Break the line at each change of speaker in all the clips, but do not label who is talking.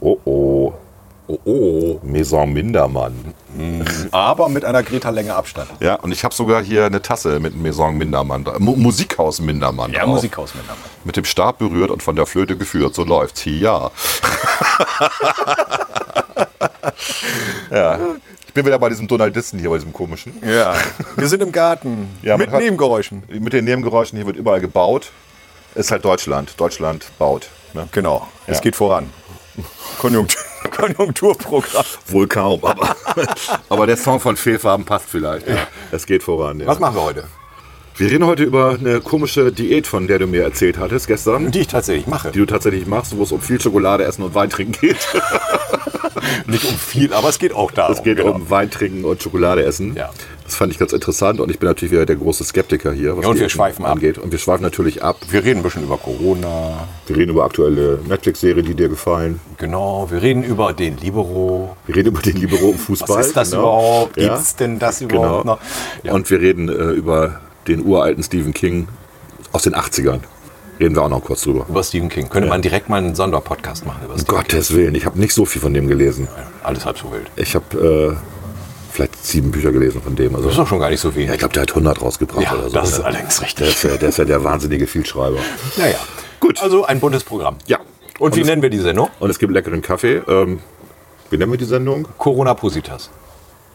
Oh oh.
Oh, oh.
Maison Mindermann.
Aber mit einer Greta-Länge Abstand.
Ja, und ich habe sogar hier eine Tasse mit Maison Mindermann, dra- Mu Musikhaus Mindermann. drauf.
Musikhaus mit Namen.
Mit dem Stab berührt und von der Flöte geführt, so läuft's. Ja. ja. Ich bin wieder bei diesem Donaldisten hier, bei diesem komischen.
Ja. Wir sind im Garten.
Ja,
mit
man hat-
Nebengeräuschen.
Mit den Nebengeräuschen hier wird überall gebaut. Ist halt Deutschland. Deutschland baut. Ne?
Genau. Es
Ja.
geht voran. Konjunktur Konjunkturprogramm.
Wohl kaum, aber, aber der Song von Fehlfarben passt vielleicht. Ja. Es geht voran. Ja.
Was machen wir heute?
Wir reden heute über eine komische Diät, von der du mir erzählt hattest gestern.
Die ich tatsächlich mache.
Die du tatsächlich machst, wo es um viel Schokolade essen und Wein trinken geht.
Nicht um viel, aber es geht auch darum.
Es geht
genau.
um Wein trinken und Schokolade essen.
Ja.
Das fand ich ganz interessant und ich bin natürlich wieder der große Skeptiker hier, was
Ja, und
die
wir
Essen
schweifen ab.
angeht. Und wir schweifen natürlich ab.
Wir reden ein bisschen über Corona.
Wir reden über aktuelle Netflix-Serien, die dir gefallen.
Genau. Wir reden über den Libero.
Wir reden über den Libero im
Was
Fußball.
ist das
genau.
überhaupt?
Ja.
Gibt's denn das
Genau.
überhaupt noch? Ja.
Und wir reden äh, über den uralten Stephen King aus den 80ern. Reden wir auch noch kurz drüber. Um
über Stephen King. Könnte man direkt mal einen Sonderpodcast machen über Stephen
Gottes Willen, ich habe nicht so viel von dem gelesen.
King. Alles halb so wild.
Ich habe äh, vielleicht sieben Bücher gelesen von dem.
Das ist
Also,
doch schon gar nicht so viel.
ja, ich glaube, der hat 100 rausgebracht
Ja,
oder so.
das ist
ne?
allerdings
Der
richtig.
ist, ja, der ist ja der wahnsinnige Vielschreiber.
Naja. Gut. Also ein buntes Programm.
Ja.
Und wie ne-
es-
nennen wir die Sendung?
Und es gibt leckeren Kaffee. Ähm, wie nennen wir die Sendung?
Corona Positas.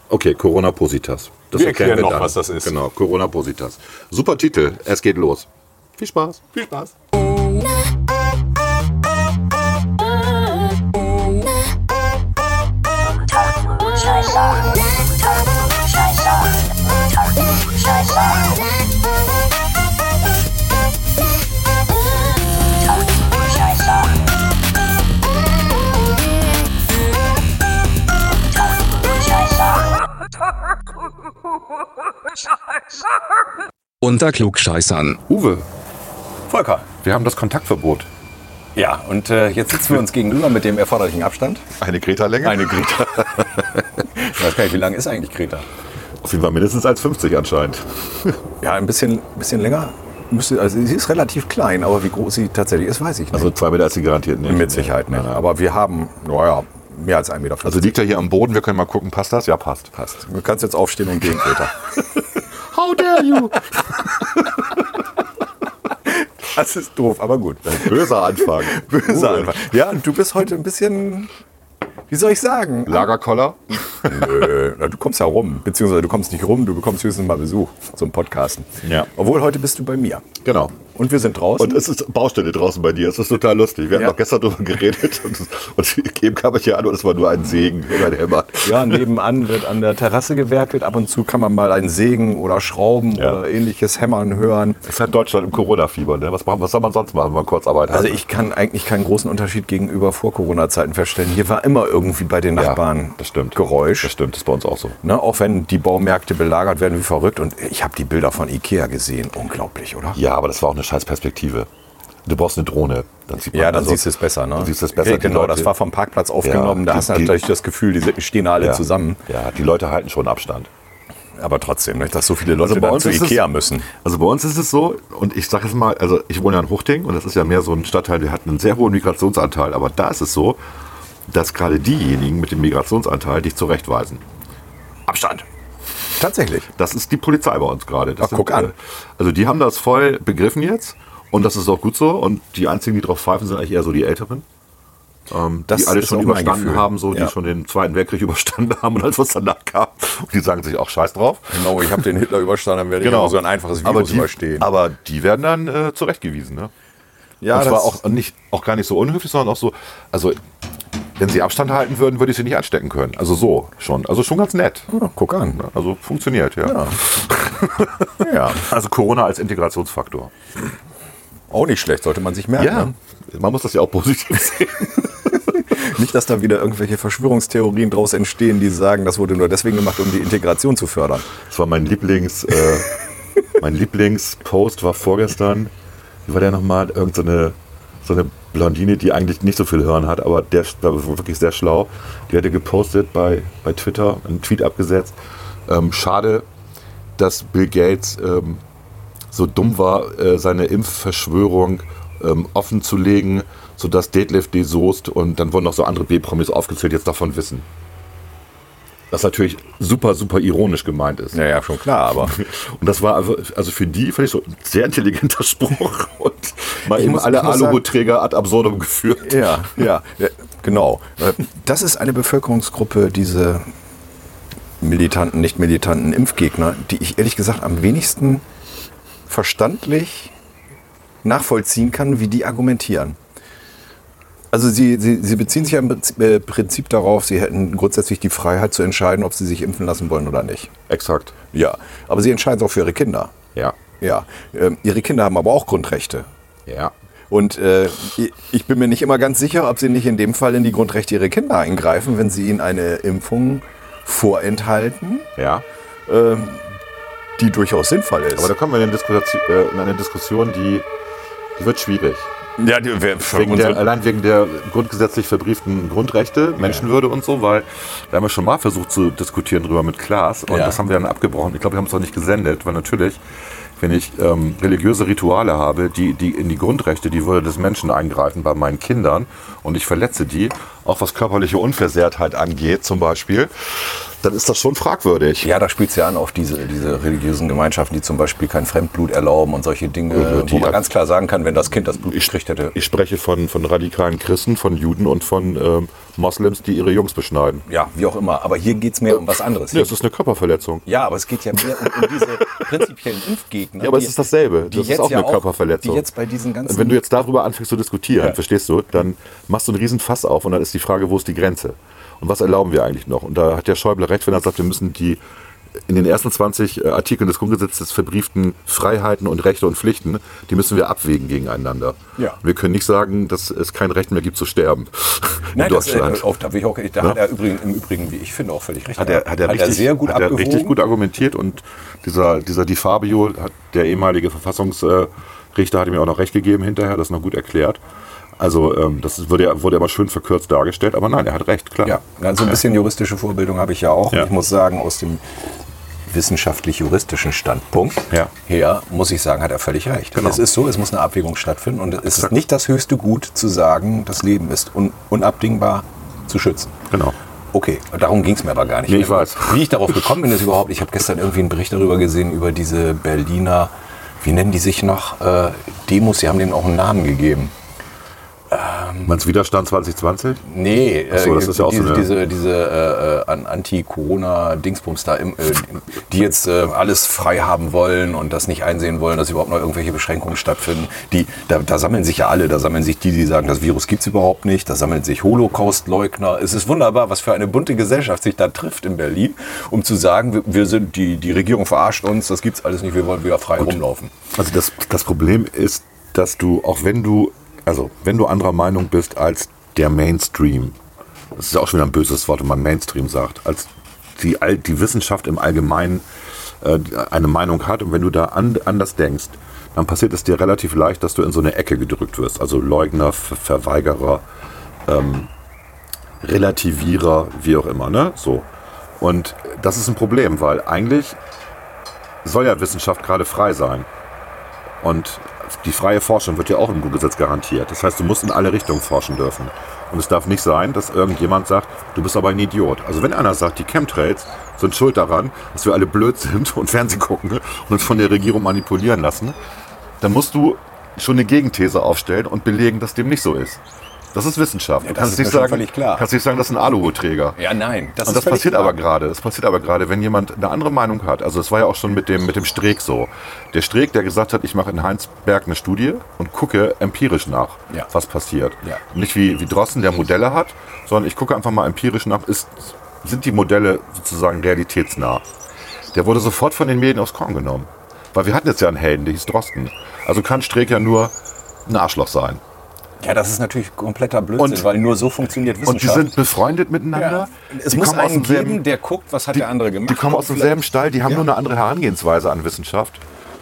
Okay, Corona Positas. Das
Wir erklären noch, was das ist.
Genau, Corona Positas. Super Titel. Es geht los. Viel Spaß.
Viel Spaß.
Unter Klugscheißern.
Uwe,
Volker.
wir haben das Kontaktverbot.
Ja, und äh, jetzt sitzen wir uns gegenüber mit dem erforderlichen Abstand.
Eine Greta-Länge?
Eine Greta. ich weiß gar nicht, wie lang ist eigentlich Greta?
Auf jeden Fall mindestens 1,50 anscheinend.
Ja, ein bisschen, bisschen länger. Müsste, also sie ist relativ klein, aber wie groß sie tatsächlich ist, weiß ich nicht.
Also zwei Meter ist sie garantiert nicht.
mit Sicherheit nicht. Aber wir haben, naja, mehr als 1,50 Meter.
Also liegt er hier am Boden, wir können mal gucken, passt das? Ja, passt.
passt. Also Du kannst jetzt aufstehen und gehen, Greta.
How dare you?
Das ist doof, aber gut.
Böser Anfang.
Böse einfach. Ja, du bist heute ein bisschen, wie soll ich sagen?
Lagerkoller?
Nö, na, du kommst ja rum. Beziehungsweise du kommst nicht rum, du bekommst höchstens mal Besuch zum Podcasten.
Ja.
Obwohl, heute bist du bei mir.
Genau.
Und wir sind draußen.
Und es ist Baustelle draußen bei dir. Es ist total lustig. Wir
Ja.
haben noch gestern drüber geredet und, und eben kam ich hier an und es war nur ein Segen oder ein Hämmer.
ja, nebenan wird an der Terrasse gewerkelt. Ab und zu kann man mal einen Sägen oder Schrauben
Ja.
oder ähnliches Hämmern hören.
Es hat Deutschland im Corona-Fieber. Ne? Was, braucht- was soll man sonst machen, wenn man Kurzarbeit hat?
Also ich kann eigentlich keinen großen Unterschied gegenüber vor Corona-Zeiten feststellen. Hier war immer irgendwie bei den Nachbarn
das stimmt.
Geräusch.
das stimmt, das ist bei uns auch so.
Ne, auch wenn die Baumärkte belagert werden wie verrückt. Und ich habe die Bilder von Ikea gesehen. Unglaublich, oder?
Ja, aber das war auch eine scheiß Perspektive. Du brauchst eine Drohne. Dann sieht
Ja, dann
also-
siehst du es besser. Ne?
Dann siehst du es besser. Die
Genau, das
Leute-
war vom Parkplatz aufgenommen.
Ja,
da
die-
hast du
die-
natürlich das Gefühl, die sind- stehen alle
ja.
zusammen.
Ja, die Leute halten schon Abstand.
Aber trotzdem, nicht, dass so viele Leute
Also bei
dann
uns
zu
ist es-
Ikea müssen.
Also bei uns ist es so, und ich sage es mal, also ich wohne ja in Huchting und das ist ja mehr so ein Stadtteil, der hat einen sehr hohen Migrationsanteil, aber da ist es so, dass gerade diejenigen mit dem Migrationsanteil dich zurechtweisen.
Abstand. Tatsächlich.
Das ist die Polizei bei uns gerade. Das
Ach, guck
sind,
an.
äh, Also die haben das voll begriffen jetzt und das ist auch gut so und die einzigen, die drauf pfeifen, sind eigentlich eher so die Älteren. Ähm,
Das
die alle
ist
schon
auch mein
überstanden
Gefühl.
haben, so
Ja.
die schon den Zweiten Weltkrieg überstanden haben und alles, was danach kam. Und die sagen sich auch Scheiß drauf.
Genau, ich habe den Hitler überstanden, dann werde ich auch so ein einfaches Virus
Genau. aber die,
überstehen.
Aber die werden dann äh, zurechtgewiesen, ne?
ja,
und
das
zwar auch, nicht, auch gar nicht so unhöflich, sondern auch so, also wenn sie Abstand halten würden, würde ich sie nicht anstecken können. Also so schon. Also schon ganz nett.
Ja, guck an.
Also funktioniert, ja.
Ja,
Also Corona als Integrationsfaktor.
auch nicht schlecht, sollte man sich merken. Ne?
Man muss das ja auch positiv sehen.
Nicht, dass da wieder irgendwelche Verschwörungstheorien draus entstehen, die sagen, das wurde nur deswegen gemacht, um die Integration zu fördern.
Das war mein Lieblings, äh, mein Lieblingspost war vorgestern. Wie war der nochmal? Irgend so eine, so eine Blondine, die eigentlich nicht so viel hören hat, aber der sch- war wirklich sehr schlau. Die hatte gepostet bei, bei Twitter, einen Tweet abgesetzt. Ähm, schade, dass Bill Gates ähm, so dumm war, äh, seine Impfverschwörung ähm, offen zu legen, sodass Detlef D. Soest und dann wurden noch so andere B-Promis aufgezählt, jetzt davon wissen. Was natürlich super, super ironisch gemeint ist.
Naja, schon klar, aber
Und das war also, also für die, fand ich so ein sehr intelligenter Spruch und mal
Ich
eben
muss-
alle
ich muss sagen-
Aluhutträger ad absurdum geführt.
ja, ja, ja, genau. Äh, Das ist eine Bevölkerungsgruppe, diese militanten, nicht militanten Impfgegner, die ich ehrlich gesagt am wenigsten verstandlich nachvollziehen kann, wie die argumentieren. Also sie, sie, sie beziehen sich ja im Prinzip- äh, Prinzip darauf, sie hätten grundsätzlich die Freiheit zu entscheiden, ob sie sich impfen lassen wollen oder nicht.
Exakt.
Ja, aber sie entscheiden es auch für ihre Kinder.
Ja.
Ja, ähm, ihre Kinder haben aber auch Grundrechte.
Ja.
Und äh, ich- ich bin mir nicht immer ganz sicher, ob sie nicht in dem Fall in die Grundrechte ihrer Kinder eingreifen, wenn sie ihnen eine Impfung vorenthalten,
Ja.
die durchaus sinnvoll ist.
Aber da kommen wir in eine Diskussion, äh, in eine Diskussion die, die wird schwierig.
ja, die, wer, für
Wegen
unsere-
der, allein wegen der grundgesetzlich verbrieften Grundrechte, Menschenwürde und so, weil da haben wir schon mal versucht zu diskutieren drüber mit Klaas und
Ja.
das haben wir dann abgebrochen. Ich glaube, wir haben es auch nicht gesendet, weil natürlich, wenn ich ähm, religiöse Rituale habe, die, die in die Grundrechte, die Würde des Menschen eingreifen bei meinen Kindern und ich verletze die, auch was körperliche Unversehrtheit angeht zum Beispiel, dann ist das schon fragwürdig.
ja, da spielt es ja an auf diese, diese religiösen Gemeinschaften, die zum Beispiel kein Fremdblut erlauben und solche Dinge,
die-
wo man ganz klar sagen kann, wenn das Kind das Blut gestrichen hätte.
Ich spreche von, von radikalen Christen, von Juden und von ähm, Moslems, die ihre Jungs beschneiden.
Ja, wie auch immer. Aber hier geht es mehr um was anderes.
Nee, es ist eine Körperverletzung.
Ja, aber es geht ja mehr um, um diese prinzipiellen Impfgegner.
Ja, aber es ist dasselbe. Das ist
jetzt
auch eine Körperverletzung.
Die jetzt bei diesen ganzen.
Und wenn du jetzt darüber anfängst zu diskutieren, verstehst du, dann machst du einen riesen Fass auf und dann ist die Frage, wo ist die Grenze? Und was erlauben wir eigentlich noch? Und da hat der Schäuble recht, wenn er sagt, wir müssen die in den ersten 20 äh, Artikeln des Grundgesetzes verbrieften Freiheiten und Rechte und Pflichten, die müssen wir abwägen gegeneinander.
Ja.
Wir können nicht sagen, dass es kein Recht mehr gibt zu sterben in
Nein,
Deutschland.
Das, äh, auch, da bin ich auch, da hat er übrigens, im Übrigen, wie ich finde, auch völlig recht.
Hat er, hat er, richtig,
sehr gut
hat er
abgewogen.
richtig gut argumentiert und dieser, dieser Di Fabio, hat, der ehemalige Verfassungsrichter, hat ihm ja auch noch recht gegeben hinterher, das noch gut erklärt. Also ähm, das wurde, ja- wurde aber schön verkürzt dargestellt, aber nein, er hat recht, klar.
Ja, na, so ein bisschen juristische Vorbildung habe ich ja auch.
Ja.
Ich muss sagen, aus dem wissenschaftlich-juristischen Standpunkt
Ja.
her, muss ich sagen, hat er völlig recht.
Genau.
Es ist so, es muss eine Abwägung stattfinden und es ist
Exakt.
nicht das höchste Gut zu sagen, das Leben ist un unabdingbar zu schützen.
Genau.
Okay, darum ging es mir aber gar nicht.
Nee, ich weiß.
Wie ich darauf gekommen bin, ist überhaupt, ich habe gestern irgendwie einen Bericht darüber gesehen, über diese Berliner, wie nennen die sich noch, äh, Demos, die haben denen auch einen Namen gegeben.
Mans Widerstand 2020?
Nee,
so,
äh,
das ist ja auch so
diese,
eine-
diese, diese äh, äh, an- Anti-Corona-Dingsbums da, im, äh, die jetzt äh, alles frei haben wollen und das nicht einsehen wollen, dass überhaupt noch irgendwelche Beschränkungen stattfinden. Die, da, da sammeln sich ja alle, da sammeln sich die, die sagen, das Virus gibt's überhaupt nicht, da sammeln sich Holocaust-Leugner. Es ist wunderbar, was für eine bunte Gesellschaft sich da trifft in Berlin, um zu sagen, wir, wir sind, die, die Regierung verarscht uns, das gibt's alles nicht, wir wollen wieder frei rumlaufen.
Also das, das Problem ist, dass du, auch wenn du, also wenn du anderer Meinung bist als der Mainstream, das ist ja auch schon wieder ein böses Wort, wenn man Mainstream sagt, als die, all- die Wissenschaft im Allgemeinen äh, eine Meinung hat und wenn du da an, anders denkst, dann passiert es dir relativ leicht, dass du in so eine Ecke gedrückt wirst. Also Leugner, Ver Verweigerer, Relativierer, wie auch immer, ne? So. Und das ist ein Problem, weil eigentlich soll ja Wissenschaft gerade frei sein. Und die freie Forschung wird ja auch im Grundgesetz garantiert. Das heißt, du musst in alle Richtungen forschen dürfen. Und es darf nicht sein, dass irgendjemand sagt, du bist aber ein Idiot. Also wenn einer sagt, die Chemtrails sind schuld daran, dass wir alle blöd sind und Fernsehen gucken ne, und uns von der Regierung manipulieren lassen, dann musst du schon eine Gegenthese aufstellen und belegen, dass dem nicht so ist. Das ist Wissenschaft.
Ja,
du
das
kannst
ist
nicht
mir schon
sagen,
völlig klar.
kannst nicht Also sagen, das ist ein Aluhutträger.
Ja, nein.
Und das passiert aber gerade. Das passiert aber gerade, wenn jemand eine andere Meinung hat. Also es war ja auch schon mit dem, mit dem Streeck so. Der Streeck, der gesagt hat, ich mache in Heinsberg eine Studie und gucke empirisch nach,
Ja.
was passiert.
Ja.
Nicht wie, wie Drossen, der Modelle hat, sondern ich gucke einfach mal empirisch nach, ist, sind die Modelle sozusagen realitätsnah. Der wurde sofort von den Medien aufs Korn genommen. Weil wir hatten jetzt ja einen Helden, der hieß Drosten. Also kann Streeck ja nur ein Arschloch sein.
Ja, das ist natürlich kompletter Blödsinn,
Und-
weil nur so funktioniert
Und
Wissenschaft.
die sind befreundet miteinander.
Es
die
muss
kommen aus
einen
demselben-
geben, der guckt, was hat der andere gemacht.
Die kommen aus
Und
demselben Stall, die haben nur eine andere Herangehensweise an Wissenschaft.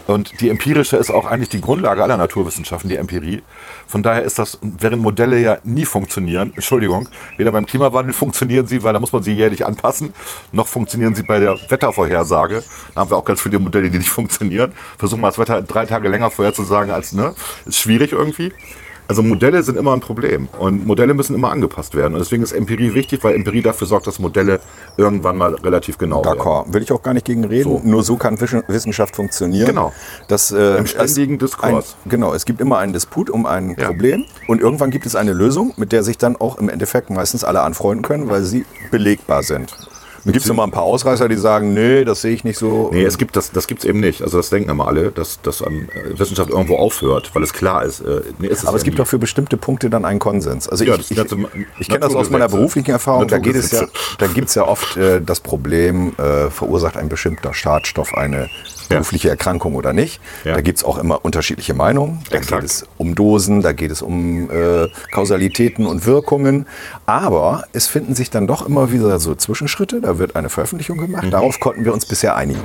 Und die empirische ist auch eigentlich die Grundlage aller Naturwissenschaften, die Empirie. Von daher ist das, während Modelle ja nie funktionieren, Entschuldigung, weder beim Klimawandel funktionieren sie, weil da muss man sie jährlich anpassen, noch funktionieren sie bei der Wettervorhersage. Da haben wir auch ganz viele Modelle, die nicht funktionieren. Versuchen wir das Wetter drei Tage länger vorherzusagen als, ne? Ist schwierig irgendwie. Also Modelle sind immer ein Problem und Modelle müssen immer angepasst werden. Und deswegen ist Empirie wichtig, weil Empirie dafür sorgt, dass Modelle irgendwann mal relativ genau werden.
D'accord. Will ich auch gar nicht gegen reden. Nur so kann Wischen- Wissenschaft funktionieren.
Genau.
Das, äh,
Im ständigen
es-
Diskurs.
Ein, genau. Es gibt immer einen Disput um ein
Ja.
Problem und irgendwann gibt es eine Lösung, mit der sich dann auch im Endeffekt meistens alle anfreunden können, weil sie belegbar sind. Dann gibt es immer ein paar Ausreißer, die sagen, nee, das sehe ich nicht so.
Nee, es gibt das, das gibt's eben nicht. Also das denken immer alle, dass, dass ähm, Wissenschaft irgendwo aufhört, weil es klar ist. Äh, nee, ist es
Aber es
ja
gibt
nie.
doch für bestimmte Punkte dann einen Konsens. Also
Ja,
ich,
das
ich,
Natur-
ich kenne das aus
Naturgesetze.
meiner beruflichen Erfahrung. Da geht es ja,
Naturgesetze.
da gibt es ja oft äh, das Problem, äh, verursacht ein bestimmter Schadstoff eine berufliche Erkrankung oder nicht.
Ja.
Da gibt es auch immer unterschiedliche Meinungen. Da
Exakt.
geht es um Dosen, da geht es um äh, Kausalitäten und Wirkungen. Aber es finden sich dann doch immer wieder so Zwischenschritte. Da wird eine Veröffentlichung
Mhm.
gemacht. Darauf konnten wir uns bisher einigen.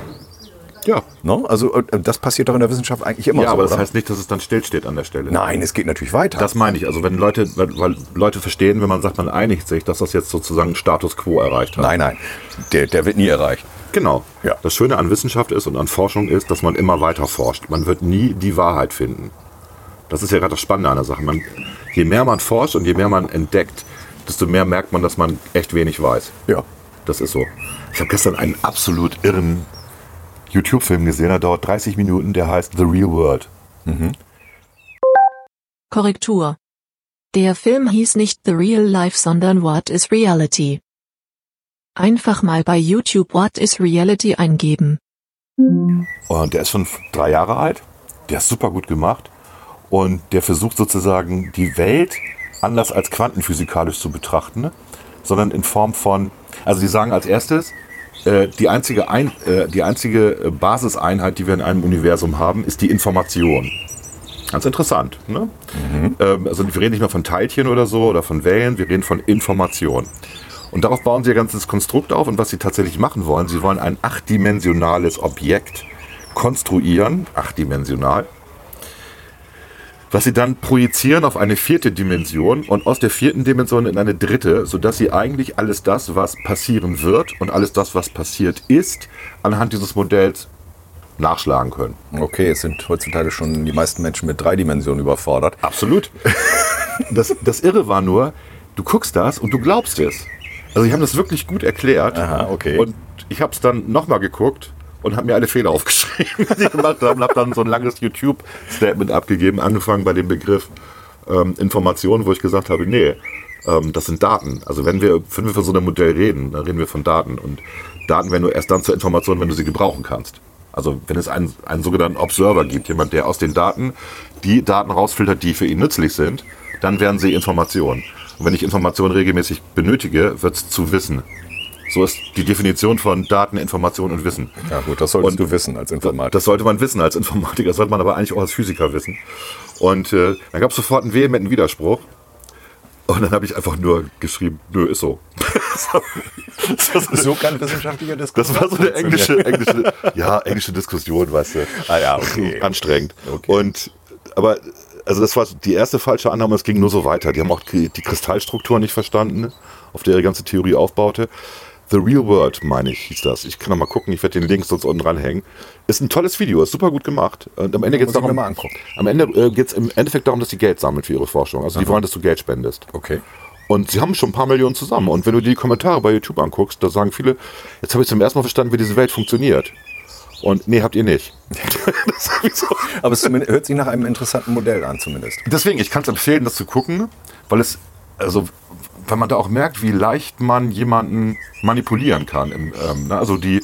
Ja,
Ne? Also äh, das passiert doch in der Wissenschaft eigentlich immer
ja
so.
aber das
oder?
heißt nicht, dass es dann stillsteht an der Stelle.
Nein, es geht natürlich weiter.
Das meine ich. Also wenn Leute, weil, weil Leute verstehen, wenn man sagt, man einigt sich, dass das jetzt sozusagen Status Quo erreicht hat.
Nein, nein, der, der wird nie erreicht.
Genau.
Ja.
Das Schöne an Wissenschaft ist und an Forschung ist, dass man immer weiter forscht. Man wird nie die Wahrheit finden. Das ist ja gerade das Spannende an der Sache. Man, je mehr man forscht und je mehr man entdeckt, desto mehr merkt man, dass man echt wenig weiß.
Ja.
Das ist so. Ich habe gestern einen absolut irren YouTube-Film gesehen, der dauert 30 Minuten, der heißt The Real World.
Korrektur. Der Film hieß nicht The Real Life, sondern What is Reality. Einfach mal bei YouTube What is Reality eingeben.
Und der ist schon drei Jahre alt. Der ist super gut gemacht. Und der versucht sozusagen die Welt anders als quantenphysikalisch zu betrachten, sondern in Form von, also die sagen als erstes, äh, die einzige, Ein, äh, die einzige äh, Basiseinheit, die wir in einem Universum haben, ist die Information. Ganz interessant. Ne? Ähm, also wir reden nicht mehr von Teilchen oder so oder von Wellen, wir reden von Information. Und darauf bauen sie ihr ganzes Konstrukt auf und was sie tatsächlich machen wollen, sie wollen ein achtdimensionales Objekt konstruieren, achtdimensional, was sie dann projizieren auf eine vierte Dimension und aus der vierten Dimension in eine dritte, sodass sie eigentlich alles das, was passieren wird und alles das, was passiert ist, anhand dieses Modells nachschlagen können.
Okay, es sind heutzutage schon die meisten Menschen mit drei Dimensionen überfordert.
Absolut. Das, das Irre war nur, du guckst das und du glaubst es. Also die haben das wirklich gut erklärt.
Aha, okay.
Und ich habe es dann nochmal geguckt und habe mir alle Fehler aufgeschrieben, die ich gemacht habe. Und habe dann so ein langes YouTube-Statement abgegeben, angefangen bei dem Begriff ähm, Information, wo ich gesagt habe, nee, ähm, das sind Daten. Also wenn wir, wenn wir von so einem Modell reden, dann reden wir von Daten. Und Daten werden nur erst dann zur Information, wenn du sie gebrauchen kannst. Also wenn es einen, einen sogenannten Observer gibt, jemand, der aus den Daten die Daten rausfiltert, die für ihn nützlich sind, dann werden sie Informationen. Und wenn ich Informationen regelmäßig benötige, wird es zu Wissen. So ist die Definition von Daten, Information und Wissen.
Ja gut, das solltest
Und
du wissen als
Das,
Informatiker.
das sollte man wissen als Informatiker, das sollte man aber eigentlich auch als Physiker wissen. Und äh, dann gab es sofort einen vehementen Widerspruch. Und dann habe ich einfach nur geschrieben, nö, ist so.
so kann wissenschaftlicher Diskurs.
Das war so eine englische, englische, ja, englische Diskussion, weißt du.
Ah ja, okay.
Anstrengend. Und, aber, also das war die erste falsche Annahme, es ging nur so weiter. Die haben auch die die Kristallstruktur nicht verstanden, auf der ihre ganze Theorie aufbaute. The Real World, meine ich, hieß das. Ich kann noch mal gucken, ich werde den Link sonst unten ranhängen. Ist ein tolles Video, ist super gut gemacht. Und am Ende geht es
muss ich mir
darum,
mal angucken.
am Ende äh, geht's im Endeffekt darum, dass die Geld sammeln für ihre Forschung. Also die wollen, dass du Geld spendest.
Okay.
Und sie haben schon ein paar Millionen zusammen. Und wenn du dir die Kommentare bei YouTube anguckst, da sagen viele, jetzt habe ich zum ersten Mal verstanden, wie diese Welt funktioniert. Und nee, habt ihr nicht. das ist sowieso-
Aber es zumindest- hört sich nach einem interessanten Modell an zumindest.
Deswegen, ich kann es empfehlen, das zu gucken, weil es, also, weil man da auch merkt, wie leicht man jemanden manipulieren kann. Im, ähm, ne? Also die,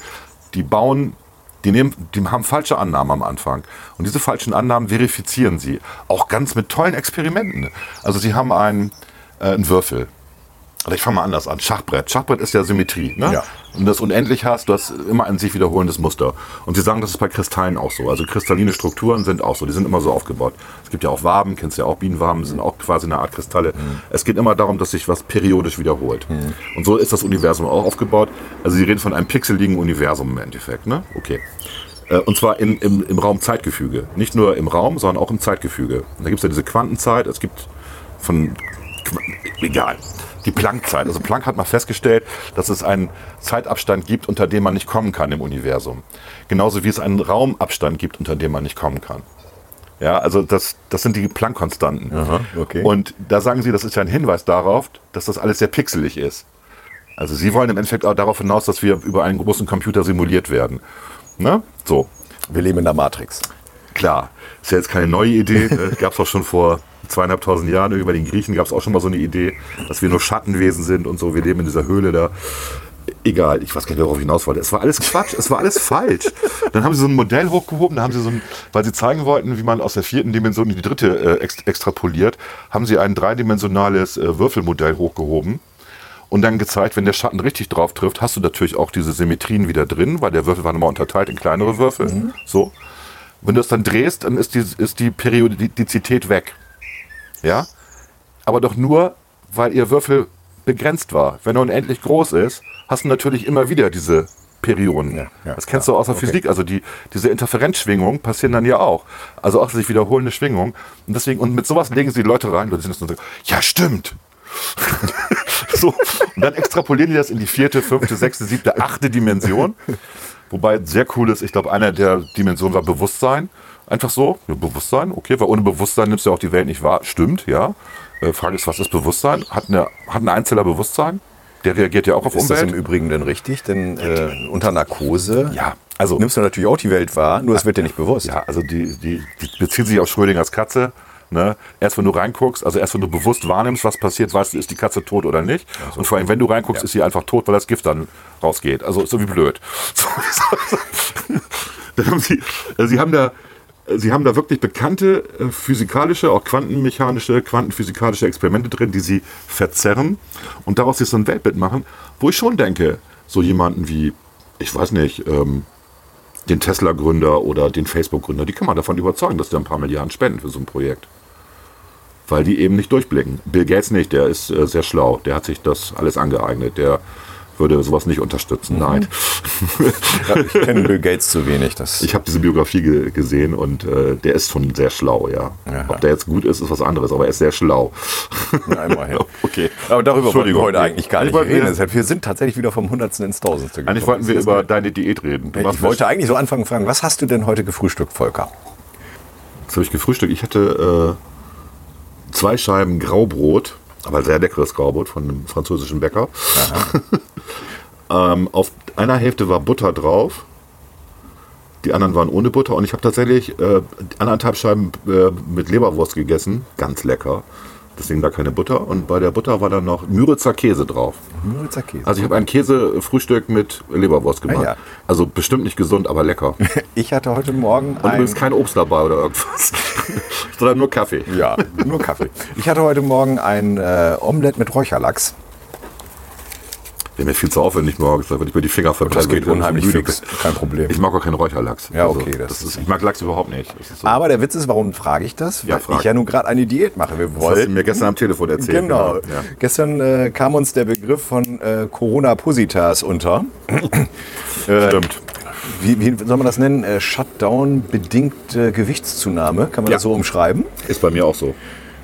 die bauen, die, nehmen, die haben falsche Annahmen am Anfang. Und diese falschen Annahmen verifizieren sie. Auch ganz mit tollen Experimenten. Also sie haben einen, äh, einen Würfel. Also ich fange mal anders an. Schachbrett. Schachbrett ist ja Symmetrie. Ne?
Ja.
Und das unendlich hast, du hast immer ein sich wiederholendes Muster. Und sie sagen, das ist bei Kristallen auch so. Also kristalline Strukturen sind auch so. Die sind immer so aufgebaut. Es gibt ja auch Waben, kennst ja auch Bienenwaben, sind auch quasi eine Art Kristalle. Es geht immer darum, dass sich was periodisch wiederholt. Und so ist das Universum auch aufgebaut. Also sie reden von einem pixeligen Universum im Endeffekt. Ne? Okay. Äh, Und zwar in, im, im Raum Zeitgefüge. Nicht nur im Raum, sondern auch im Zeitgefüge. Und da gibt es ja diese Quantenzeit, es gibt von Qu- egal. Die Planck-Zeit. Also Planck hat mal festgestellt, dass es einen Zeitabstand gibt, unter dem man nicht kommen kann im Universum. Genauso wie es einen Raumabstand gibt, unter dem man nicht kommen kann. Ja, also das, das sind die Planck-Konstanten.
okay.
Und da sagen sie, das ist ja ein Hinweis darauf, dass das alles sehr pixelig ist. Also sie wollen im Endeffekt auch darauf hinaus, dass wir über einen großen Computer simuliert werden. Ne? So,
Wir leben in der Matrix.
klar. Ist ja jetzt keine neue Idee. Ne? Gab es auch schon vor zweieinhalbtausend Jahren. Irgendwie Bei den Griechen gab es auch schon mal so eine Idee, dass wir nur Schattenwesen sind und so. Wir leben in dieser Höhle da. Egal, ich weiß gar nicht, worauf ich hinaus wollte. Es war alles Quatsch, es war alles falsch. Dann haben sie so ein Modell hochgehoben, da haben sie so ein, weil sie zeigen wollten, wie man aus der vierten Dimension in die dritte äh, ex extrapoliert, haben sie ein dreidimensionales äh, Würfelmodell hochgehoben und dann gezeigt, wenn der Schatten richtig drauf trifft, hast du natürlich auch diese Symmetrien wieder drin, weil der Würfel war nochmal unterteilt in kleinere Würfel.
Mhm.
So. Wenn du das dann drehst, dann ist die, ist die Periodizität weg. Ja? Aber doch nur, weil ihr Würfel begrenzt war. Wenn er unendlich groß ist, hast du natürlich immer wieder diese Perioden.
Ja, ja,
das kennst
ja,
du aus der
okay.
Physik. Also die, diese Interferenzschwingungen passieren dann ja auch. Also auch sich wiederholende Schwingungen. Und deswegen, und mit sowas legen sie die Leute rein, Leute sind das und sagen, ja, stimmt. so. Und dann extrapolieren die das in die vierte, fünfte, sechste, siebte, achte Dimension. Wobei sehr cool ist, ich glaube, einer der Dimensionen war Bewusstsein. Einfach so, ja, Bewusstsein, okay, weil ohne Bewusstsein nimmst du ja auch die Welt nicht wahr. Stimmt, ja. Äh, Frage ist, was ist Bewusstsein? Hat, eine, hat ein Einzelner Bewusstsein? Der reagiert ja auch auf
Ist das
Umwelt.
im Übrigen denn richtig? Denn äh, unter Narkose
Ja, also-
nimmst du natürlich auch die Welt wahr, nur es wird dir nicht bewusst.
Ja, also die, die, die bezieht sich auf Schrödingers Katze. Ne? Erst wenn du reinguckst, also erst wenn du bewusst wahrnimmst, was passiert, weißt du, ist die Katze tot oder nicht. Und vor allem, wenn du reinguckst, ist sie einfach tot, weil das Gift dann rausgeht. Also ist irgendwie blöd. So, so, so. Dann haben sie, also sie haben da. Sie haben da wirklich bekannte äh, physikalische, auch quantenmechanische, quantenphysikalische Experimente drin, die sie verzerren und daraus sich so ein Weltbild machen, wo ich schon denke, so jemanden wie, ich weiß nicht, ähm, den Tesla-Gründer oder den Facebook-Gründer, die kann man davon überzeugen, dass die ein paar Milliarden spenden für so ein Projekt. Weil die eben nicht durchblicken. Bill Gates nicht, der ist äh, sehr schlau, der hat sich das alles angeeignet, der würde sowas nicht unterstützen. Nein.
Ich kenne Bill Gates zu wenig. Das
Ich habe diese Biografie ge gesehen und äh, der ist schon sehr schlau, ja.
Aha.
Ob der jetzt gut ist, ist was anderes, aber er ist sehr schlau.
einmal hin.
Okay.
Aber darüber wollen wir
Entschuldigung.
heute eigentlich gar
Eigentlich
nicht
wollten wir-
reden. Deshalb, wir sind tatsächlich wieder vom Hundertsten ins Tausendste gekommen.
Eigentlich wollten wir
Das ist
über deine Diät reden. Du
das-
machst-
Äh, Ich wollte eigentlich so anfangen und fragen, was hast du denn heute gefrühstückt, Volker?
Was habe ich gefrühstückt? Ich hatte äh, zwei Scheiben Graubrot, aber sehr leckeres Graubrot von einem französischen Bäcker. ähm, auf einer Hälfte war Butter drauf. Die anderen waren ohne Butter und ich habe tatsächlich äh, anderthalb Scheiben äh, mit Leberwurst gegessen. Ganz lecker. Deswegen da keine Butter. Und bei der Butter war dann noch Müritzer Käse drauf.
Müritzer Käse.
Also ich habe ein Käsefrühstück mit Leberwurst gemacht.
ja.
Also bestimmt nicht gesund, aber lecker.
Ich hatte heute Morgen
Und
ein-
übrigens kein Obst dabei oder irgendwas, sondern nur Kaffee.
Ja, nur Kaffee. Ich hatte heute Morgen ein äh, Omelett mit Räucherlachs.
Wäre mir viel zu aufwendig morgens, da würde ich mir die Finger verbrennen.
Das geht
wenn ich
Also unheimlich
müde
fix,
bin.
kein Problem.
Ich mag auch keinen Räucherlachs. Also,
Ja, okay, das
das
ist
ist, Ah, ich mag Lachs überhaupt nicht. Das ist so.
Aber der Witz ist, warum frage ich das? Weil
Ja, frag.
ich ja nun gerade eine Diät mache. Wir
das hast du
wollten
mir gestern am Telefon erzählt.
Genau.
Ja.
Gestern äh, kam uns der Begriff von äh, Corona-Positas unter. Äh,
Stimmt.
Wie, wie soll man das nennen? Äh, Shutdown-bedingte Gewichtszunahme. Kann man
Ja.
das so umschreiben?
Ist bei mir auch so.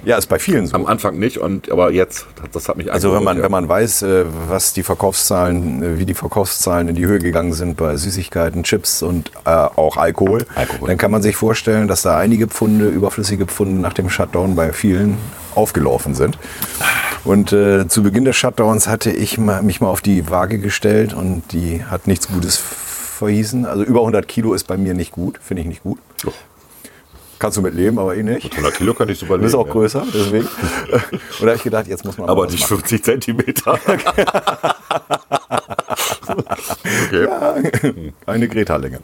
Ja, ist bei vielen so.
Am Anfang nicht, und, aber jetzt, das hat mich
Also wenn man,
angeholt,
wenn man weiß, äh, was die Verkaufszahlen, äh, wie die Verkaufszahlen in die Höhe gegangen sind bei Süßigkeiten, Chips und äh, auch Alkohol,
Alkohol.
dann kann man sich vorstellen, dass da einige Pfunde, überflüssige Pfunde nach dem Shutdown bei vielen aufgelaufen sind. Und äh, zu Beginn des Shutdowns hatte ich mal, mich mal auf die Waage gestellt und die hat nichts Gutes verhießen. Also über 100 Kilo ist bei mir nicht gut, finde ich nicht gut.
Doch.
Kannst du mit leben, aber eh nicht.
ja. 100 Kilo kann ich super
Du bist auch größer, deswegen. Und da habe ich gedacht, jetzt muss man mal
Aber
was
nicht
machen.
50 Zentimeter. okay.
Ah, Eine Greta-Länge.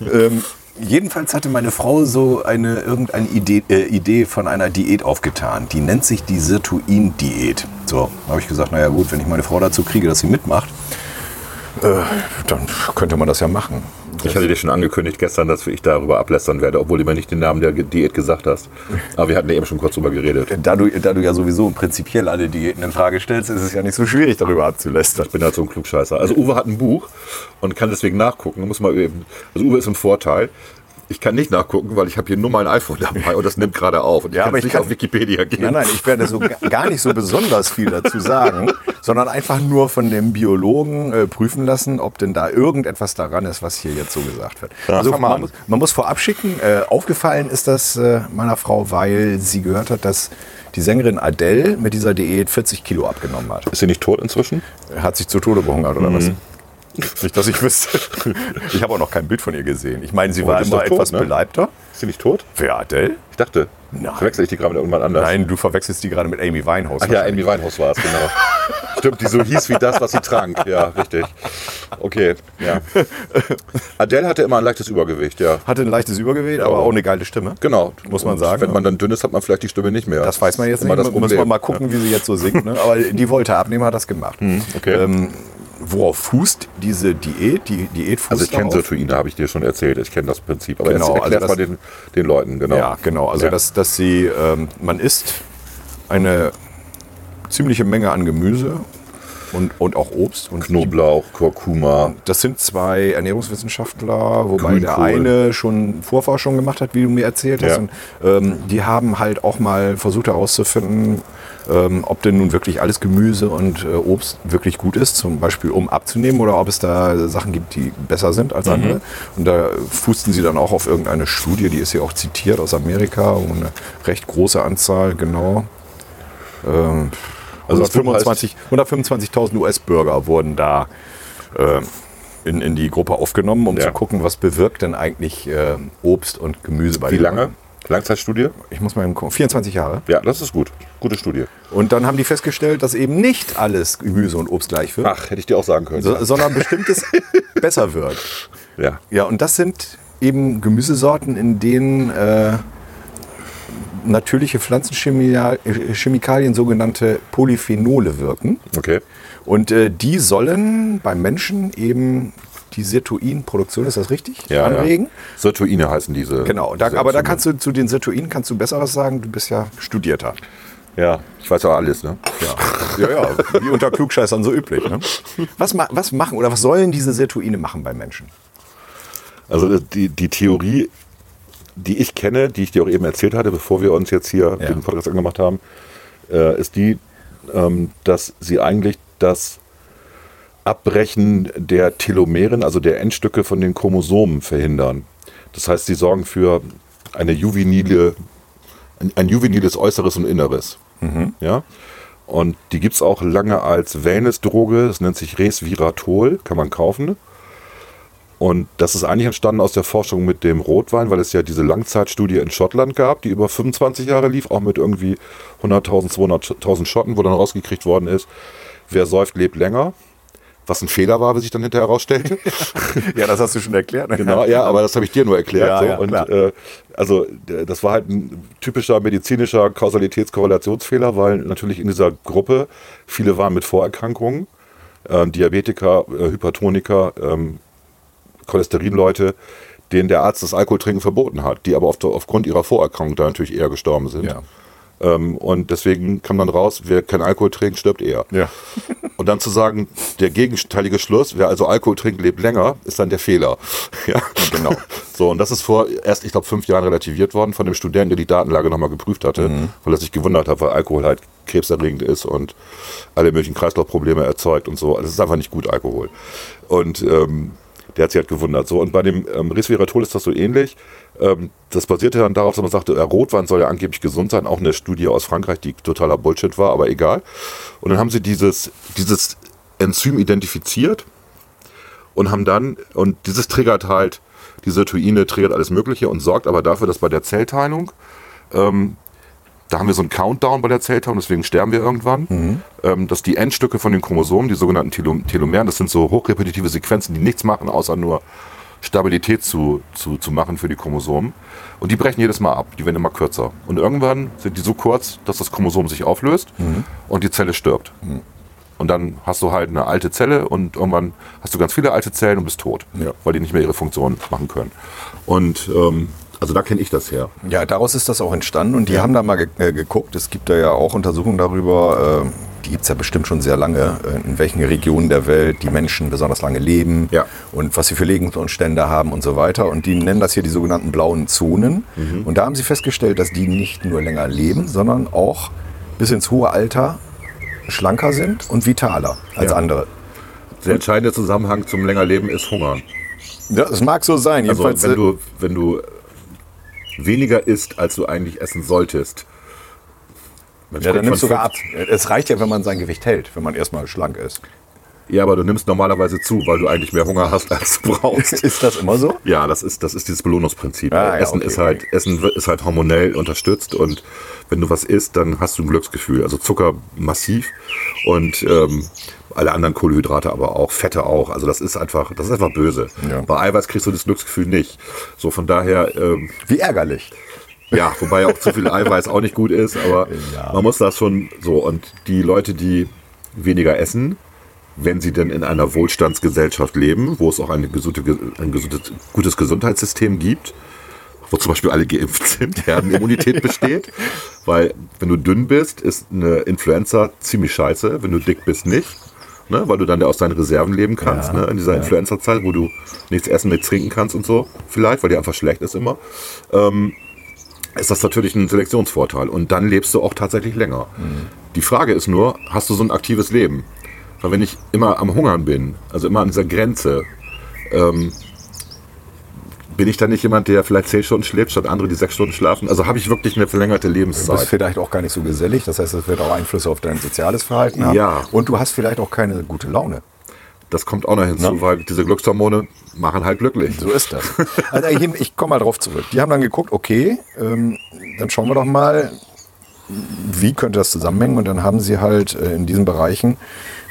Ähm, jedenfalls hatte meine Frau so eine irgendeine Idee, äh, Idee von einer Diät aufgetan. Die nennt sich die Sirtuin-Diät. So, habe ich gesagt, naja gut, wenn ich meine Frau dazu kriege, dass sie mitmacht, äh, dann könnte man das ja machen.
Ich hatte dir schon angekündigt gestern, dass ich darüber ablästern werde, obwohl du mir nicht den Namen der Diät gesagt hast. Aber wir hatten ja eben schon kurz drüber geredet.
Da du, da du ja sowieso prinzipiell alle Diäten in Frage stellst, ist es ja nicht so schwierig, darüber abzulästern.
Ich bin halt so ein Klugscheißer. Also Uwe hat ein Buch und kann deswegen nachgucken. Muss mal eben. Also Uwe ist im Vorteil. ich kann nicht nachgucken, weil ich habe hier nur mein iPhone dabei und das nimmt gerade auf. Und ich
Ja,
kann
aber ich
nicht
glaub-
auf Wikipedia gehen.
Nein, nein, ich werde so ga- gar nicht so besonders viel dazu sagen, sondern einfach nur von dem Biologen äh, prüfen lassen, ob denn da irgendetwas daran ist, was hier jetzt so gesagt wird. also
fang mal
man
an.
muss, man muss vorab schicken, äh, aufgefallen ist das äh, meiner Frau, weil sie gehört hat, dass die Sängerin Adele mit dieser Diät 40 Kilo abgenommen hat.
Ist sie nicht tot inzwischen?
Hat sich zu Tode behungert oder was? Mhm. Nicht, dass ich wüsste. Ich habe auch noch kein Bild von ihr gesehen. Ich meine, sie
Oh,
war
die ist
immer
doch tot,
etwas
ne?
beleibter.
Ist sie nicht tot?
Wer Adele?
Ich dachte.
Nein.
Verwechsel ich die gerade mit irgendwann anders?
Nein, du verwechselst die gerade mit Amy Winehouse.
Ach ja, Amy Winehouse war es, genau. Stimmt, die so hieß wie das, was sie trank. Ja, richtig. Okay, ja. Adele hatte immer ein leichtes Übergewicht, ja.
Hatte ein leichtes Übergewicht, aber auch eine geile Stimme.
Genau.
Muss man
Und
sagen.
Wenn man dann dünn ist, hat man vielleicht die Stimme nicht mehr.
Das weiß man jetzt
Immer Das
nicht. Müssen wir
Problem.
mal gucken, wie sie jetzt so singt. Ne? Aber die wollte abnehmen, hat das gemacht.
okay.
Ähm, worauf fußt diese Diät? Die Diät fußt
Also ich kenne
darauf?
Sirtuine, habe ich dir schon erzählt. Ich kenne das Prinzip. Aber
Genau,
genau, erklärt
also
mal
das-
den, den Leuten, genau.
Ja, genau. Also
Ja.
Dass, dass sie, ähm, man isst eine ziemliche Menge an Gemüse und, und auch Obst.
Genau.
Und
Knoblauch, Kurkuma,
Das sind zwei Ernährungswissenschaftler, wobei der
Grünkohl.
eine schon Vorforschung gemacht hat, wie du mir erzählt hast.
Ja.
Und, ähm, die haben halt auch mal versucht herauszufinden, ähm, ob denn nun wirklich alles Gemüse und äh, Obst wirklich gut ist, zum Beispiel um abzunehmen oder ob es da Sachen gibt, die besser sind
Mhm.
als andere. Und da fußten sie dann auch auf irgendeine Studie, die ist ja auch zitiert aus Amerika, wo eine recht große Anzahl, genau. Ähm,
Also das Buch heißt-
125 125.000 US-Bürger wurden da äh, in, in die Gruppe aufgenommen, um
Ja.
zu gucken, was bewirkt denn eigentlich äh, Obst und Gemüse bei
Wie
den
lange?
Leuten.
Langzeitstudie?
Ich muss mal eben gucken. 24 Jahre.
Ja, das ist gut. Gute Studie.
Und dann haben die festgestellt, dass eben nicht alles Gemüse und Obst gleich wird,
Ach, hätte ich dir auch sagen können.
so, sondern bestimmtes besser wird.
ja.
Ja, und das sind eben Gemüsesorten, in denen äh, natürliche Pflanzenchemikalien, sogenannte Polyphenole wirken.
Okay.
Und äh, die sollen beim Menschen eben die Sirtuinproduktion, ist das richtig?
Ja,
Anregen.
Ja. Sirtuine heißen diese.
Genau, da, aber da kannst du zu den Sirtuinen kannst du besseres sagen, du bist ja Studierter.
Ja, ich weiß ja alles, ne?
Ja, ja, ja wie unter Klugscheißern so üblich. Ne? Was, ma- was machen oder was sollen diese Sirtuine machen bei Menschen?
Also die, die Theorie, die ich kenne, die ich dir auch eben erzählt hatte, bevor wir uns jetzt hier
Ja.
den Podcast angemacht haben, äh, ist die, ähm, dass sie eigentlich das Abbrechen der Telomeren, also der Endstücke von den Chromosomen verhindern. Das heißt, sie sorgen für eine juvenile, ein, ein juveniles Äußeres und Inneres. Ja? Und die gibt es auch lange als Wellnessdroge, das nennt sich Resveratrol, kann man kaufen. Und das ist eigentlich entstanden aus der Forschung mit dem Rotwein, weil es ja diese Langzeitstudie in Schottland gab, die über 25 Jahre lief, auch mit irgendwie 100.000, 200.000 Schotten, wo dann rausgekriegt worden ist, wer säuft, lebt länger. Was ein Fehler war, wie sich dann hinterher herausstellte.
Ja, das hast du schon erklärt. ne?
Genau, ja, aber das habe ich dir nur erklärt.
Ja,
so.
ja,
und
klar.
äh, also d- das war halt ein typischer medizinischer Kausalitätskorrelationsfehler, weil natürlich in dieser Gruppe viele waren mit Vorerkrankungen, ähm, Diabetiker, äh, Hypertoniker, ähm, Cholesterinleute, denen der Arzt das Alkoholtrinken verboten hat, die aber auf, aufgrund ihrer Vorerkrankung da natürlich eher gestorben sind.
Ja.
Ähm, und deswegen kam dann raus, wer kein Alkohol trinkt, stirbt eher.
Ja.
Und dann zu sagen, der gegenteilige Schluss, wer also Alkohol trinkt, lebt länger, ist dann der Fehler. Ja, genau. So, und das ist vor erst, ich glaube, fünf Jahren relativiert worden von dem Studenten, der die Datenlage nochmal geprüft hatte, weil er sich gewundert hat, weil Alkohol halt krebserregend ist und alle möglichen Kreislaufprobleme erzeugt und so. Also es ist einfach nicht gut, Alkohol. Und ähm, der hat sich halt gewundert. So, und bei dem ähm, Resveratrol ist das so ähnlich. Ähm, das basierte dann darauf, dass man sagte, äh, Rotwein soll ja angeblich gesund sein. Auch eine Studie aus Frankreich, die totaler Bullshit war, aber egal. Und dann haben sie dieses, dieses Enzym identifiziert und haben dann, und dieses triggert halt, die Sirtuine triggert alles Mögliche und sorgt aber dafür, dass bei der Zellteilung, ähm, da haben wir so einen Countdown bei der Zellteilung, deswegen sterben wir irgendwann, ähm, dass die Endstücke von den Chromosomen, die sogenannten Telo Telomeren, das sind so hochrepetitive Sequenzen, die nichts machen, außer nur Stabilität zu, zu, zu machen für die Chromosomen. Und die brechen jedes Mal ab, die werden immer kürzer. Und irgendwann sind die so kurz, dass das Chromosom sich auflöst und die Zelle stirbt. Und dann hast du halt eine alte Zelle und irgendwann hast du ganz viele alte Zellen und bist tot,
Ja.
weil die nicht mehr ihre Funktion machen können. Und ähm, also da kenne ich das her.
Ja, daraus ist das auch entstanden und die haben da mal ge äh, geguckt. Es gibt da ja auch Untersuchungen darüber, äh, die gibt es ja bestimmt schon sehr lange, äh, in welchen Regionen der Welt die Menschen besonders lange leben
Ja.
und was sie für Lebensumstände haben und so weiter. Und die nennen das hier die sogenannten blauen Zonen.
Mhm.
Und da haben sie festgestellt, dass die nicht nur länger leben, sondern auch bis ins hohe Alter schlanker sind und vitaler als
Ja.
andere.
Der entscheidende Zusammenhang zum länger Leben ist Hunger.
Ja, das mag so sein.
Also
Jedenfalls,
wenn
äh,
du, wenn du weniger isst, als du eigentlich essen solltest. Man
ja,
spricht
dann nimmst du
von
sogar ab.
fünf-
Es reicht ja, wenn man sein Gewicht hält, wenn man erstmal schlank ist.
Ja, aber du nimmst normalerweise zu, weil du eigentlich mehr Hunger hast, als du brauchst.
Ist das immer so?
Ja, das ist, das ist dieses Belohnungsprinzip.
Ah, ja,
Essen,
okay,
ist halt,
okay.
Essen wird- ist halt hormonell unterstützt und wenn du was isst, dann hast du ein Glücksgefühl. Also Zucker massiv und ähm, alle anderen Kohlenhydrate aber auch, Fette auch. Also das ist einfach, das ist einfach böse.
Ja.
Bei Eiweiß kriegst du das Glücksgefühl nicht. So von daher, ähm,
Wie ärgerlich.
ja, wobei auch zu viel Eiweiß auch nicht gut ist, aber man muss das schon so. Und die Leute, die weniger essen, wenn sie denn in einer Wohlstandsgesellschaft leben, wo es auch eine gesunde, ein gesundes, gutes Gesundheitssystem gibt, wo zum Beispiel alle geimpft sind, Herdenimmunität besteht, weil wenn du dünn bist, ist eine Influenza ziemlich scheiße, wenn du dick bist nicht, ne? weil du dann aus deinen Reserven leben kannst, ne? in dieser Influenza-Zeit, wo du nichts essen, nichts trinken kannst und so, vielleicht, weil dir einfach schlecht ist immer ist das natürlich ein Selektionsvorteil. Und dann lebst du auch tatsächlich länger. Die Frage ist nur, hast du so ein aktives Leben? Weil wenn ich immer am Hungern bin, also immer an dieser Grenze, ähm, bin ich dann nicht jemand, der vielleicht zehn Stunden schläft, statt andere, die sechs Stunden schlafen? Also habe ich wirklich eine verlängerte
Du bist
Lebenszeit.
vielleicht auch gar nicht so gesellig, das heißt, es wird auch Einflüsse auf dein soziales Verhalten haben.
Ja.
Und du hast vielleicht auch keine gute Laune.
Das kommt auch noch hinzu, weil diese Glückshormone machen halt glücklich.
So ist das. Also ich, ich komme mal drauf zurück. Die haben dann geguckt, okay, ähm, dann schauen wir doch mal, wie könnte das zusammenhängen. Und dann haben sie halt äh, in diesen Bereichen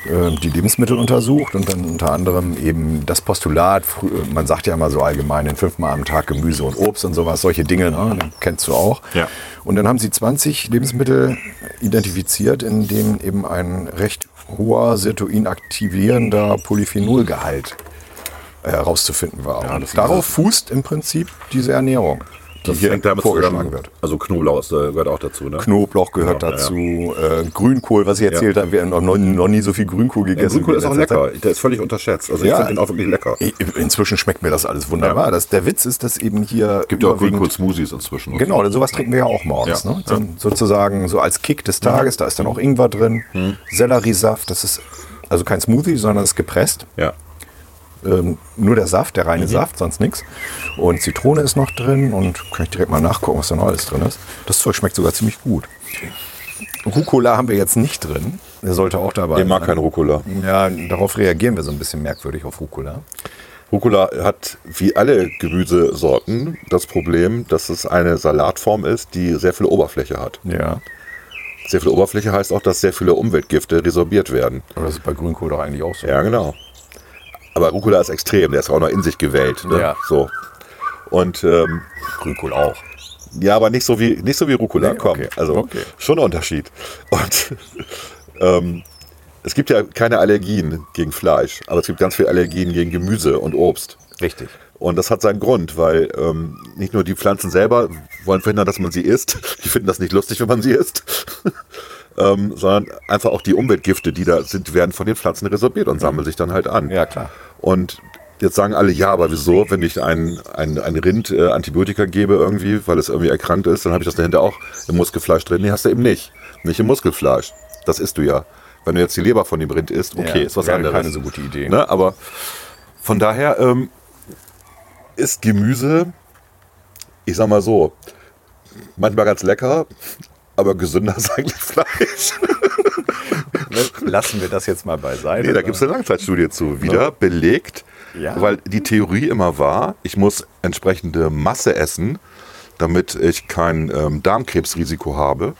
äh, die Lebensmittel untersucht und dann unter anderem eben das Postulat, frü- äh, man sagt ja immer so allgemein, in fünfmal am Tag Gemüse und Obst und sowas, solche Dinge, ne? kennst du auch.
Ja.
Und dann haben sie 20 Lebensmittel identifiziert, in denen eben ein recht hoher sirtuinaktivierender Polyphenolgehalt herauszufinden war.
Ja,
Und
das-
Darauf fußt im Prinzip diese Ernährung, die
Das
hier
hängt damit
vorgeschlagen
zusammen.
wird.
Also Knoblauch äh, gehört auch dazu. Ne?
Knoblauch gehört
Ja, ja,
dazu, Äh, Grünkohl, was ich erzählt habe, wir haben noch, noch noch nie so viel Grünkohl
Der
gegessen.
Grünkohl
wie
ist
in
auch
letzter Zeit.
lecker. Der ist völlig unterschätzt. Also
Ja.
ich finde ihn auch wirklich lecker.
I- Inzwischen schmeckt mir das alles wunderbar. Das, der Witz ist, dass eben hier
Gibt ja auch
überwiegend-
Grünkohl-Smoothies inzwischen. und
Genau, denn sowas trinken wir ja auch morgens.
Ja. Mhm.
Ne? So, Sozusagen so als Kick des Tages, da ist dann auch Ingwer drin, Selleriesaft, das ist also kein Smoothie, sondern es ist gepresst.
Ja.
Ähm, nur der Saft, der reine
Mhm.
Saft, sonst nichts. Und Zitrone ist noch drin und kann ich direkt mal nachgucken, was da noch alles drin ist. Das Zeug schmeckt sogar ziemlich gut. Rucola haben wir jetzt nicht drin. Der sollte auch dabei
Ich mag keinen Rucola.
Ja, darauf reagieren wir so ein bisschen merkwürdig auf Rucola.
Rucola hat wie alle Gemüsesorten das Problem, dass es eine Salatform ist, die sehr viel Oberfläche hat.
Ja.
Sehr viel Oberfläche heißt auch, dass sehr viele Umweltgifte resorbiert werden.
Aber das ist bei Grünkohl doch eigentlich auch so.
Ja, genau. Aber Rucola ist extrem, der ist auch noch in sich gewählt. Ne?
Ja.
So. Und ähm,
Grünkohl auch.
ja, aber nicht so wie nicht so wie Rucola.
Nee,
Komm,
okay.
also
Okay.
schon ein Unterschied. Und ähm, es gibt ja keine Allergien gegen Fleisch, aber es gibt ganz viele Allergien gegen Gemüse und Obst.
Richtig.
Und das hat seinen Grund, weil ähm, nicht nur die Pflanzen selber wollen verhindern, dass man sie isst. Die finden das nicht lustig, wenn man sie isst. ähm, sondern einfach auch die Umweltgifte, die da sind, werden von den Pflanzen resorbiert und sammeln sich dann halt an.
Mhm. Ja, klar.
Und jetzt sagen alle, ja, aber wieso, wenn ich ein, ein, ein Rind äh, Antibiotika gebe irgendwie, weil es irgendwie erkrankt ist, dann habe ich das dahinter auch im Muskelfleisch drin. Nee, hast du eben nicht. Nicht im Muskelfleisch. Das isst du ja. Wenn du jetzt die Leber von dem Rind isst, okay,
Ja,
ist was
wäre
anderes.
keine so gute Idee.
Ne? Aber von daher ähm, ist Gemüse, ich sag mal so, manchmal ganz lecker, aber gesünder ist eigentlich Fleisch.
Ne? Lassen wir das jetzt mal beiseite.
Nee, da gibt es eine Langzeitstudie zu. Wieder belegt,
ne? Ja.
weil die Theorie immer war, ich muss entsprechende Masse essen, damit ich kein ähm, Darmkrebsrisiko habe.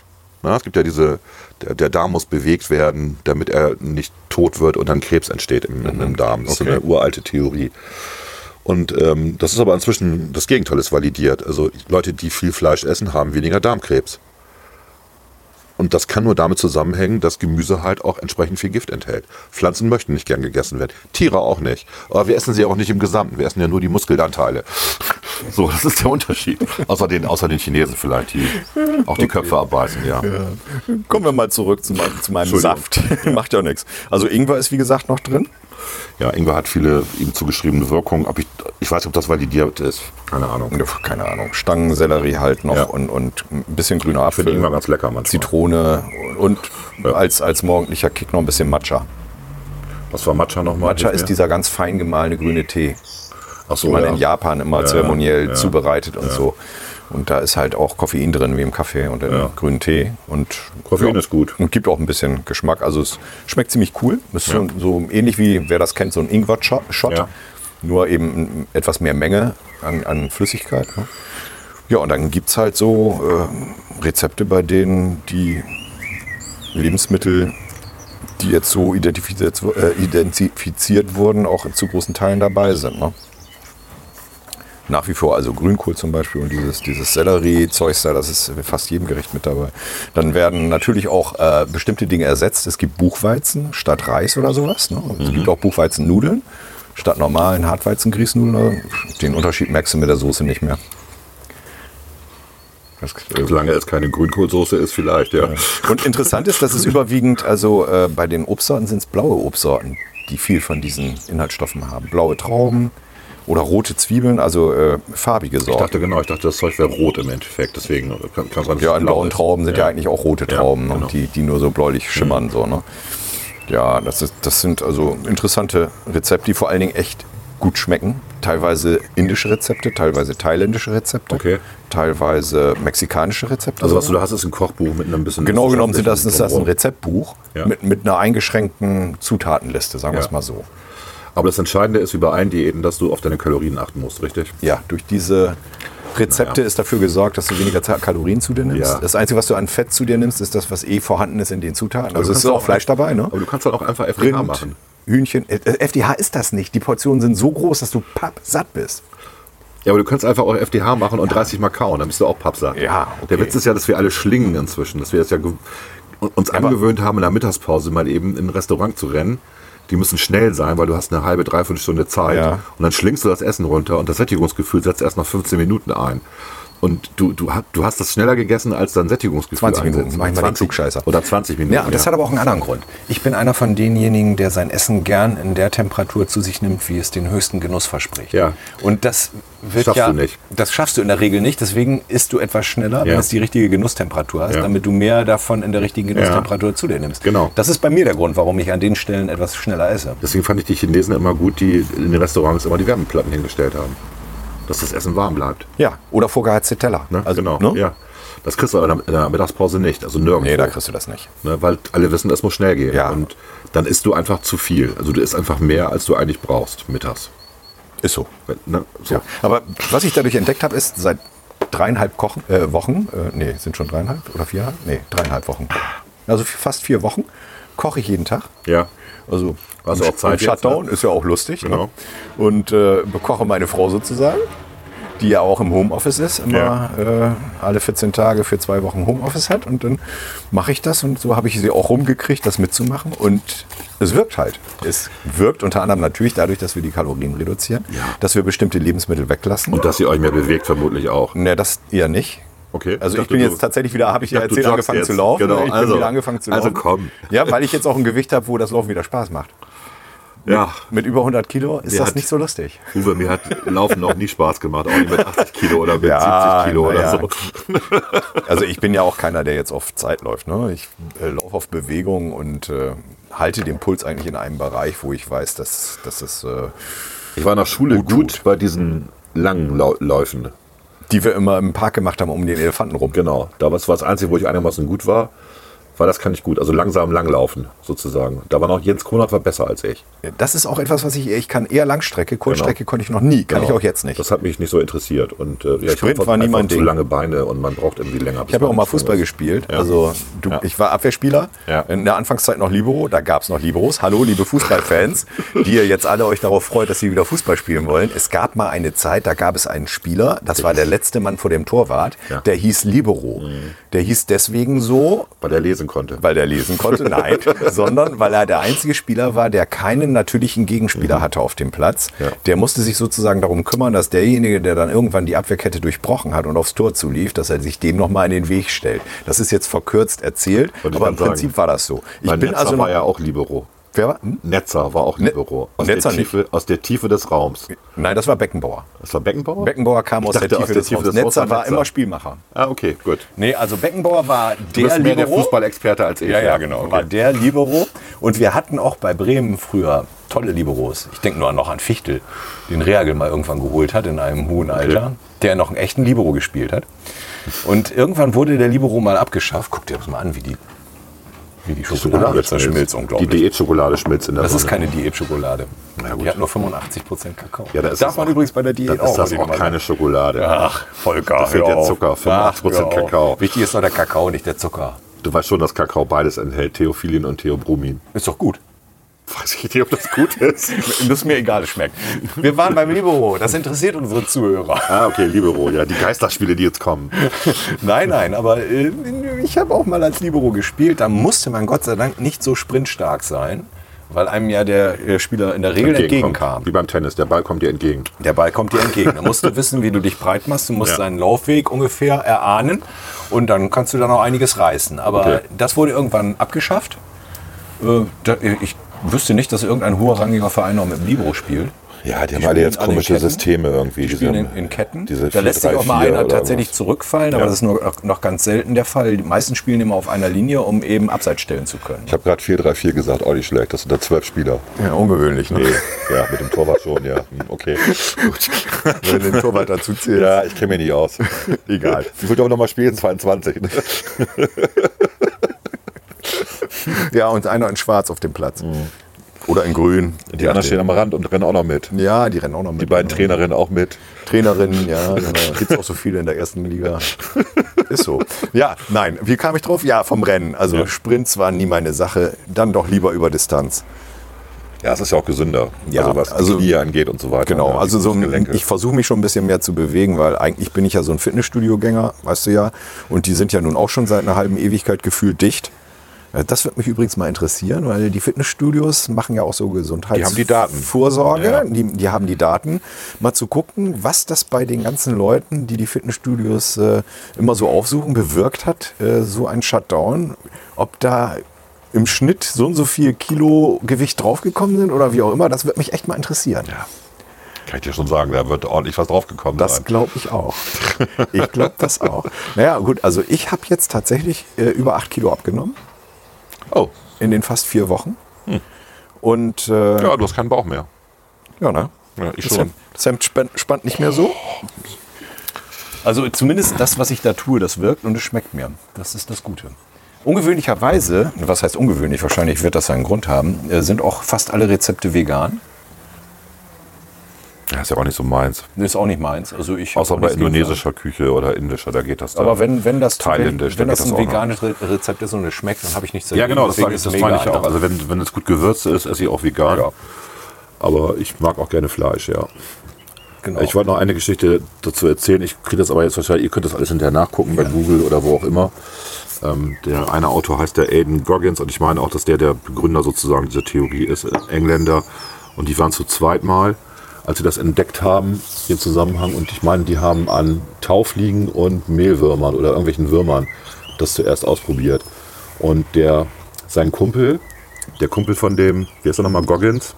Na, es gibt ja diese, der, der Darm muss bewegt werden, damit er nicht tot wird und dann Krebs entsteht im, im- im Darm. Das ist so eine uralte Theorie. Und ähm, das ist aber inzwischen, das Gegenteil ist validiert. Also Leute, die viel Fleisch essen, haben weniger Darmkrebs. Und das kann nur damit zusammenhängen, dass Gemüse halt auch entsprechend viel Gift enthält. Pflanzen möchten nicht gern gegessen werden. Tiere auch nicht. Aber wir essen sie auch nicht im Gesamten. Wir essen ja nur die Muskelanteile.
So, das ist der Unterschied. Außer den, außer den Chinesen vielleicht, die auch die Köpfe abbeißen, ja.
Kommen wir mal zurück zu, mein, zu meinem
Entschuldigung.
Saft. Macht ja nichts. Also Ingwer ist wie gesagt noch drin.
Ja, Ingwer hat viele ihm zugeschriebene Wirkungen. Ob ich, ich weiß nicht, ob das validiert ist. Keine Ahnung.
Keine Ahnung. Stangensellerie halt noch
Ja.
und, und ein bisschen grüner
Ich finde Ingwer
Apfel,
ganz lecker manchmal.
Zitrone und als, als morgendlicher Kick noch ein bisschen Matcha.
Was war Matcha nochmal?
Matcha ist dieser ganz fein gemahlene grüne Tee,
Ach
den
so,
man
ja.
in Japan immer
Ja,
zeremoniell
ja.
zubereitet und so. Und da ist halt auch Koffein drin, wie im Kaffee und im
Ja.
grünen Tee. Und
Koffein
ja,
ist gut.
Und gibt auch ein bisschen Geschmack. Also es schmeckt ziemlich cool. Ist so, so ähnlich wie, wer das kennt, so ein Ingwer-Shot.
Ja.
Nur eben etwas mehr Menge an, an Flüssigkeit. Ne? Ja, und dann gibt es halt so äh, Rezepte, bei denen die Lebensmittel, die jetzt so identifiziert, wu- äh, identifiziert wurden, auch zu großen Teilen dabei sind. Ne? Nach wie vor, also Grünkohl zum Beispiel und dieses, dieses Sellerie-Zeugs da, das ist in fast jedem Gericht mit dabei. Dann werden natürlich auch äh, bestimmte Dinge ersetzt. Es gibt Buchweizen statt Reis oder sowas. Ne? Und Es gibt auch Buchweizennudeln statt normalen Hartweizengrießnudeln. Also Den Unterschied merkst du mit der Soße nicht mehr. Das, äh,
Solange es keine Grünkohlsoße ist, vielleicht, ja.
und interessant ist, dass es überwiegend, also äh, bei den Obstsorten sind es blaue Obstsorten, die viel von diesen Inhaltsstoffen haben. Blaue Trauben oder rote Zwiebeln, also äh, farbige
Ich
Sorten.
dachte genau, ich dachte, das Zeug wäre rot im Endeffekt. Deswegen kann, kann sein, dass
Ja,
es
in
blau
blauen
ist.
Trauben sind ja, eigentlich auch rote
Ja,
Trauben, ne?
genau.
die, die nur so bläulich schimmern. So, ne? Ja, das, ist, das sind also interessante Rezepte, die vor allen Dingen echt gut schmecken. Teilweise indische Rezepte, teilweise thailändische Rezepte,
Okay.
teilweise mexikanische Rezepte.
Also was
sogar.
du da hast, ist ein Kochbuch mit einem bisschen...
Genau genommen sind das, ist das ein
Drumherum.
Rezeptbuch
Ja.
mit, mit einer eingeschränkten Zutatenliste, sagen wir
Ja.
es mal so.
Aber das Entscheidende ist wie bei allen Diäten, dass du auf deine Kalorien achten musst, richtig?
Ja, durch diese Rezepte ist dafür gesorgt, dass du weniger Za- Kalorien zu dir nimmst.
Ja.
Das Einzige, was du an Fett zu dir nimmst, ist das, was eh vorhanden ist in den Zutaten. Also
du
es ist
kannst
auch
auch-
Fleisch dabei, ne?
Aber du kannst dann auch einfach FDH
Rind,
machen.
Hühnchen. Äh, FDH ist das nicht. Die Portionen sind so groß, dass du pappsatt bist.
Ja, aber du kannst einfach auch FDH machen und 30 Mal kauen, dann bist du auch Pappsack.
Ja, okay.
Der Witz ist ja, dass wir alle schlingen inzwischen, dass wir jetzt ja ge- uns angewöhnt haben, in der Mittagspause mal eben in ein Restaurant zu rennen. Die müssen schnell sein, weil du hast eine halbe, dreiviertel Stunde Zeit
Ja.
und dann schlingst du das Essen runter und das Sättigungsgefühl setzt erst nach 15 Minuten ein. Und du, du, ha- du hast das schneller gegessen, als dein Sättigungsgefühl
20 Minuten, mach ich mal den
20
Klugscheißer.
Oder 20 Minuten.
Ja, und das hat aber auch einen anderen Grund. Ich bin einer von denjenigen, der sein Essen gern in der Temperatur zu sich nimmt, wie es den höchsten Genuss verspricht.
Ja.
Und das wird
Schaffst
ja,
du nicht.
Das schaffst du in der Regel nicht. Deswegen isst du etwas schneller,
Ja.
wenn es die richtige Genusstemperatur hast,
Ja.
damit du mehr davon in der richtigen Genusstemperatur zu dir nimmst.
Genau.
Das ist bei mir der Grund, warum ich an den Stellen etwas schneller esse.
Deswegen fand ich die Chinesen immer gut, die in den Restaurants immer die Wärmeplatten hingestellt haben. Dass das Essen warm bleibt.
Ja. Oder vorgeheizte Teller.
Ne?
Also,
genau,
Ne?
ja. Das kriegst du in der- in der Mittagspause nicht, also nirgendwo.
Nee, da kriegst du das nicht.
ne? Weil alle wissen, es muss schnell gehen.
Ja.
Und dann isst du einfach zu viel. Also du isst einfach mehr, als du eigentlich brauchst mittags.
Ist so.
Wenn- Ne? So.
Ja. Aber was ich dadurch entdeckt habe, ist seit dreieinhalb Kochen, äh, Wochen, äh, nee, sind schon dreieinhalb oder viereinhalb? Nee, dreieinhalb Wochen. Also f- fast vier Wochen koche ich jeden Tag.
Ja.
Also,
Hast du
im
auch Zeit
im
jetzt,
Shutdown
ne?
ist ja auch lustig.
Genau.
Ne? Und äh, bekoche meine Frau sozusagen, die ja auch im Homeoffice ist, immer äh, alle 14 Tage für zwei Wochen Homeoffice hat. Und dann mache ich das und so habe ich sie auch rumgekriegt, das mitzumachen. Und es wirkt halt. Es wirkt unter anderem natürlich dadurch, dass wir die Kalorien reduzieren, dass wir bestimmte Lebensmittel weglassen.
Und dass ihr euch mehr bewegt, vermutlich auch.
Ne, das eher nicht.
Okay.
Also ich,
dachte,
bin
du-
jetzt tatsächlich wieder, habe ich ja
dachte, du
erzählt,
joggst
angefangen
jetzt.
zu laufen.
Genau,
ich
also-
bin wieder angefangen zu laufen.
also komm.
Ja, weil ich jetzt auch ein Gewicht habe, wo das Laufen wieder Spaß macht.
Ja.
Mit über 100 Kilo ist
Wer
das
hat-
nicht so lustig.
Uwe, mir hat Laufen noch nie Spaß gemacht, auch nicht mit 80 Kilo oder mit
Ja,
70 Kilo
na ja.
oder so.
Also ich bin ja auch keiner, der jetzt auf Zeit läuft. Ne? Ich äh, laufe auf Bewegung und äh, halte den Puls eigentlich in einem Bereich, wo ich weiß, dass, dass es, äh,
Ich war in der Schule Oh, gut, bei diesen langen Lau- Läufen.
die wir immer im Park gemacht haben, um den Elefanten rum.
Genau, damals war das Einzige, wo ich einigermaßen gut war, war das kann ich gut. Also langsam langlaufen sozusagen. Da war noch Jens Konrad war besser als ich.
Das ist auch etwas, was ich, ich kann eher Langstrecke, Kurzstrecke konnte ich noch nie, kann
Genau.
ich auch jetzt nicht.
Das hat mich nicht so interessiert. Und äh, ja, ich
Sprint
hab
war nie
einfach
mein
zu
Ding.
lange Beine und man braucht irgendwie länger.
Ich habe ja auch mal Fußball gespielt. Also du,
Ja.
ich war Abwehrspieler.
Ja.
In der Anfangszeit noch Libero. Da gab es noch Liberos. Hallo, liebe Fußballfans, die ihr jetzt alle euch darauf freut, dass sie wieder Fußball spielen wollen. Es gab mal eine Zeit, da gab es einen Spieler, das war der letzte Mann vor dem Torwart,
Ja. Mhm.
der hieß Libero. Der hieß deswegen so,
weil er lesen konnte.
weil der lesen konnte, nein, sondern weil er der einzige Spieler war, der keinen natürlichen Gegenspieler hatte auf dem Platz.
Mhm. Ja.
Der musste sich sozusagen darum kümmern, dass derjenige, der dann irgendwann die Abwehrkette durchbrochen hat und aufs Tor zulief, dass er sich dem nochmal in den Weg stellt. Das ist jetzt verkürzt erzählt,
Wollte ich
aber im
gerade sagen.
Prinzip war das so. Ich
Weil
bin
Netzer
also
war
noch-
ja auch Libero.
wer war? Hm?
Netzer war auch Libero. Aus, der
Netzer nicht.
Tiefe, aus der Tiefe des Raums.
Nein, das war Beckenbauer.
Das war Beckenbauer?
Beckenbauer kam
Oh. Ich
aus,
dachte,
der Tiefe des, Raums. Netzer war immer Spielmacher.
Ah, okay, gut.
Nee, also Beckenbauer war
Du
der
bist mehr der
Libero.
Fußballexperte als ich.
Ja, ja, genau. War
Okay.
der Libero. Und wir hatten auch bei Bremen früher tolle Liberos. Ich denke nur noch an Fichtel, den Reagel mal irgendwann geholt hat in einem hohen Alter, der noch einen echten Libero gespielt hat. Und irgendwann wurde der Libero mal abgeschafft. Guck dir das mal an, wie die, wie die Schokolade zerschmilzt.
Die
Unglaublich.
Diät-Schokolade schmilzt in der
das ist
Sonne.
keine Diätschokolade.
Na gut.
Die hat nur 85% Kakao.
Ja, da ist
Darf
das
man
auch-
übrigens bei der Diät
Dann ist das
muss ich
auch
mal
keine Schokolade.
sagen. Ach, Volker,
Da fehlt
hör
der
auf.
Zucker, 85%
Ach, hör auf.
Kakao.
Wichtig ist doch der Kakao, nicht der Zucker.
Du weißt schon, dass Kakao beides enthält, Theophilin und Theobromin.
Ist doch gut.
Weiß ich nicht, ob das gut ist.
Das ist mir egal, es schmeckt. Wir waren beim Libero, das interessiert unsere Zuhörer.
ah, okay, Libero, ja, die Geisterspiele, die jetzt kommen.
Nein, nein, aber äh, ich habe auch mal als Libero gespielt. Da musste man Gott sei Dank nicht so sprintstark sein, weil einem ja der äh, Spieler in der Regel entgegenkam.
Wie beim Tennis, der Ball kommt dir entgegen.
Der Ball kommt dir entgegen. Da musst du wissen, wie du dich breit machst. Du musst
Ja.
deinen Laufweg ungefähr erahnen und dann kannst du da noch einiges reißen. Aber
Okay.
das wurde irgendwann abgeschafft. Äh, da- Ich wüsste nicht, dass irgendein hoher rangiger Verein noch mit dem Libero spielt.
Ja, die, haben
spielen
alle jetzt
alle in
komische
Ketten.
Systeme irgendwie.
Die spielen in, in Ketten.
Diese
da lässt sich auch mal einer tatsächlich zurückfallen, aber
Ja.
das ist nur noch, noch ganz selten der Fall. Die meisten spielen immer auf einer Linie, um eben abseits stellen zu können.
Ich habe gerade 4-3-4 gesagt, Olli schlägt. Das sind da zwölf Spieler.
Ja, ungewöhnlich, ne?
Nee, ja, mit dem Torwart schon, ja. Hm, Okay. Gut.
Wenn du den Torwart dazu zählst.
Ja, ich kenne mich nicht aus.
Egal.
Ich will doch nochmal spielen, 22. Ne?
Ja, und einer in schwarz auf dem Platz.
Mhm.
Oder in grün.
Die anderen stehen am Rand und rennen auch noch mit.
Ja, die rennen auch noch mit.
Die beiden Trainerinnen auch mit.
Trainerinnen, ja, genau. Gibt's auch so viele in der ersten Liga. Ist so. Ja, nein. Wie kam ich drauf? Ja, vom Rennen. Also Sprints waren nie meine Sache. Dann doch lieber über Distanz.
Ja, es ist ja auch gesünder.
Ja,
also was
also-
die Knie angeht und so weiter.
Genau,
ne?
also so ein,
Gelenke.
ich versuche mich schon ein bisschen mehr zu bewegen, weil eigentlich bin ich ja so ein Fitnessstudio-Gänger, weißt du ja. Und die sind ja nun auch schon seit einer halben Ewigkeit gefühlt dicht. Äh, Das wird mich übrigens mal interessieren, weil die Fitnessstudios machen ja auch so Gesundheits
Die haben die Daten.
Vorsorge,
Ja.
die, die haben die Daten. Mal zu gucken, was das bei den ganzen Leuten, die die Fitnessstudios äh, immer so aufsuchen, bewirkt hat, äh, so ein Shutdown. Ob da im Schnitt so und so viel Kilo Gewicht draufgekommen sind oder wie auch immer, das wird mich echt mal interessieren.
Kann ich dir schon sagen, da wird ordentlich was draufgekommen
Das
sein.
glaube ich auch. Ich glaube das auch. Naja, gut, also ich habe jetzt tatsächlich äh, über 8 Kilo abgenommen
Oh,
in den fast vier Wochen. Und äh, Hm. ja.
ja, du hast keinen Bauch mehr.
ne?
Ja, ich
das
schon.
Hemd, das Hemd spann, spannt nicht mehr so. Also zumindest das, was ich da tue, das wirkt und es schmeckt mir. Das ist das Gute. Ungewöhnlicherweise, was heißt ungewöhnlich, wahrscheinlich wird das seinen Grund haben, äh, sind auch fast alle Rezepte vegan.
Das ist ja auch nicht so meins.
Ist auch nicht meins. Also ich
Außer
hab
bei
nichts gegen-
indonesischer Küche oder indischer, da geht das dann.
Aber wenn, wenn das, wenn,
Thailändisch,
wenn
dann
das
geht das
ein
auch noch.
veganes Re- Rezept ist und es schmeckt, dann habe ich nichts
Ja, genau, das,
Deswegen
sag ich-
ist
das
es
meine ich
mega
auch.
einfach.
Also wenn, wenn es gut gewürzt ist, esse ich auch vegan.
Ja.
Aber ich mag auch gerne Fleisch, ja.
genau.
Ich wollte noch eine Geschichte dazu erzählen. Ich kriege das aber jetzt wahrscheinlich, ihr könnt das alles hinterher nachgucken bei Google oder wo auch immer. Ähm, der eine Autor heißt der Aidan Goggins und ich meine auch, dass der der Begründer sozusagen dieser Theorie ist, äh, Engländer. Und die waren zu zweit mal, als sie das entdeckt haben, den Zusammenhang. Und ich meine, die haben an Taufliegen und Mehlwürmern oder irgendwelchen Würmern das zuerst ausprobiert. Und der, sein Kumpel, der Kumpel von dem, wie heißt er nochmal, Goggins?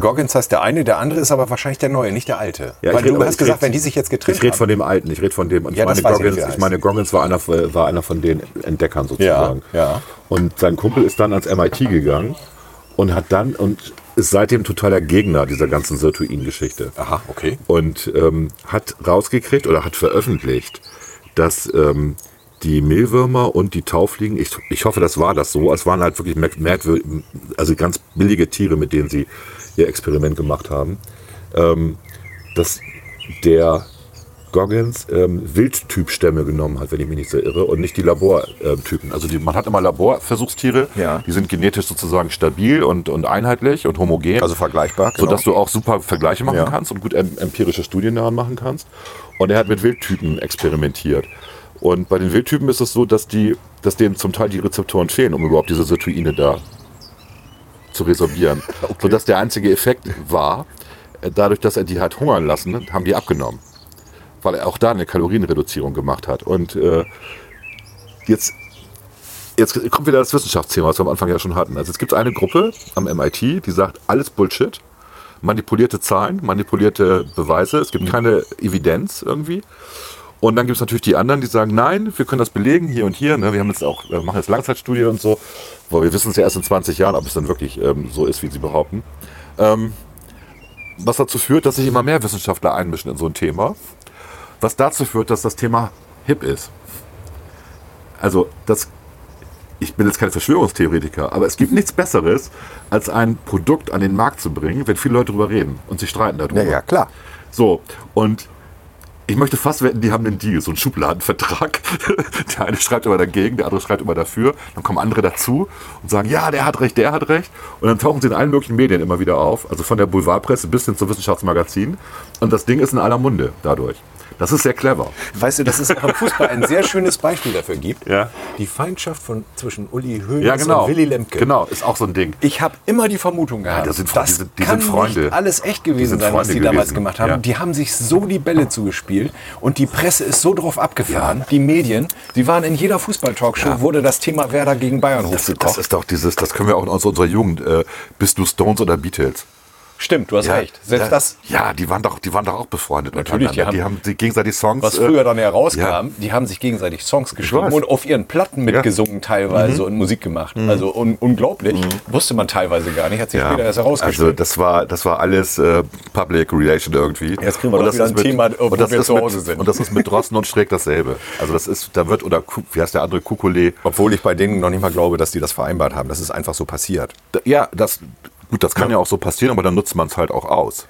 Goggins heißt der eine, der andere ist aber wahrscheinlich der neue, nicht der alte.
Ja,
Weil
ich red-
du
aber
hast
ich
gesagt,
red-
wenn die sich jetzt getrennt
Ich rede von dem Alten, ich rede von dem. Und
Ja,
ich, meine
das weiß ich nicht,
Goggins,
wie er
ich meine, Goggins war einer, war einer von den Entdeckern sozusagen.
Ja, ja.
Und sein Kumpel ist dann ans MIT gegangen und hat dann und ist seitdem totaler Gegner dieser ganzen Sirtuin-Geschichte.
Aha, okay.
Und ähm, hat rausgekriegt oder hat veröffentlicht, dass ähm, die Mehlwürmer und die Taufliegen, ich, ich hoffe, das war das so, es waren halt wirklich merk- merkwür- also ganz billige Tiere, mit denen sie ihr Experiment gemacht haben, ähm, dass der Goggins ähm, Wildtypstämme genommen hat, wenn ich mich nicht so irre, und nicht die Labortypen.
Also die, man hat immer Laborversuchstiere,
Ja.
die sind genetisch sozusagen stabil und, und einheitlich und homogen.
Also vergleichbar, genau.
Sodass du auch super Vergleiche machen
Ja.
kannst und gut em empirische Studien daran machen kannst. Und er hat mit Wildtypen experimentiert.
Und bei den Wildtypen ist es so, dass, die, dass denen zum Teil die Rezeptoren fehlen, um überhaupt diese Sirtuine da zu resorbieren. Sodass der einzige Effekt war, äh, dadurch, dass er die hat hungern lassen, haben die abgenommen. Weil er auch da eine Kalorienreduzierung gemacht hat. Und äh, jetzt, jetzt kommt wieder das Wissenschaftsthema, was wir am Anfang ja schon hatten. Also es gibt eine Gruppe am MIT, die sagt, alles Bullshit. Manipulierte Zahlen, manipulierte Beweise, es gibt keine Evidenz irgendwie. Und dann gibt es natürlich die anderen, die sagen, nein, wir können das belegen hier und hier. Ne? Wir haben jetzt auch, wir machen jetzt Langzeitstudien und so, weil wir wissen es ja erst in 20 Jahren, ob es dann wirklich ähm, so ist, wie sie behaupten. Ähm, was dazu führt, dass sich immer mehr Wissenschaftler einmischen in so ein Thema. Was dazu führt, dass das Thema hip ist. Also, das, ich bin jetzt kein Verschwörungstheoretiker, aber es gibt nichts Besseres, als ein Produkt an den Markt zu bringen, wenn viele Leute darüber reden und sich streiten darüber.
Naja, klar.
So, und ich möchte fast wetten, die haben einen Deal, so einen Schubladenvertrag. der eine schreibt immer dagegen, der andere schreibt immer dafür. Dann kommen andere dazu und sagen, ja, der hat recht, der hat recht. Und dann tauchen sie in allen möglichen Medien immer wieder auf, also von der Boulevardpresse bis hin zum Wissenschaftsmagazin. Und das Ding ist in aller Munde dadurch. Das ist sehr clever.
Weißt du, dass es auch im Fußball ein sehr schönes Beispiel dafür gibt.
Ja.
Die Feindschaft von, zwischen Uli Hoeneß
Ja, genau.
und Willi Lemke.
Genau, ist auch so ein Ding.
Ich habe immer die Vermutung gehabt,
das sind- die sind- die
kann
sind Freunde.
nicht alles echt
Die sind
gewesen sein, was die
Freunde
damals
gewesen,
gemacht haben.
ja.
Die haben sich so die Bälle zugespielt und die Presse ist so drauf abgefahren. Die Medien, die waren in jeder Fußball-Talkshow, wurde das Thema Werder gegen Bayern
Das, das
hochgekocht.
ist doch dieses, das können wir auch aus unserer Jugend. Äh, bist du Stones oder Beatles?
Stimmt, du hast recht. Selbst
ja,
das,
Ja, die waren doch, die waren doch auch befreundet.
Natürlich, die
untereinander. die
haben-
haben die gegenseitig Songs.
was
äh,
früher dann herauskam,
ja.
die haben sich gegenseitig Songs geschrieben
weiß. Mhm.
und auf ihren Platten mitgesungen teilweise und Musik gemacht. Also un unglaublich. Wusste man teilweise gar nicht, hat sich
ja.
später erst
Also
herausgestellt.
das war, das war alles äh, Public Relation irgendwie.
Jetzt kriegen
Und
wir doch
das
wieder
ist
ein Thema, wo
und das
wir
ist
zu
mit,
Hause sind.
Und das ist mit Drosten und Schräg dasselbe. Also das ist, da wird, oder Ku- wie heißt der andere, Kukule.
Obwohl ich bei denen noch nicht mal glaube, dass die das vereinbart haben. Das ist einfach so passiert.
Da- Ja, das, gut, das kann ja auch so passieren, aber dann nutzt man es halt auch aus.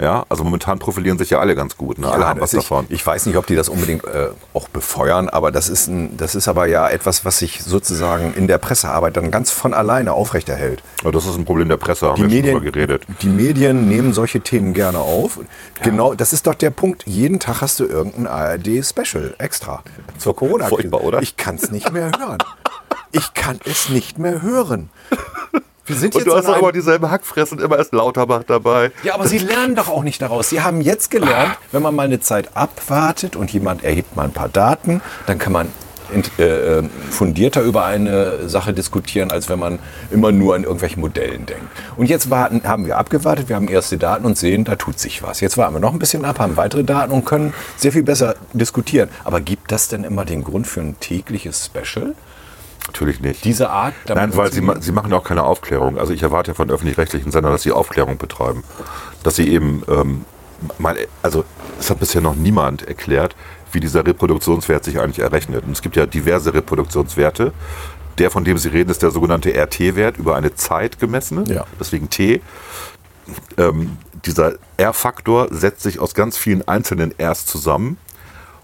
Ja, also momentan profilieren sich ja alle ganz gut. Ne? Alle
Ja,
haben was
das- ich,
davon.
Ich weiß nicht, ob die das unbedingt äh, auch befeuern, aber das ist, ein, das ist aber ja etwas, was sich sozusagen in der Pressearbeit dann ganz von alleine aufrechterhält.
Aber das ist ein Problem der Presse, haben
Die
wir
Medien,
schon drüber geredet.
die Medien nehmen solche Themen gerne auf. Genau, das ist doch der Punkt. Jeden Tag hast du irgendein ARD-Special extra zur corona -Krise.
Furchtbar, oder?
Ich kann es nicht mehr hören. Ich kann es nicht mehr hören. Wir sind
Und du hast
an
auch
einem-
immer dieselbe Hackfressen, immer erst Lauterbach dabei.
ja, aber sie lernen doch auch nicht daraus. Sie haben jetzt gelernt, wenn man mal eine Zeit abwartet und jemand erhebt mal ein paar Daten, dann kann man ent- äh, äh, fundierter über eine Sache diskutieren, als wenn man immer nur an irgendwelche Modellen denkt. Und jetzt warten, haben wir abgewartet, wir haben erste Daten und sehen, da tut sich was. Jetzt warten wir noch ein bisschen ab, haben weitere Daten und können sehr viel besser diskutieren. Aber gibt das denn immer den Grund für ein tägliches Special
Natürlich nicht.
dieser Art? damit
Nein, weil sie, ma-
umzugehen?
sie machen ja auch keine Aufklärung. Also ich erwarte ja von öffentlich-rechtlichen Sendern, dass sie Aufklärung betreiben. Dass sie eben, ähm, mal, also es hat bisher noch niemand erklärt, wie dieser Reproduktionswert sich eigentlich errechnet. Und es gibt ja diverse Reproduktionswerte. Der, von dem Sie reden, ist der sogenannte RT-Wert, über eine Zeit gemessene.
Ja.
Deswegen T. Ähm, dieser R-Faktor setzt sich aus ganz vielen einzelnen Rs zusammen.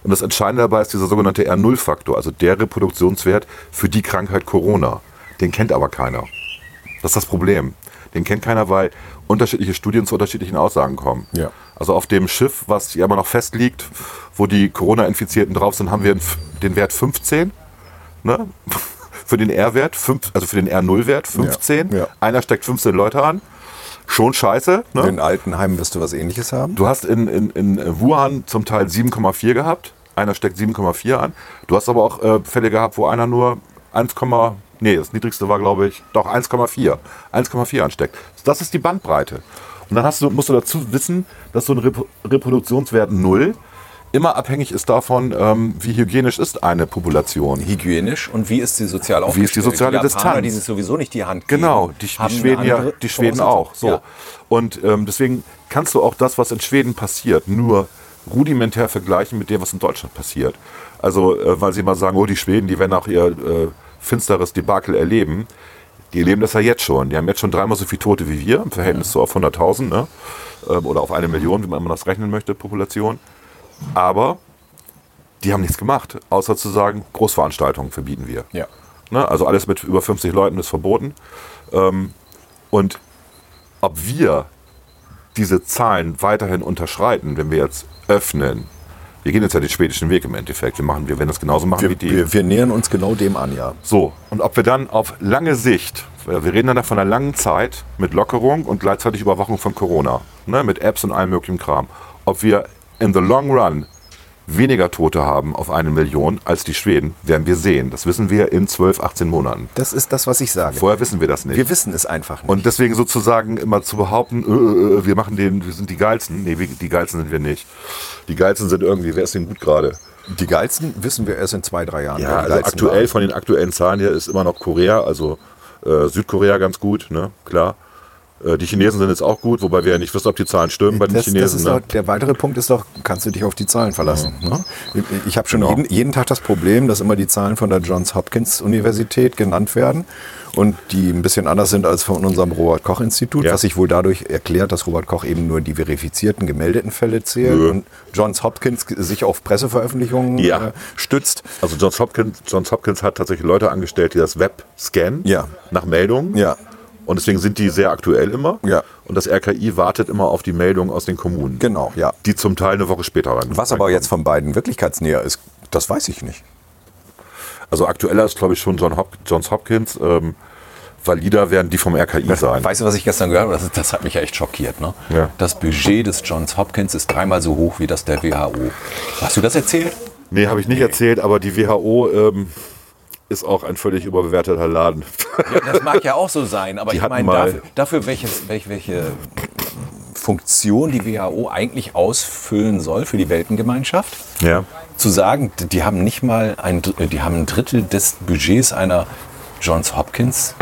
Und das Entscheidende dabei ist dieser sogenannte R0-Faktor, also der Reproduktionswert für die Krankheit Corona. Den kennt aber keiner. Das ist das Problem. Den kennt keiner, weil unterschiedliche Studien zu unterschiedlichen Aussagen kommen.
Ja.
Also auf dem Schiff, was ja immer noch festliegt, wo die Corona-Infizierten drauf sind, haben wir den F- den Wert 15. Ne? Für den R-Wert, fünf- also für den R0-Wert 15.
Ja, ja.
Einer steckt 15 Leute an. Schon scheiße. Ne?
In Altenheimen wirst du was ähnliches haben?
Du hast in, in, in Wuhan zum Teil 7,4 gehabt. Einer steckt 7,4 an. Du hast aber auch äh, Fälle gehabt, wo einer nur 1, nee, das niedrigste war, glaube ich, doch 1,4. 1,4 ansteckt. Das ist die Bandbreite. Und dann hast du, musst du dazu wissen, dass so ein Repo- Reproduktionswert 0 immer abhängig ist davon, ähm, wie hygienisch ist eine Population.
hygienisch und wie ist die soziale
Wie ist die soziale Distanz?
Die sich sowieso nicht die Hand geben,
Genau, die,
haben
die Schweden,
eine
ja,
andere
die Schweden
Voraussetzung.
auch. So.
Ja.
Und ähm, deswegen kannst du auch das, was in Schweden passiert, nur rudimentär vergleichen mit dem, was in Deutschland passiert. Also, äh, weil sie mal sagen, oh, die Schweden, die werden auch ihr äh, finsteres Debakel erleben. Die erleben das ja jetzt schon. Die haben jetzt schon dreimal so viele Tote wie wir, im Verhältnis so auf 100.000 ne? ähm, oder auf eine Million, wie man das rechnen möchte, Population. Aber die haben nichts gemacht, außer zu sagen, Großveranstaltungen verbieten wir.
Ja.
Ne? Also alles mit über 50 Leuten ist verboten. Ähm, und ob wir diese Zahlen weiterhin unterschreiten, wenn wir jetzt öffnen, Wir gehen jetzt ja den schwedischen Weg im Endeffekt. Wir, machen, wir werden das genauso machen wie
Wir,
die.
wir, wir nähern uns genau dem an, ja.
So, und ob wir dann auf lange Sicht, weil wir reden dann von einer langen Zeit mit Lockerung und gleichzeitig Überwachung von Corona, ne, mit Apps und allem möglichen Kram, ob wir in the long run weniger Tote haben auf eine Million als die Schweden, werden wir sehen. Das wissen wir in 12, 18 Monaten.
Das ist das, was ich sage.
Vorher wissen wir das nicht.
Wir wissen es einfach nicht.
Und deswegen sozusagen immer zu behaupten, äh, äh, wir machen den, wir sind die geilsten. Nee, wir, die geilsten sind wir nicht. Die geilsten sind irgendwie, wer ist denn gut gerade?
die geilsten wissen wir erst in zwei, drei Jahren. wer
Ja,
die
also
Geilsten
aktuell
waren.
von den aktuellen Zahlen her ist immer noch Korea, also äh, Südkorea ganz gut, ne? Klar. Äh, die Chinesen sind jetzt auch gut, wobei wir ja nicht wissen, ob die Zahlen stimmen bei den
Das, das
Chinesen.
ist
ne?
doch, der weitere Punkt ist doch, kannst du dich auf die Zahlen verlassen. Ne? Ich- Ich habe schon jeden, jeden Tag das Problem, dass immer die Zahlen von der Johns Hopkins Universität genannt werden und die ein bisschen anders sind als von unserem Robert Koch Institut,
Ja.
was sich wohl dadurch erklärt, dass Robert Koch eben nur die verifizierten, gemeldeten Fälle zählt
Nö.
und Johns Hopkins sich auf Presseveröffentlichungen
Ja.
äh, stützt.
Also Johns Hopkins, Johns Hopkins hat tatsächlich Leute angestellt, die das Web scannen
Ja.
nach Meldungen.
Ja.
Und deswegen sind die sehr aktuell immer.
Ja.
Und das RKI wartet immer auf die Meldungen aus den Kommunen.
Genau, ja.
Die zum Teil eine Woche später rein.
Was aber jetzt von beiden wirklichkeitsnäher ist, das weiß ich nicht.
Also aktueller ist, glaube ich, schon John Hop Johns Hopkins. Ähm, valider werden die vom RKI sein.
Weißt du, was ich gestern gehört habe? Das, ist- das hat mich ja echt schockiert. Ne?
Ja.
Das Budget des Johns Hopkins ist dreimal so hoch wie das der WHO. Hast du das erzählt?
Nee, habe ich nicht erzählt, aber die WHO ähm, ist auch ein völlig überbewerteter Laden.
Das mag ja auch so sein, aber
Die
ich
hatten
meine,
mal-
dafür, dafür welches, welch, welche Funktion die WHO eigentlich ausfüllen soll für die Weltengemeinschaft,
ja.
zu sagen, d- die haben nicht mal ein, Dr- die haben ein Drittel des Budgets einer Johns Hopkins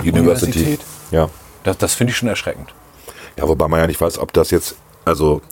Universität.
ja.
Das, das finde ich schon erschreckend.
Ja, wobei man ja nicht weiß, ob das jetzt, also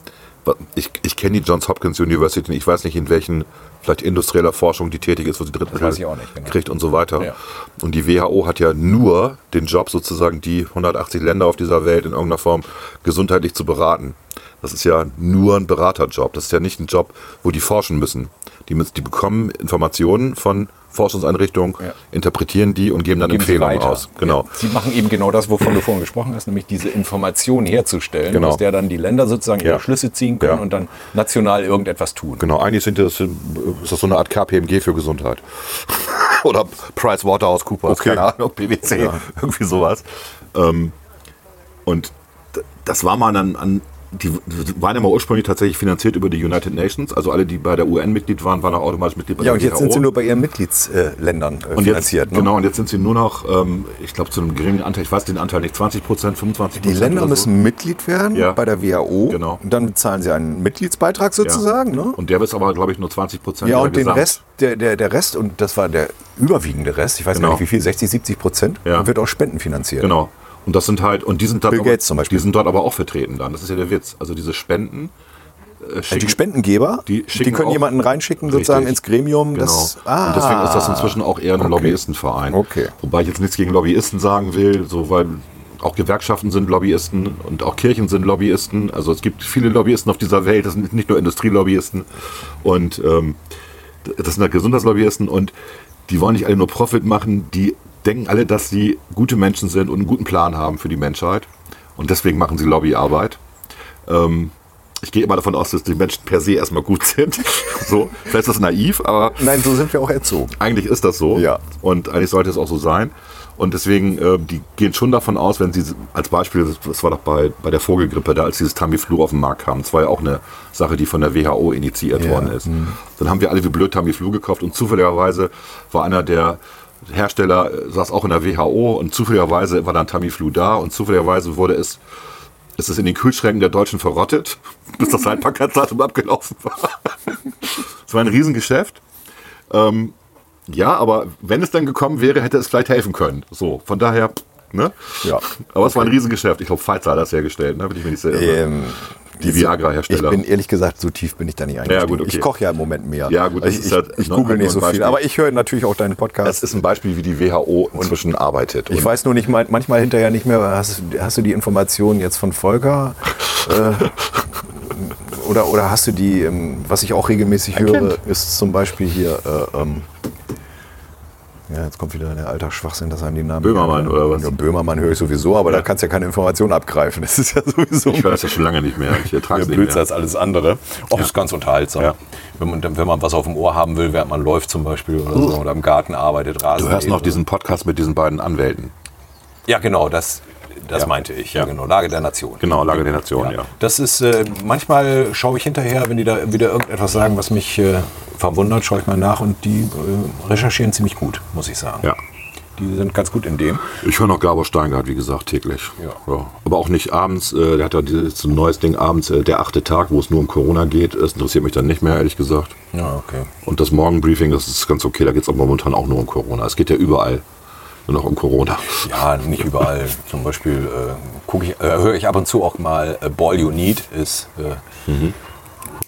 wa- ich, ich kenne die Johns Hopkins University, ich weiß nicht, in welchen vielleicht industrieller Forschung die tätig ist, wo sie Drittel
weiß ich auch nicht, genau.
kriegt und so weiter.
Ja.
Und die WHO hat ja nur den Job, sozusagen die 180 Länder auf dieser Welt in irgendeiner Form gesundheitlich zu beraten. Das ist ja nur ein Beraterjob. Das ist ja nicht ein Job, wo die forschen müssen. Die, müssen, die bekommen Informationen von Forschungseinrichtungen,
Ja.
interpretieren die und geben dann
Geben sie
Empfehlungen
weiter.
aus. Genau.
Sie machen eben genau das, wovon du vorhin gesprochen hast, nämlich diese Information herzustellen,
Genau.
aus der dann die Länder sozusagen
Ja.
ihre Schlüsse ziehen können
Ja.
und dann national irgendetwas tun.
Genau, eigentlich sind das, ist das so eine Art KPMG für Gesundheit. Oder Price Waterhouse Cooper,
Okay.
keine Ahnung, PwC, irgendwie sowas. Ähm, und d- das war mal dann an, die waren ja mal ursprünglich tatsächlich finanziert über die United Nations, also alle, die bei der UN Mitglied waren, waren auch automatisch Mitglied bei
Ja,
der
und jetzt
WHO.
sind sie nur bei ihren Mitgliedsländern äh,
und jetzt,
finanziert. ne?
Genau, und jetzt sind sie nur noch, ähm, ich glaube, zu einem geringen Anteil, ich weiß den Anteil nicht, 20 Prozent, 25
Die
Prozent.
Länder müssen Mitglied werden
also Ja.
bei der WHO.
Genau.
Und dann zahlen sie einen Mitgliedsbeitrag sozusagen.
Ja.
Ne?
Und der ist aber, glaube ich, nur 20 Prozent.
ja, und den Rest, der, der, der Rest, und das war der überwiegende Rest, ich weiß
Genau.
gar nicht wie viel, 60, 70 Prozent,
Ja.
wird aus Spenden finanziert.
Genau. Und das sind halt, und die sind dort,
Bill
aber,
Gates zum Beispiel.
Die sind dort aber auch vertreten dann. Das ist ja der Witz. Also diese Spenden äh,
Also
schicken,
die Spendengeber,
Die
die,
schicken
können
auch-
jemanden reinschicken
Richtig.
sozusagen ins Gremium.
Genau.
Das, ah,
und deswegen ist das inzwischen auch eher ein Lobbyistenverein.
Okay.
Wobei ich jetzt nichts gegen Lobbyisten sagen will, so weil auch Gewerkschaften sind Lobbyisten und auch Kirchen sind Lobbyisten. Also es gibt viele Lobbyisten auf dieser Welt, das sind nicht nur Industrielobbyisten. Und ähm, das sind halt Gesundheitslobbyisten und die wollen nicht alle nur Profit machen, die denken alle, dass sie gute Menschen sind und einen guten Plan haben für die Menschheit. Und deswegen machen sie Lobbyarbeit. Ähm, ich gehe immer davon aus, dass die Menschen per se erstmal gut sind. So, vielleicht ist das naiv, aber
Nein, so sind wir auch erzogen.
eigentlich ist das so.
Ja.
Und eigentlich sollte es auch so sein. Und deswegen, äh, die gehen schon davon aus, wenn sie als Beispiel, das- das war doch bei, bei der Vogelgrippe, da als dieses Tamiflu auf den Markt kam, das war ja auch eine Sache, die von der WHO initiiert worden ist. Dann haben wir alle wie blöd Tamiflu gekauft und zufälligerweise war einer der Hersteller, äh, saß auch in der WHO und zufälligerweise war dann Tamiflu da und zufälligerweise wurde es es ist in den Kühlschränken der Deutschen verrottet, bis das Haltbarkeitsdatum abgelaufen war. Es war ein Riesengeschäft. Ähm, ja, aber wenn es dann gekommen wäre, hätte es vielleicht helfen können. So, von daher, ne?
Ja.
Aber es war ein Riesengeschäft. Ich glaube, Pfizer hat das hergestellt, ne? Bin ich mir nicht sehr irre.
Ähm,
Die Viagra-Hersteller.
Ich bin ehrlich gesagt, so tief bin ich da nicht eingestiegen.
Genau. gut, okay.
Ich koche ja im Moment mehr. Also
Ja, gut, das
ich,
ist halt
ich, ich
nur-
google
nur
nicht
ein
so viel.
Beispiel.
Aber ich höre natürlich auch deinen
Das
Podcast.
ist ein Beispiel, wie die WHO inzwischen arbeitet.
Ich
Und-
weiß nur nicht, mein- manchmal hinterher nicht mehr, hast, du- hast du die Informationen jetzt von Volker? äh, oder, oder hast du die, ähm, was ich auch regelmäßig höre, ist zum Beispiel hier, äh, ähm,
Ja, jetzt kommt wieder der alter Schwachsinn, dass einem die Namen.
Böhmermann oder was?
Ja, Böhmermann höre ich sowieso, aber da kannst du ja keine Informationen abgreifen. Das ist ja sowieso
Ich höre das ja schon lange nicht mehr. Ich ertrage
Mehr
es nicht
Blödsinn
mehr.
als alles andere. Auch ist ganz unterhaltsam. Wenn, man, wenn man was auf dem Ohr haben will, während man läuft zum Beispiel oder, so, oder im Garten arbeitet, Rasen.
Uh. Du hörst
mäht.
noch diesen Podcast mit diesen beiden Anwälten.
Ja, genau, das, das meinte ich. Ja,
Ja.
genau. Lage der Nation.
Genau, Lage der Nation, ja.
Das ist, äh, manchmal schaue ich hinterher, wenn die da wieder irgendetwas sagen, was mich äh, verwundert, schaue ich mal nach und die äh, recherchieren ziemlich gut, muss ich sagen.
Ja.
Die sind ganz gut in dem.
Ich höre noch Gabor Steingart, wie gesagt, täglich.
Ja.
Aber auch nicht abends. Äh, der hat ja dieses, so ein neues Ding abends, äh, der achte Tag, wo es nur um Corona geht. Das interessiert mich dann nicht mehr, ehrlich gesagt.
Ja, okay.
Und das Morgenbriefing, das ist ganz okay. Da geht es aber momentan auch nur um Corona. Es geht ja überall nur noch um Corona.
Ja, nicht überall. Zum Beispiel äh, guck ich, äh, höre ich ab und zu auch mal äh, Ball You Need ist. Äh,
Mhm.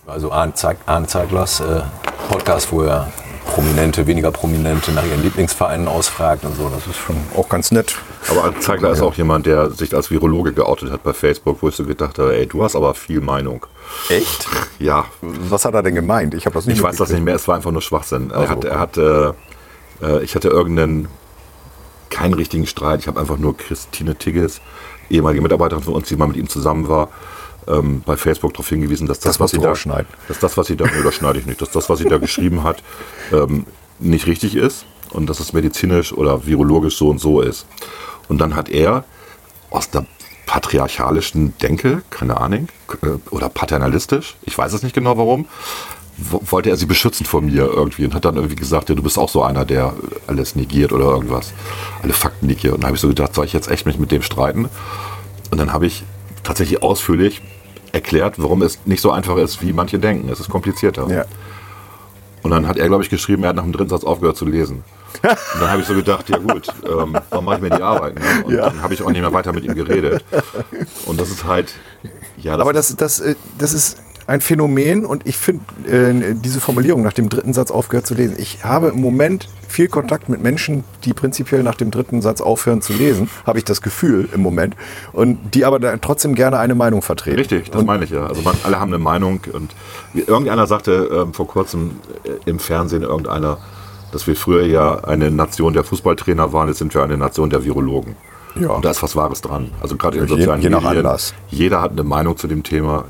Also Arne, Zeig, Arne Zeiglers äh, Podcast, wo er Prominente, weniger Prominente nach ihren Lieblingsvereinen ausfragt und so. Das ist schon
auch ganz nett.
Aber Zeigler ist auch jemand, der sich als Virologe geoutet hat bei Facebook, wo ich so gedacht habe, ey, du hast aber viel Meinung.
Echt?
Ja,
Was hat er denn gemeint? Ich habe das nicht
ich weiß das nicht mehr, es war einfach nur Schwachsinn. Er hat, er hat, äh, äh, ich hatte irgendeinen, keinen richtigen Streit. Ich habe einfach nur Christine Tigges, ehemalige Mitarbeiterin von uns, die mal mit ihm zusammen war, ähm, bei Facebook darauf hingewiesen, dass das,
Das
was
musst
sie
du
da,
rausschneiden.
dass das, was sie da, nee, das schneide ich nicht, dass das, was sie da geschrieben hat, ähm, nicht richtig ist und dass es medizinisch oder virologisch so und so ist. Und dann hat er aus der patriarchalischen Denke, keine Ahnung, äh, oder paternalistisch, ich weiß es nicht genau warum, wo- wollte er sie beschützen vor mir irgendwie und hat dann irgendwie gesagt, ja, du bist auch so einer, der alles negiert oder irgendwas, alle Fakten negiert. Und da habe ich so gedacht, soll ich jetzt echt mich mit dem streiten? Und dann habe ich tatsächlich ausführlich erklärt, warum es nicht so einfach ist, wie manche denken. Es ist komplizierter.
Ja.
Und dann hat er, glaube ich, geschrieben, er hat nach dem dritten Satz aufgehört zu lesen. Und dann habe ich so gedacht, ja gut, ähm, warum mache ich mir die Arbeit? Ne? Und dann habe ich auch nicht mehr weiter mit ihm geredet. Und das ist halt, ja, das
Aber das, das, äh, das ist ein Phänomen und ich finde äh, diese Formulierung nach dem dritten Satz aufgehört zu lesen. Ich habe im Moment viel Kontakt mit Menschen, die prinzipiell nach dem dritten Satz aufhören zu lesen, habe ich das Gefühl im Moment. Und die aber dann trotzdem gerne eine Meinung vertreten.
Richtig, das meine ich ja. Also man, alle haben eine Meinung und wie- irgendeiner sagte ähm, vor kurzem äh, im Fernsehen irgendeiner, dass wir früher ja eine Nation der Fußballtrainer waren, jetzt sind wir eine Nation der Virologen.
Ja.
Und da ist was Wahres dran. Also gerade in
Je-
sozialen
je nach
Medien.
Anlass.
Jeder hat eine Meinung zu dem Thema.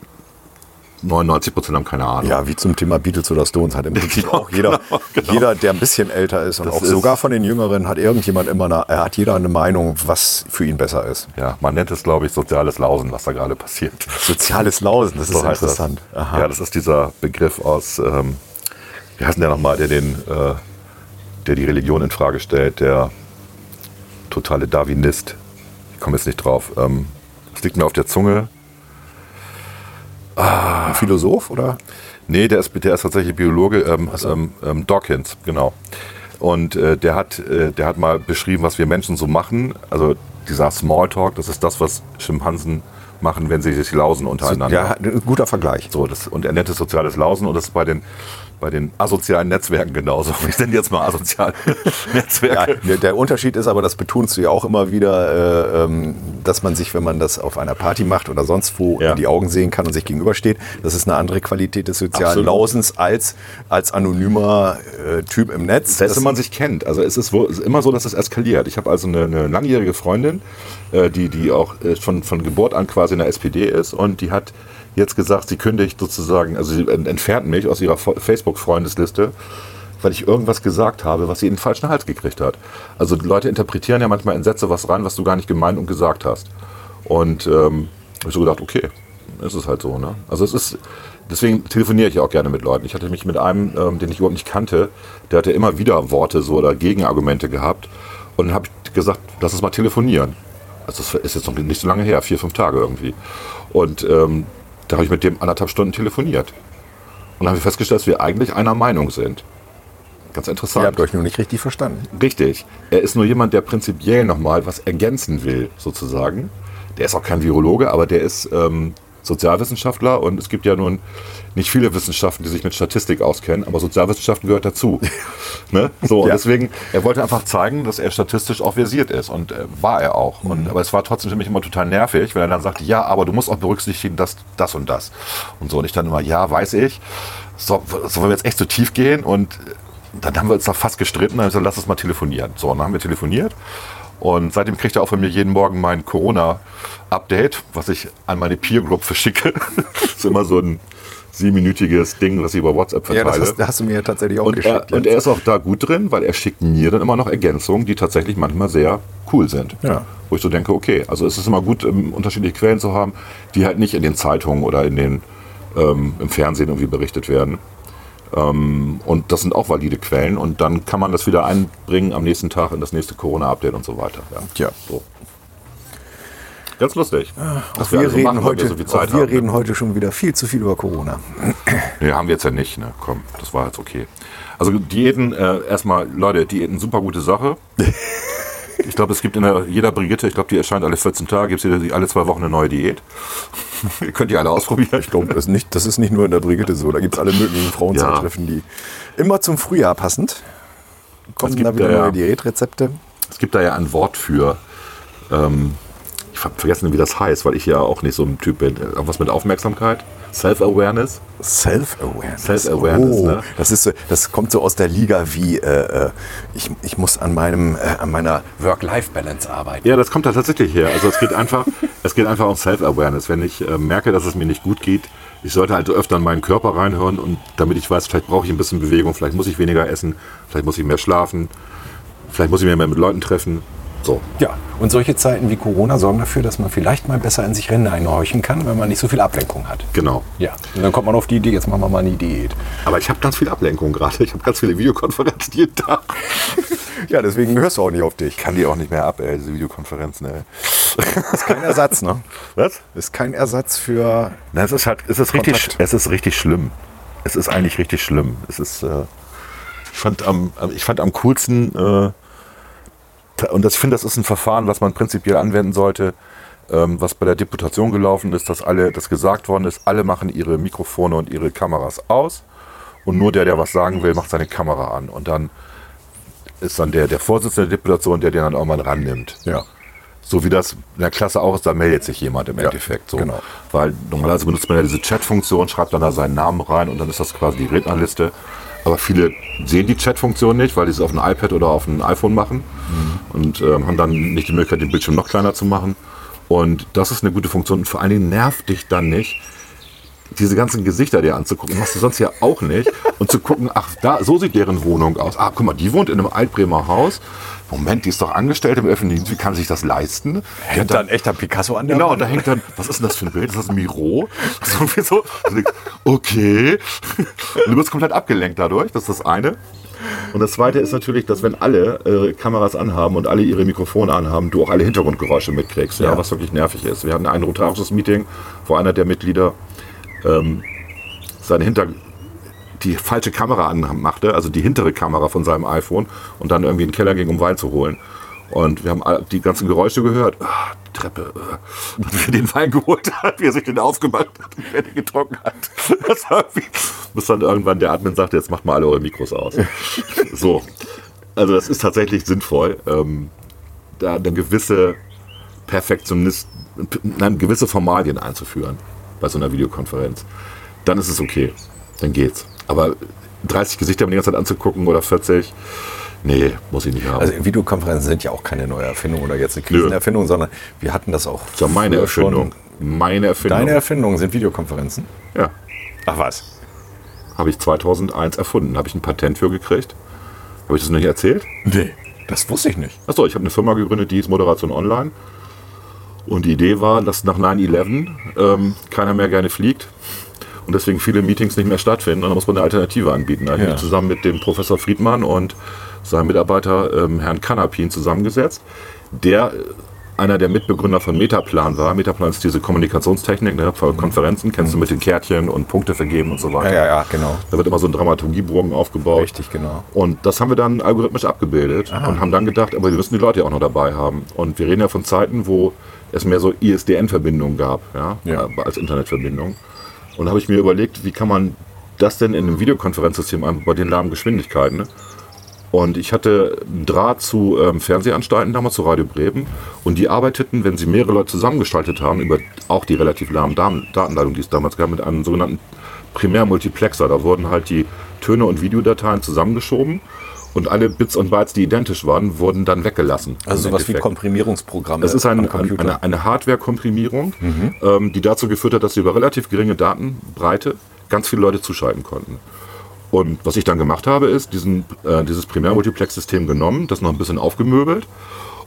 99 Prozent haben keine Ahnung.
Ja, wie zum Thema Beatles oder Stones hat im Prinzip
Genau,
auch jeder,
genau, genau.
jeder, der ein bisschen älter ist und
Das
auch
ist-
sogar von den Jüngeren hat irgendjemand immer eine, äh, hat jeder eine Meinung, was für ihn besser ist.
Ja, man nennt es, glaube ich, soziales Lausen, was da gerade passiert.
Soziales Lausen, das ist
heißt
interessant.
Das. Ja, das ist dieser Begriff aus, ähm, wie heißt denn der nochmal, der den, äh, der die Religion in Frage stellt, der totale Darwinist. Ich komme jetzt nicht drauf. Ähm, das liegt mir auf der Zunge.
Ein Philosoph oder?
Nee, der ist, der ist tatsächlich Biologe, ähm, ähm, ähm, Dawkins, genau. Und äh, der, hat, äh, der hat mal beschrieben, was wir Menschen so machen. Also dieser Smalltalk, das ist das, was Schimpansen machen, wenn sie sich lausen untereinander.
Ja, ein guter Vergleich.
So, das, und er nennt es soziales Lausen und das ist bei den, bei den asozialen Netzwerken genauso. Ich nenne jetzt mal asoziale
Ja,
Netzwerke.
der, der Unterschied ist aber, das betonst du ja auch immer wieder, äh, ähm, dass man sich, wenn man das auf einer Party macht oder sonst wo,
Ja.
in die Augen sehen kann und sich gegenübersteht, das ist eine andere Qualität des sozialen
Absolut.
Lausens als als anonymer äh, Typ im Netz.
Selbst wenn man sich kennt, also es ist, wo, es ist immer so, dass es eskaliert. Ich habe also eine, eine langjährige Freundin, äh, die, die auch äh, schon von Geburt an quasi in der SPD ist und die hat jetzt gesagt, sie kündigt sozusagen, also sie ent- entfernt mich aus ihrer Fo- Facebook-Freundesliste, weil ich irgendwas gesagt habe, was sie in den falschen Hals gekriegt hat. Also die Leute interpretieren ja manchmal in Sätze was rein, was du gar nicht gemeint und gesagt hast. Und ähm, hab ich so gedacht, okay, ist es halt so. Ne? Also es ist, deswegen telefoniere ich ja auch gerne mit Leuten. Ich hatte mich mit einem, ähm, den ich überhaupt nicht kannte, der hatte immer wieder Worte so oder Gegenargumente gehabt. Und dann habe ich gesagt, lass uns mal telefonieren. Also das ist jetzt noch nicht so lange her, vier, fünf Tage irgendwie. Und ähm, da habe ich mit dem anderthalb Stunden telefoniert. Und habe festgestellt, dass wir eigentlich einer Meinung sind. Ganz interessant.
Ihr habt euch nur nicht richtig verstanden.
Richtig. Er ist nur jemand, der prinzipiell nochmal was ergänzen will, sozusagen. Der ist auch kein Virologe, aber der ist ähm, Sozialwissenschaftler und es gibt ja nun nicht viele Wissenschaften, die sich mit Statistik auskennen, aber Sozialwissenschaften gehört dazu. ne? So, und
Ja.
deswegen, er wollte einfach zeigen, dass er statistisch auch versiert ist und äh, war er auch. Und, aber es war trotzdem für mich immer total nervig, wenn er dann sagte, ja, aber du musst auch berücksichtigen, dass das und das. Und äh, so, und ich dann immer, ja, weiß ich. So, sollen wir jetzt echt so tief gehen und dann haben wir uns da fast gestritten, dann hab ich gesagt, lass uns mal telefonieren. So, und dann haben wir telefoniert. Und seitdem kriegt er auch von mir jeden Morgen mein Corona-Update, was ich an meine Peer Group verschicke. das ist immer so ein siebenminütiges Ding, was ich über WhatsApp
Ja,
verteile.
das hast, hast du mir tatsächlich auch
und, er,
geschickt.
und
jetzt.
er ist auch da gut drin, weil er schickt mir dann immer noch Ergänzungen, die tatsächlich manchmal sehr cool sind.
Ja.
Wo ich so denke, okay, also es ist immer gut, ähm, unterschiedliche Quellen zu haben, die halt nicht in den Zeitungen oder in den, ähm, im Fernsehen irgendwie berichtet werden. Ähm, und das sind auch valide Quellen und dann kann man das wieder einbringen am nächsten Tag in das nächste Corona-Update und so weiter. Ja.
Tja.
So. Ganz lustig.
Ah, auch
Was
also wir,
alle so
reden,
machen, weil
heute,
so viel
auch
Zeit
wir
haben. ne?
reden heute schon wieder viel zu viel über Corona.
Nee, haben wir jetzt ja nicht. Ne? Komm, das war jetzt okay. Also Diäten, äh, erstmal, Leute, Diäten, super gute Sache. Ich glaube, es gibt in der, jeder Brigitte, ich glaube, die erscheint alle 14 Tage, gibt es alle zwei Wochen eine neue Diät. Ihr könnt die alle ausprobieren.
Ich glaube, das, ist nicht- das ist nicht nur in der Brigitte so. Da gibt es alle möglichen Frauenzeitschriften, die immer zum Frühjahr passend kommen.
gibt
Da wieder
da ja-
neue Diätrezepte.
Es gibt da ja ein Wort für. Ähm, ich habe vergessen, wie das heißt, weil ich ja auch nicht so ein Typ bin. Äh, Was mit Aufmerksamkeit? Self-Awareness?
Self-Awareness.
Self-Awareness,
oh,
ne?
das, ist so, das kommt so aus der Liga wie, äh, äh, ich, ich muss an, meinem, äh, an meiner
Work-Life-Balance arbeiten.
Ja, das kommt da tatsächlich her. Also es geht einfach, es geht einfach um Self-Awareness. Wenn ich äh, merke, dass es mir nicht gut geht, ich sollte also öfter in meinen Körper reinhören und damit ich weiß, vielleicht brauche ich ein bisschen Bewegung, vielleicht muss ich weniger essen, vielleicht muss ich mehr schlafen, vielleicht muss ich mich mehr mit Leuten treffen. So.
Ja, und solche Zeiten wie Corona sorgen dafür, dass man vielleicht mal besser in sich hineinhorchen kann, wenn man nicht so viel Ablenkung hat.
Genau.
Ja, und dann kommt man auf die Idee, jetzt machen wir mal eine Diät.
Aber ich habe ganz viel Ablenkung gerade. Ich habe ganz viele Videokonferenzen jeden Tag.
Ja, deswegen hörst du auch nicht auf dich.
Kann die auch nicht mehr ab, ey, diese Videokonferenzen, ey.
Ist kein Ersatz, ne?
Was?
Ist kein Ersatz für.
Na, es ist halt, es ist richtig,
Kontakt.
es ist richtig schlimm. Es ist eigentlich richtig schlimm. Es ist, äh, ich fand am, am- ich fand am coolsten, äh, ta- und das, ich finde, das ist ein Verfahren, was man prinzipiell anwenden sollte, ähm, was bei der Deputation gelaufen ist, dass alle, das gesagt worden ist, alle machen ihre Mikrofone und ihre Kameras aus und nur der, der was sagen will, macht seine Kamera an und dann ist dann der, der Vorsitzende der Deputation, der den dann auch mal rannimmt.
Ja.
So wie das in der Klasse auch ist, da meldet sich jemand im Endeffekt. So.
genau.
Weil normalerweise benutzt man ja diese Chat-Funktion, schreibt dann da seinen Namen rein und dann ist das quasi die Rednerliste. Aber viele sehen die Chat-Funktion nicht, weil die es auf ein iPad oder auf ein iPhone machen
Mhm.
und ähm, haben dann nicht die Möglichkeit, den Bildschirm noch kleiner zu machen. Und das ist eine gute Funktion und vor allen Dingen nervt dich dann nicht, diese ganzen Gesichter dir anzugucken, machst du sonst ja auch nicht. Und zu gucken, ach, da, so sieht deren Wohnung aus. Ah, guck mal, die wohnt in einem Altbremer Haus. Moment, die ist doch Angestellte im öffentlichen Dienst, wie kann sich das leisten? Die hat da-
echter Picasso an
Genau, und da hängt dann, was ist denn das für ein Bild? Ist das ein Miro? So, irgendwie so. Du denkst, okay. Und du wirst komplett abgelenkt dadurch, das ist das eine. Und das zweite ist natürlich, dass wenn alle äh, Kameras anhaben und alle ihre Mikrofone anhaben, du auch alle Hintergrundgeräusche mitkriegst, ja.
Ja.
was wirklich nervig ist. Wir hatten ein rotarisches Meeting, wo einer der Mitglieder ähm, seine Hinter die falsche Kamera anmachte, also die hintere Kamera von seinem iPhone und dann irgendwie in den Keller ging, um Wein zu holen. Und wir haben all- die ganzen Geräusche gehört. Ah, die Treppe. ah. Und wie er den Wein geholt hat, wie er sich den aufgemacht hat und wie er den getrunken hat. Das war irgendwie, bis dann irgendwann der Admin sagte, jetzt macht mal alle eure Mikros aus. So. Also das ist tatsächlich sinnvoll, ähm, da eine gewisse Perfektionist, nein, gewisse Formalien einzuführen bei so einer Videokonferenz. Dann ist es okay. Dann geht's. Aber 30 Gesichter mir die ganze Zeit anzugucken oder 40, nee, muss ich nicht haben.
Also Videokonferenzen sind ja auch keine neue Erfindung oder jetzt eine
Nö.
Krisenerfindung, sondern wir hatten das auch.
das war meine
früher schon.
Erfindung. Genau. Meine Erfindung.
Deine Erfindungen sind Videokonferenzen.
ja.
Ach was?
Habe ich 2001 erfunden. Habe ich ein Patent für gekriegt. Habe ich das noch nicht erzählt?
Nee. Das wusste ich nicht.
Achso, ich habe eine Firma gegründet, die hieß Moderation Online. Und die Idee war, dass nach 9-11 ähm, keiner mehr gerne fliegt und deswegen viele Meetings nicht mehr stattfinden. Und da muss man eine Alternative anbieten. Da habe ich
Ja.
mich zusammen mit dem Professor Friedmann und seinem Mitarbeiter ähm, Herrn Kanapin zusammengesetzt, der äh, einer der Mitbegründer von Metaplan war. Metaplan ist diese Kommunikationstechnik ne, für Konferenzen, kennst du mit den Kärtchen und Punkte vergeben und so weiter.
Ja, ja, ja, genau.
Da wird immer so ein Dramaturgiebogen aufgebaut.
Richtig, genau. Ah.
Und das haben wir dann algorithmisch abgebildet und haben dann gedacht, aber wir müssen die Leute ja auch noch dabei haben. Und wir reden ja von Zeiten, wo es mehr so ISDN-Verbindungen gab, ja,
Ja.
äh, als Internetverbindung. Und da habe ich mir überlegt, wie kann man das denn in einem Videokonferenzsystem ein, bei den lahmen Geschwindigkeiten? Ne? Und ich hatte einen Draht zu ähm, Fernsehanstalten, damals zu Radio Bremen. Und die arbeiteten, wenn sie mehrere Leute zusammengestaltet haben, über auch die relativ lahmen Daten- Datenleitung, die es damals gab, mit einem sogenannten Primärmultiplexer. Da wurden halt die Töne und Videodateien zusammengeschoben und alle Bits und Bytes, die identisch waren, wurden dann weggelassen. Im
Also sowas wie
Endeffekt.
Komprimierungsprogramme.
Das ist ein,
am
ein,
Computer. Mhm.
eine, eine Hardware-Komprimierung, ähm, die dazu geführt hat, dass wir über relativ geringe Datenbreite ganz viele Leute zuschalten konnten. Und was ich dann gemacht habe, ist diesen, äh, dieses Primärmultiplex-System genommen, das noch ein bisschen aufgemöbelt.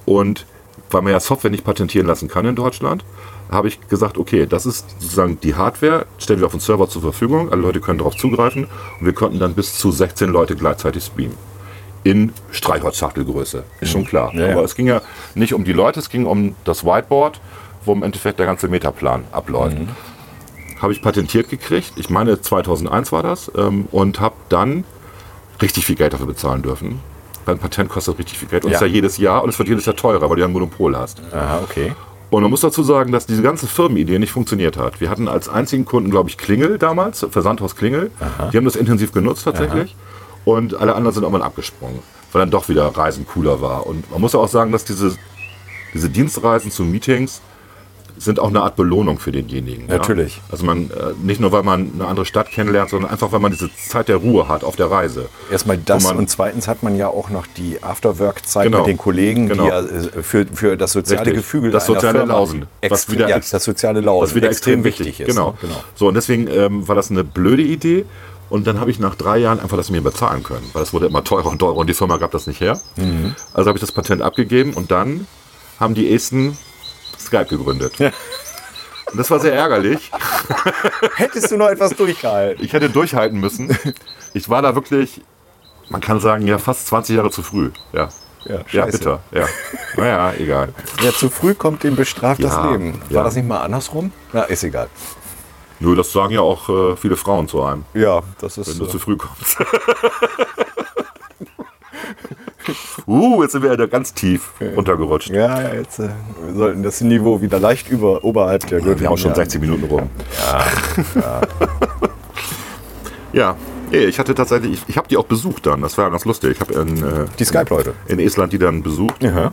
Und weil man ja Software nicht patentieren lassen kann in Deutschland, habe ich gesagt, okay, das ist sozusagen die Hardware, stellen wir auf den Server zur Verfügung, alle Leute können darauf zugreifen und wir konnten dann bis zu 16 Leute gleichzeitig streamen. In Streichholzschachtelgröße, ist schon klar.
Mhm. Ja, ja.
Aber es ging ja nicht um die Leute, es ging um das Whiteboard, wo im Endeffekt der ganze Metaplan abläuft
Mhm.
habe ich patentiert gekriegt. Ich meine, 2001 war das. Ähm, und habe dann richtig viel Geld dafür bezahlen dürfen. Weil ein Patent kostet richtig viel Geld. Und
Ja.
ist ja jedes Jahr und es wird jedes Jahr teurer, weil du ja ein Monopol hast.
Aha, okay.
Und man muss dazu sagen, dass diese ganze Firmenidee nicht funktioniert hat. Wir hatten als einzigen Kunden, glaube ich, Klingel damals, Versandhaus Klingel. Die haben das intensiv genutzt tatsächlich. Und alle anderen sind irgendwann abgesprungen, weil dann doch wieder Reisen cooler war. Und man muss ja auch sagen, dass diese, diese Dienstreisen zu Meetings sind auch eine Art Belohnung für denjenigen.
Natürlich.
Ja? Also man, äh, nicht nur, weil man eine andere Stadt kennenlernt, sondern einfach, weil man diese Zeit der Ruhe hat auf der Reise.
Erstmal das
Wo man-
und zweitens hat man ja auch noch die Afterwork-Zeit
Genau.
mit den Kollegen,
Genau.
die ja äh, für, für das soziale
Richtig.
Gefüge
Das
einer
soziale
Firma
Lausen, was
extre-
wieder
ja,
ex-
das soziale Lausen,
was wieder extrem, wichtig, ist. Genau.
ne? genau.
So, und deswegen ähm, war das eine blöde Idee. Und dann habe ich nach drei Jahren einfach das mir bezahlen können, weil das wurde immer teurer und teurer und die Firma gab das nicht her.
Mhm.
Also habe ich das Patent abgegeben und dann haben die Esten Skype gegründet. Und das war sehr ärgerlich.
Hättest du noch etwas durchgehalten?
Ich hätte durchhalten müssen. Ich war da wirklich, man kann sagen, ja fast 20 Jahre zu früh. Ja,
Ja,
ja
scheiße.
bitter. Ja. Naja, egal.
Wer zu früh kommt, dem bestraft das
Ja,
Leben. War
ja.
das nicht mal andersrum? Na, ist egal.
Nur das sagen ja auch äh, viele Frauen zu einem,
Ja, das ist äh,
wenn du
so.
zu früh kommst. uh, jetzt sind wir ja ganz tief runtergerutscht.
Ja, ja, jetzt äh, wir sollten das Niveau wieder leicht über, oberhalb der Gürtel.
Wir haben auch schon 60 Minuten rum. Ja. ja. Ich hatte tatsächlich, ich, ich habe die auch besucht dann. Das war ganz lustig. Ich habe in, äh,
Die Skype-Leute.
in Estland die dann besucht.
Ja.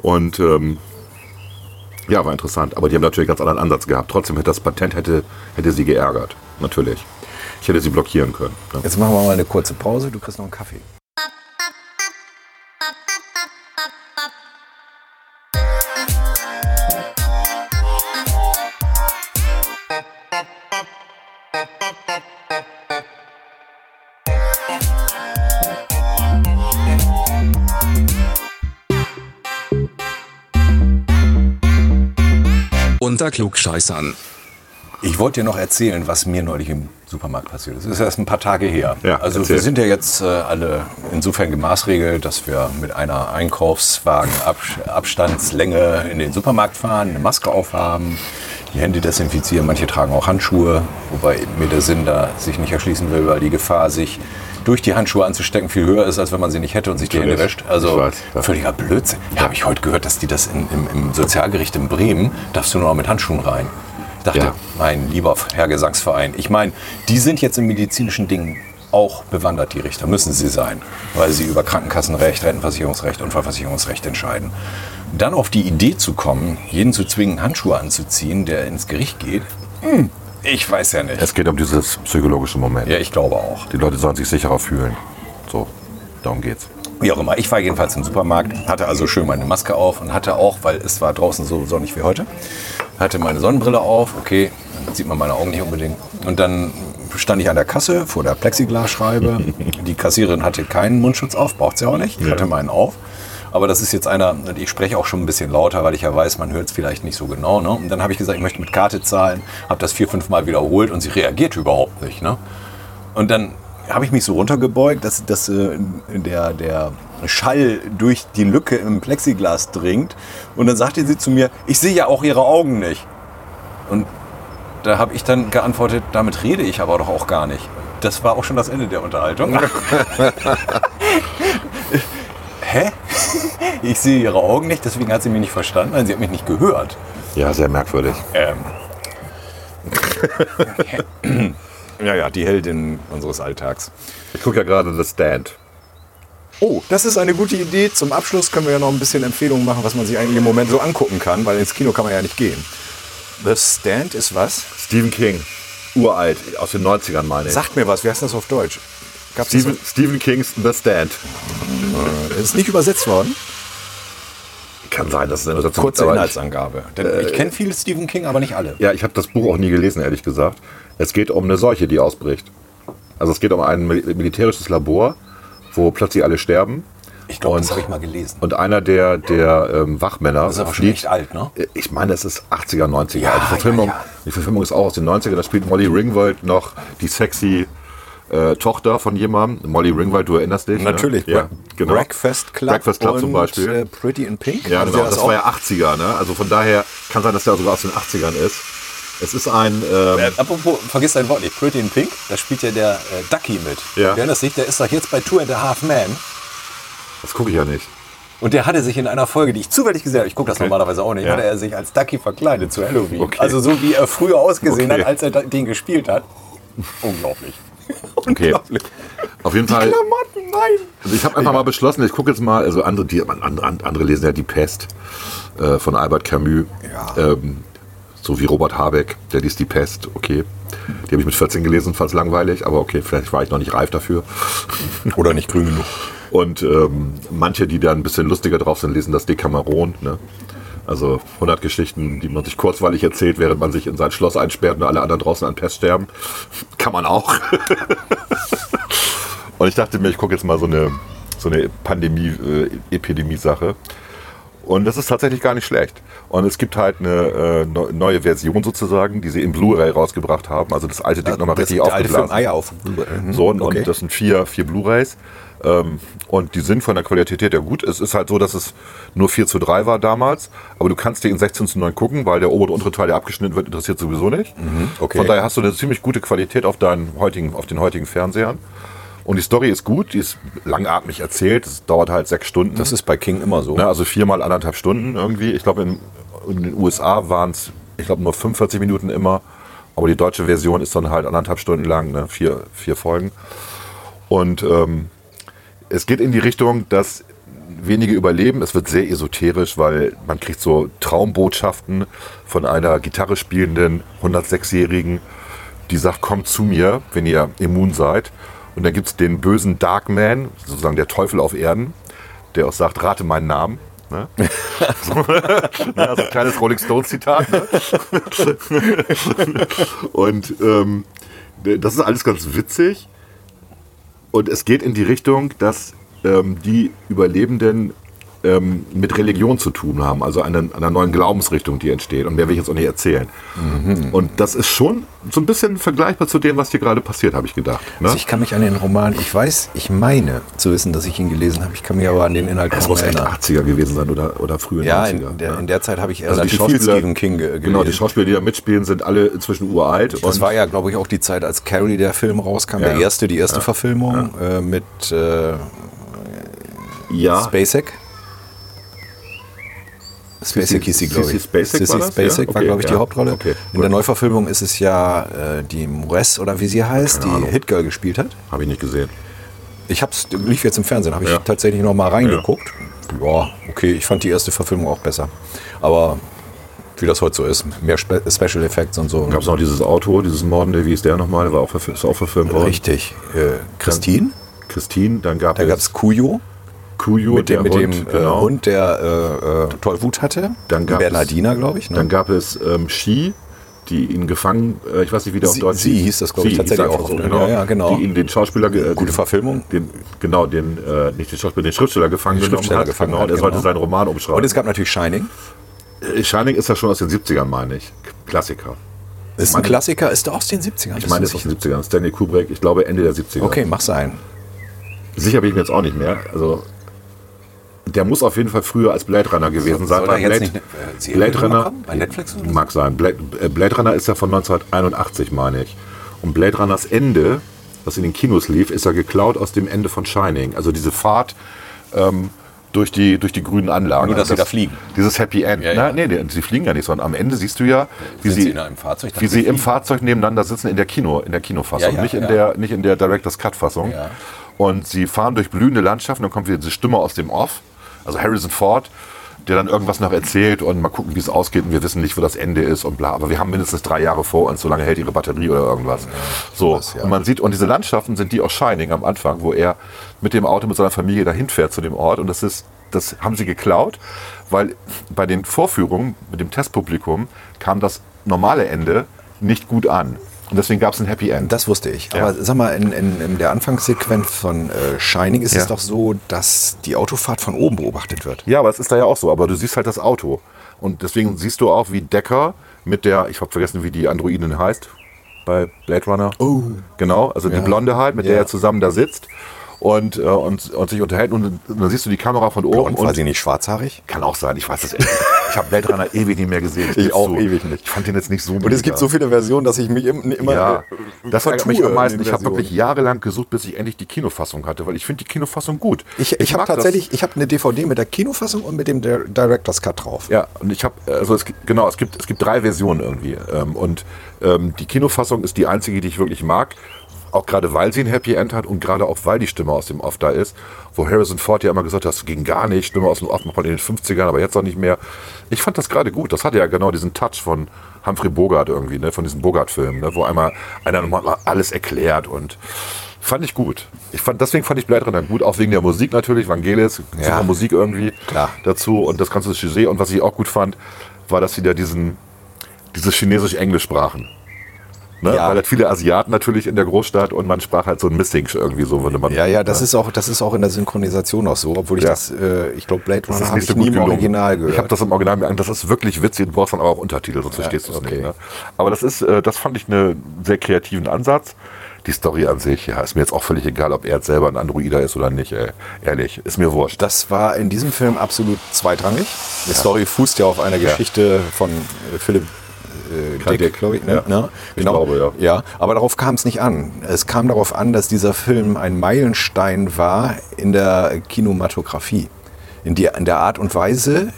Und ähm, ja, war interessant. Aber die haben natürlich einen ganz anderen Ansatz gehabt. Trotzdem hätte das Patent hätte, hätte sie geärgert. Natürlich. Ich hätte sie blockieren können. Ja.
Jetzt machen wir mal eine kurze Pause. Du kriegst noch einen Kaffee.
Unter Klugscheißern.
Ich wollte dir noch erzählen, was mir neulich im Supermarkt passiert ist. Es ist erst ein paar Tage her.
Ja,
also
erzähl.
wir sind ja jetzt äh, alle insofern gemaßregelt, dass wir mit einer Einkaufswagenabstandslänge in den Supermarkt fahren, eine Maske aufhaben, die Hände desinfizieren. Manche tragen auch Handschuhe, wobei mir der Sinn da sich nicht erschließen will, weil die Gefahr, sich durch die Handschuhe anzustecken, viel höher ist, als wenn man sie nicht hätte und sich die Hände
Natürlich.
wäscht. Also
Ich weiß, ja.
völliger Blödsinn. Ja, habe ich heute gehört, dass die das in, im, im Sozialgericht in Bremen, darfst du nur noch mit Handschuhen rein. Ich dachte,
Ja.
mein lieber Herr Gesangsverein, ich meine, die sind jetzt in medizinischen Dingen auch bewandert, die Richter, müssen sie sein, weil sie über Krankenkassenrecht, Rentenversicherungsrecht, Unfallversicherungsrecht entscheiden. Dann auf die Idee zu kommen, jeden zu zwingen, Handschuhe anzuziehen, der ins Gericht geht, hm, ich weiß ja nicht.
Es geht um dieses psychologische Moment.
Ja, ich glaube auch.
Die Leute sollen sich sicherer fühlen. So, darum geht's.
Wie auch immer, ich war jedenfalls im Supermarkt, hatte also schön meine Maske auf und hatte auch, weil es war draußen so sonnig wie heute, hatte meine Sonnenbrille auf, okay, dann sieht man meine Augen nicht unbedingt. Und dann stand ich an der Kasse vor der Plexiglasscheibe. Die Kassiererin hatte keinen Mundschutz auf, braucht sie auch nicht, ich hatte meinen auf. Aber das ist jetzt einer, und ich spreche auch schon ein bisschen lauter, weil ich ja weiß, man hört es vielleicht nicht so genau. Ne? Und dann habe ich gesagt, ich möchte mit Karte zahlen, habe das vier, fünf Mal wiederholt und sie reagiert überhaupt nicht. Ne? Und dann habe ich mich so runtergebeugt, dass, dass äh, der, der Schall durch die Lücke im Plexiglas dringt. Und dann sagte sie zu mir, ich sehe ja auch ihre Augen nicht. Und da habe ich dann geantwortet, damit rede ich aber doch auch gar nicht. Das war auch schon das Ende der Unterhaltung. Hä? Ich sehe ihre Augen nicht, deswegen hat sie mich nicht verstanden, weil sie hat mich nicht gehört.
Ja, sehr merkwürdig.
Ähm. ja, ja, die Heldin unseres Alltags.
Ich gucke ja gerade The Stand.
Oh, das ist eine gute Idee. Zum Abschluss können wir ja noch ein bisschen Empfehlungen machen, was man sich eigentlich im Moment so angucken kann, weil ins Kino kann man ja nicht gehen. The Stand ist was?
Stephen King. Uralt, aus den 90ern meine ich.
Sagt mir was, wie heißt das auf Deutsch? Gab's das
Stephen, Stephen Kings The Stand.
so? ist nicht übersetzt worden.
Kann sein, dass es eine Übersetzung
Kurze
aber ich-
Inhaltsangabe. Denn
Äh,
ich kenne viel Stephen King, aber nicht alle.
Ja, ich habe das Buch auch nie gelesen, ehrlich gesagt. Es geht um eine Seuche, die ausbricht. Also es geht um ein mil- militärisches Labor, wo plötzlich alle sterben.
Ich glaube, das
Und-
habe ich mal gelesen.
Und einer der, der ähm, Wachmänner.
Das ist aber schon echt alt, ne?
Ich meine, es ist 80er, 90er.
Ja,
die, Verfilmung,
ja, ja.
die Verfilmung ist auch aus den 90er. Da spielt Molly Ringwald noch die sexy äh, Tochter von jemandem. Molly Ringwald, du erinnerst dich.
Natürlich.
Ne? Ja, genau.
Breakfast Club.
Breakfast Club zum
und,
Beispiel.
äh, Pretty in Pink.
Ja,
Haben Sie
genau. Das,
auch-
war ja 80er, ne? Also von daher kann sein, dass der sogar aus den 80ern ist. Es ist ein. Ähm,
Äh, apropos, vergiss dein Wort nicht. Pretty in Pink, da spielt ja der äh, Ducky mit.
Ja.
Du erinnerst dich, der ist doch jetzt bei Two and a Half Man.
das gucke ich ja nicht.
Und der hatte sich in einer Folge, die ich zufällig gesehen habe, ich gucke das normalerweise auch nicht,
Ja.
hatte er sich als Ducky verkleidet zu Halloween.
Okay.
Also so wie er früher ausgesehen
Okay.
hat, als er da- den gespielt hat. Unglaublich.
Okay. Auf jeden Fall.
Klamotten, nein!
Also ich habe einfach mal beschlossen, ich gucke jetzt mal, also andere, die, andere, andere lesen ja Die Pest äh, von Albert Camus. Ähm, so wie Robert Habeck, der liest Die Pest, okay. Die habe ich mit 14 gelesen, fand es langweilig, aber okay, vielleicht war ich noch nicht reif dafür.
Oder nicht grün genug.
Und ähm, manche, die da ein bisschen lustiger drauf sind, lesen das Decameron. Ne? Also 100 Geschichten, die man sich kurzweilig erzählt, während man sich in sein Schloss einsperrt und alle anderen draußen an Pest sterben. Kann man auch. und ich dachte mir, ich gucke jetzt mal so eine, so eine Pandemie-Epidemie-Sache. und das ist tatsächlich gar nicht schlecht. Und es gibt halt eine äh, neu- neue Version sozusagen, die sie in Blu-ray rausgebracht haben. Also das alte Ding nochmal richtig
der Ah, alte
aufgeblasen.
Film Eier auf.
So, und,
Mhm. Okay.
und das sind vier, vier Blu-Rays. Ähm, und die sind von der Qualität her gut. Es ist halt so, dass es nur 4 zu 3 war damals, aber du kannst die in 16 zu 9 gucken, weil der obere und untere Teil, der abgeschnitten wird, interessiert sowieso nicht.
Mhm. okay.
Von daher hast du eine ziemlich gute Qualität auf, deinen heutigen, auf den heutigen Fernsehern. Und die Story ist gut, die ist langatmig erzählt, es dauert halt sechs Stunden.
Das ist bei King immer so.
Ne, also viermal anderthalb Stunden irgendwie. Ich glaube, in, in den USA waren es, ich glaube, nur 45 Minuten immer. Aber die deutsche Version ist dann halt anderthalb Stunden lang, ne? vier, vier Folgen. Und ähm, es geht in die Richtung, dass wenige überleben. Es wird sehr esoterisch, weil man kriegt so Traumbotschaften von einer Gitarre spielenden 106-Jährigen, die sagt, kommt zu mir, wenn ihr immun seid. Und dann gibt es den bösen Darkman, sozusagen der Teufel auf Erden, der auch sagt, rate meinen Namen. Ne? so, ne? Also ein kleines Rolling Stones Zitat. Ne? Und ähm, das ist alles ganz witzig. Und es geht in die Richtung, dass ähm, die Überlebenden ähm, mit Religion zu tun haben, also einer, einer neuen Glaubensrichtung, die entsteht. Und mehr will ich jetzt auch nicht erzählen.
Mhm.
Und das ist schon so ein bisschen vergleichbar zu dem, was hier gerade passiert, habe ich gedacht. Ne?
Also ich kann mich an den Roman, ich weiß, ich meine zu wissen, dass ich ihn gelesen habe. Ich kann mich aber an den Inhalt
das
kaum
muss echt
erinnern.
80er gewesen sein oder, oder frühe
Ja,
90er.
in der,
ne?
in der Zeit habe ich
also die
relativ viel
Schauspieler,
Stephen King ge gelesen.
Genau, die Schauspieler, die da mitspielen, sind alle inzwischen uralt.
Das war ja, glaube ich, auch die Zeit, als Carrie der Film rauskam,
Ja.
der erste, die erste Verfilmung Äh, mit äh,
ja,
Spacek. Spacek hieß sie, glaube
Sissy
ich.
Spacek war das?
Spacek
Ja,
war,
okay,
glaube ich,
ja.
die Hauptrolle.
Okay,
In der Neuverfilmung ist es ja äh, die Mores oder wie sie heißt, die Hitgirl gespielt hat.
habe ich nicht gesehen.
Ich hab's, lief jetzt im Fernsehen, habe ich
Ja.
tatsächlich noch mal reingeguckt. Ja. okay, ich fand die erste Verfilmung auch besser. Aber wie das heute so ist, mehr Spe Special Effects und so.
Gab es noch dieses Auto, dieses Mordende, wie ist der nochmal? Der war auch, verf- ist auch verfilmt worden.
Richtig. Äh, Christine,
Christine, dann gab
da gab es Kuyo
Kuyo,
mit
der
dem, mit dem
Hund,
Hund,
genau.
äh, Hund der äh, äh, Tollwut hatte.
Dann gab's-
Bernardina, glaube ich. ne?
Dann gab es ähm, Ski, die ihn gefangen, äh, ich weiß nicht, wie der
Sie-
auf Deutsch
sie hieß das, glaub ich,
Sie hieß
tatsächlich
einfach
auch,
So,
ne?
genau,
Ja, ja, genau.
Die ihn den Schauspieler. ge- Äh,
Gute
den,
Verfilmung.
Den, genau, den, äh, nicht den Schauspieler, den Schriftsteller gefangen
Den
genommen
Schriftsteller
hat.
gefangen
genau,
hat,
der sollte
genau.
seinen Roman umschreiben.
Und es gab natürlich Shining.
Äh, Shining ist ja schon aus den 70ern, meine ich. K- Klassiker.
Ist ein Klassiker, ist aus den 70ern.
Ich meine, es ist aus den 70ern. Stanley Kubrick, ich glaube Ende der 70er.
Okay, mach sein.
Sicher bin ich mir jetzt auch nicht mehr. Also, der muss auf jeden Fall früher als Blade Runner gewesen sein.
soll
weil
da jetzt
Blade,
nicht eine, äh, Serie
Blade Runner
rüberkommen? Bei Netflix oder so?
mag sein. Blade, äh, Blade Runner ist ja von 1981, meine ich. Und Blade Runners Ende, was in den Kinos lief, ist ja geklaut aus dem Ende von Shining. Also diese Fahrt ähm, durch, die, durch die grünen Anlagen.
Nur, dass
Also
sie da fliegen.
Dieses Happy End.
Ja,
Ja,
ja.
Nein, nee, sie fliegen ja nicht, sondern am Ende siehst du ja, wie
Sind
sie,
sie in einem Fahrzeug? Ich dachte,
wie sie
sie
im
fliegen.
Fahrzeug nebeneinander sitzen in der Kino, in der Kinofassung,
Ja, ja,
nicht, in
ja.
der, nicht in der Directors Cut Fassung.
Ja.
Und sie fahren durch blühende Landschaften, dann kommt wieder diese Stimme aus dem Off, also Harrison Ford, der dann irgendwas noch erzählt und mal gucken, wie es ausgeht und wir wissen nicht, wo das Ende ist und bla. Aber wir haben mindestens drei Jahre vor uns, so lange hält ihre Batterie oder irgendwas. So,
sowas, ja.
und man sieht, und diese Landschaften sind die aus Shining am Anfang, wo er mit dem Auto mit seiner Familie dahin fährt zu dem Ort und das ist, das haben sie geklaut, weil bei den Vorführungen mit dem Testpublikum kam das normale Ende nicht gut an. Und deswegen gab es ein Happy End.
Das wusste ich. Aber sag mal, in, in, in der Anfangssequenz von äh, Shining ist
Ja.
es doch so, dass die Autofahrt von oben beobachtet wird.
Ja, aber es ist da ja auch so. Aber du siehst halt das Auto. Und deswegen siehst du auch, wie Decker mit der, ich habe vergessen, wie die Androidin heißt, bei Blade Runner. Oh. Genau, also die Blonde halt, mit der er zusammen da sitzt und, äh, und, und sich unterhält. Und dann siehst du die Kamera von oben.
Und war sie nicht schwarzhaarig?
kann auch sein, ich weiß es ehrlich. nicht. Ich habe Blade Runner ewig nicht mehr gesehen. Ich, gebe
auch
zu.
ewig nicht.
Ich fand den jetzt nicht so
Und es gibt so viele Versionen, dass ich mich im- immer.
ja,
äh,
das ärgert
vertue
mich am
in
meisten.
den
Ich habe
Versionen.
wirklich jahrelang gesucht, bis ich endlich die Kinofassung hatte, weil ich finde die Kinofassung gut.
Ich, ich habe
mag das.
tatsächlich, ich habe eine DVD mit der Kinofassung und mit dem Dir- Director's Cut drauf.
Ja, und ich habe, also es, gi- genau, es gibt, es gibt drei Versionen irgendwie. Ähm, und ähm, die Kinofassung ist die einzige, die ich wirklich mag. Auch gerade weil sie ein Happy End hat und gerade auch weil die Stimme aus dem Off da ist, wo Harrison Ford ja immer gesagt hat, das ging gar nicht, Stimme aus dem Off macht man in den 50ern, aber jetzt auch nicht mehr. Ich fand das gerade gut. Das hatte ja genau diesen Touch von Humphrey Bogart irgendwie, ne, von diesem Bogart-Film, ne, wo einmal einer nochmal alles erklärt und fand ich gut. Ich fand, deswegen fand ich Blade Runner gut, auch wegen der Musik natürlich, Vangelis,
Ja.
super Musik irgendwie
Klar.
dazu und das ganze Sujet. Und was ich auch gut fand, war, dass sie da diesen, dieses Chinesisch-Englisch sprachen. Ne?
Ja.
Weil halt viele Asiaten natürlich in der Großstadt und man sprach halt so ein Missing irgendwie so, wenn man.
Ja, ja, das ist auch, das ist auch in der Synchronisation auch so, obwohl ich
Ja.
das, äh, ich glaube, Blade
Das
Runner
ist
habe
nicht
ich
so
nie
gut
im
gelungen.
Original gehört.
Ich habe das im Original mir angeguckt. Das ist wirklich witzig. Du brauchst dann aber auch Untertitel, sonst verstehst du es nicht. Ne? Aber das ist, äh, das fand ich einen sehr kreativen Ansatz. Die Story an sich, ja, ist mir jetzt auch völlig egal, ob er jetzt selber ein Androider ist oder nicht. Ey. Ehrlich, ist mir wurscht.
Das war in diesem Film absolut zweitrangig. Die Story fußt ja auf einer Geschichte von äh, Philipp äh, Dick,
Dick.
glaube ich. Ne?
Ja.
Ne?
Ich glaube,
ja. aber darauf kam es nicht an. Es kam darauf an, dass dieser Film ein Meilenstein war in der Kinematografie. In, die, in der Art und Weise,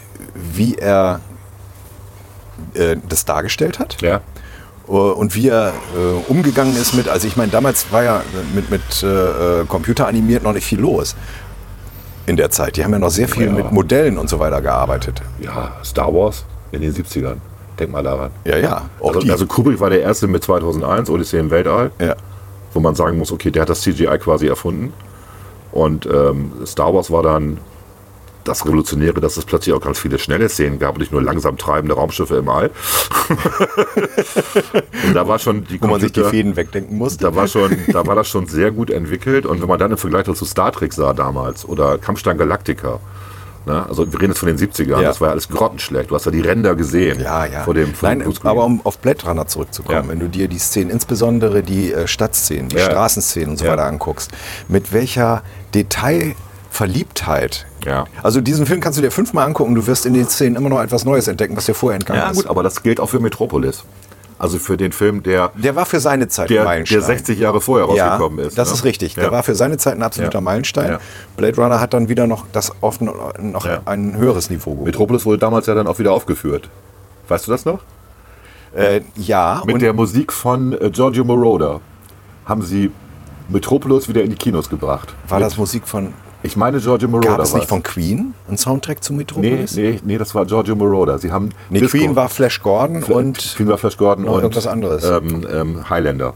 wie er äh, das dargestellt hat
Ja.
äh, und wie er äh, umgegangen ist mit, also ich meine, damals war ja mit, mit äh, äh, computeranimiert noch nicht viel los in der Zeit. Die haben ja noch sehr viel
Ja.
mit Modellen und so weiter gearbeitet.
ja, Star Wars in den 70ern. Denk mal daran.
Ja, ja. Auch
Also,
die.
also Kubrick war der erste mit 2001, Odyssee im Weltall,
ja.
wo man sagen muss, okay, der hat das CGI quasi erfunden. Und ähm, Star Wars war dann das Revolutionäre, dass es plötzlich auch ganz viele schnelle Szenen gab und nicht nur langsam treibende Raumschiffe im All. und da war schon die
Wo man sich die
Computer-
Fäden wegdenken muss.
da war, schon, da war das schon sehr gut entwickelt. Und wenn man dann im Vergleich dazu Star Trek sah damals oder Kampfstein Galactica, ne? also wir reden jetzt von den 70ern,
Ja.
das war ja alles grottenschlecht. Du hast ja die Ränder gesehen
Ja, ja.
vor dem, vor
Nein,
dem Bluescreen.
aber um auf Blade Runner zurückzukommen,
Ja.
wenn du dir die Szenen, insbesondere die äh, Stadtszenen, die
Ja.
Straßenszenen und so
Ja.
weiter anguckst, mit welcher Detailverliebtheit.
Ja.
Also diesen Film kannst du dir fünfmal angucken, du wirst in den Szenen immer noch etwas Neues entdecken, was dir vorher entgangen
ja,
ist.
gut, aber das gilt auch für Metropolis. Also für den Film, der,
Der war für seine Zeit ein
der,
Meilenstein.
der 60 Jahre vorher
ja,
rausgekommen ist.
Das
ne?
ist richtig.
Ja.
Der war für seine Zeit ein absoluter
Ja.
Meilenstein.
Ja.
Blade Runner hat dann wieder noch das auf ein- noch
Ja.
ein höheres Niveau gehoben.
Metropolis wurde damals ja dann auch wieder aufgeführt. Weißt du das noch?
Äh, ja,
Mit
und
der Musik von äh, Giorgio Moroder haben sie Metropolis wieder in die Kinos gebracht.
war das Musik von.
Ich meine Giorgio Moroder.
Gab es
war
nicht von Queen einen Soundtrack zu
Nee,
Metropolis?
nee, nee, das war Giorgio Moroder. Sie haben
Nee, Queen war Flash Gordon und,
Queen war Flash Gordon
noch
und
irgendwas anderes.
Ähm, ähm, Highlander.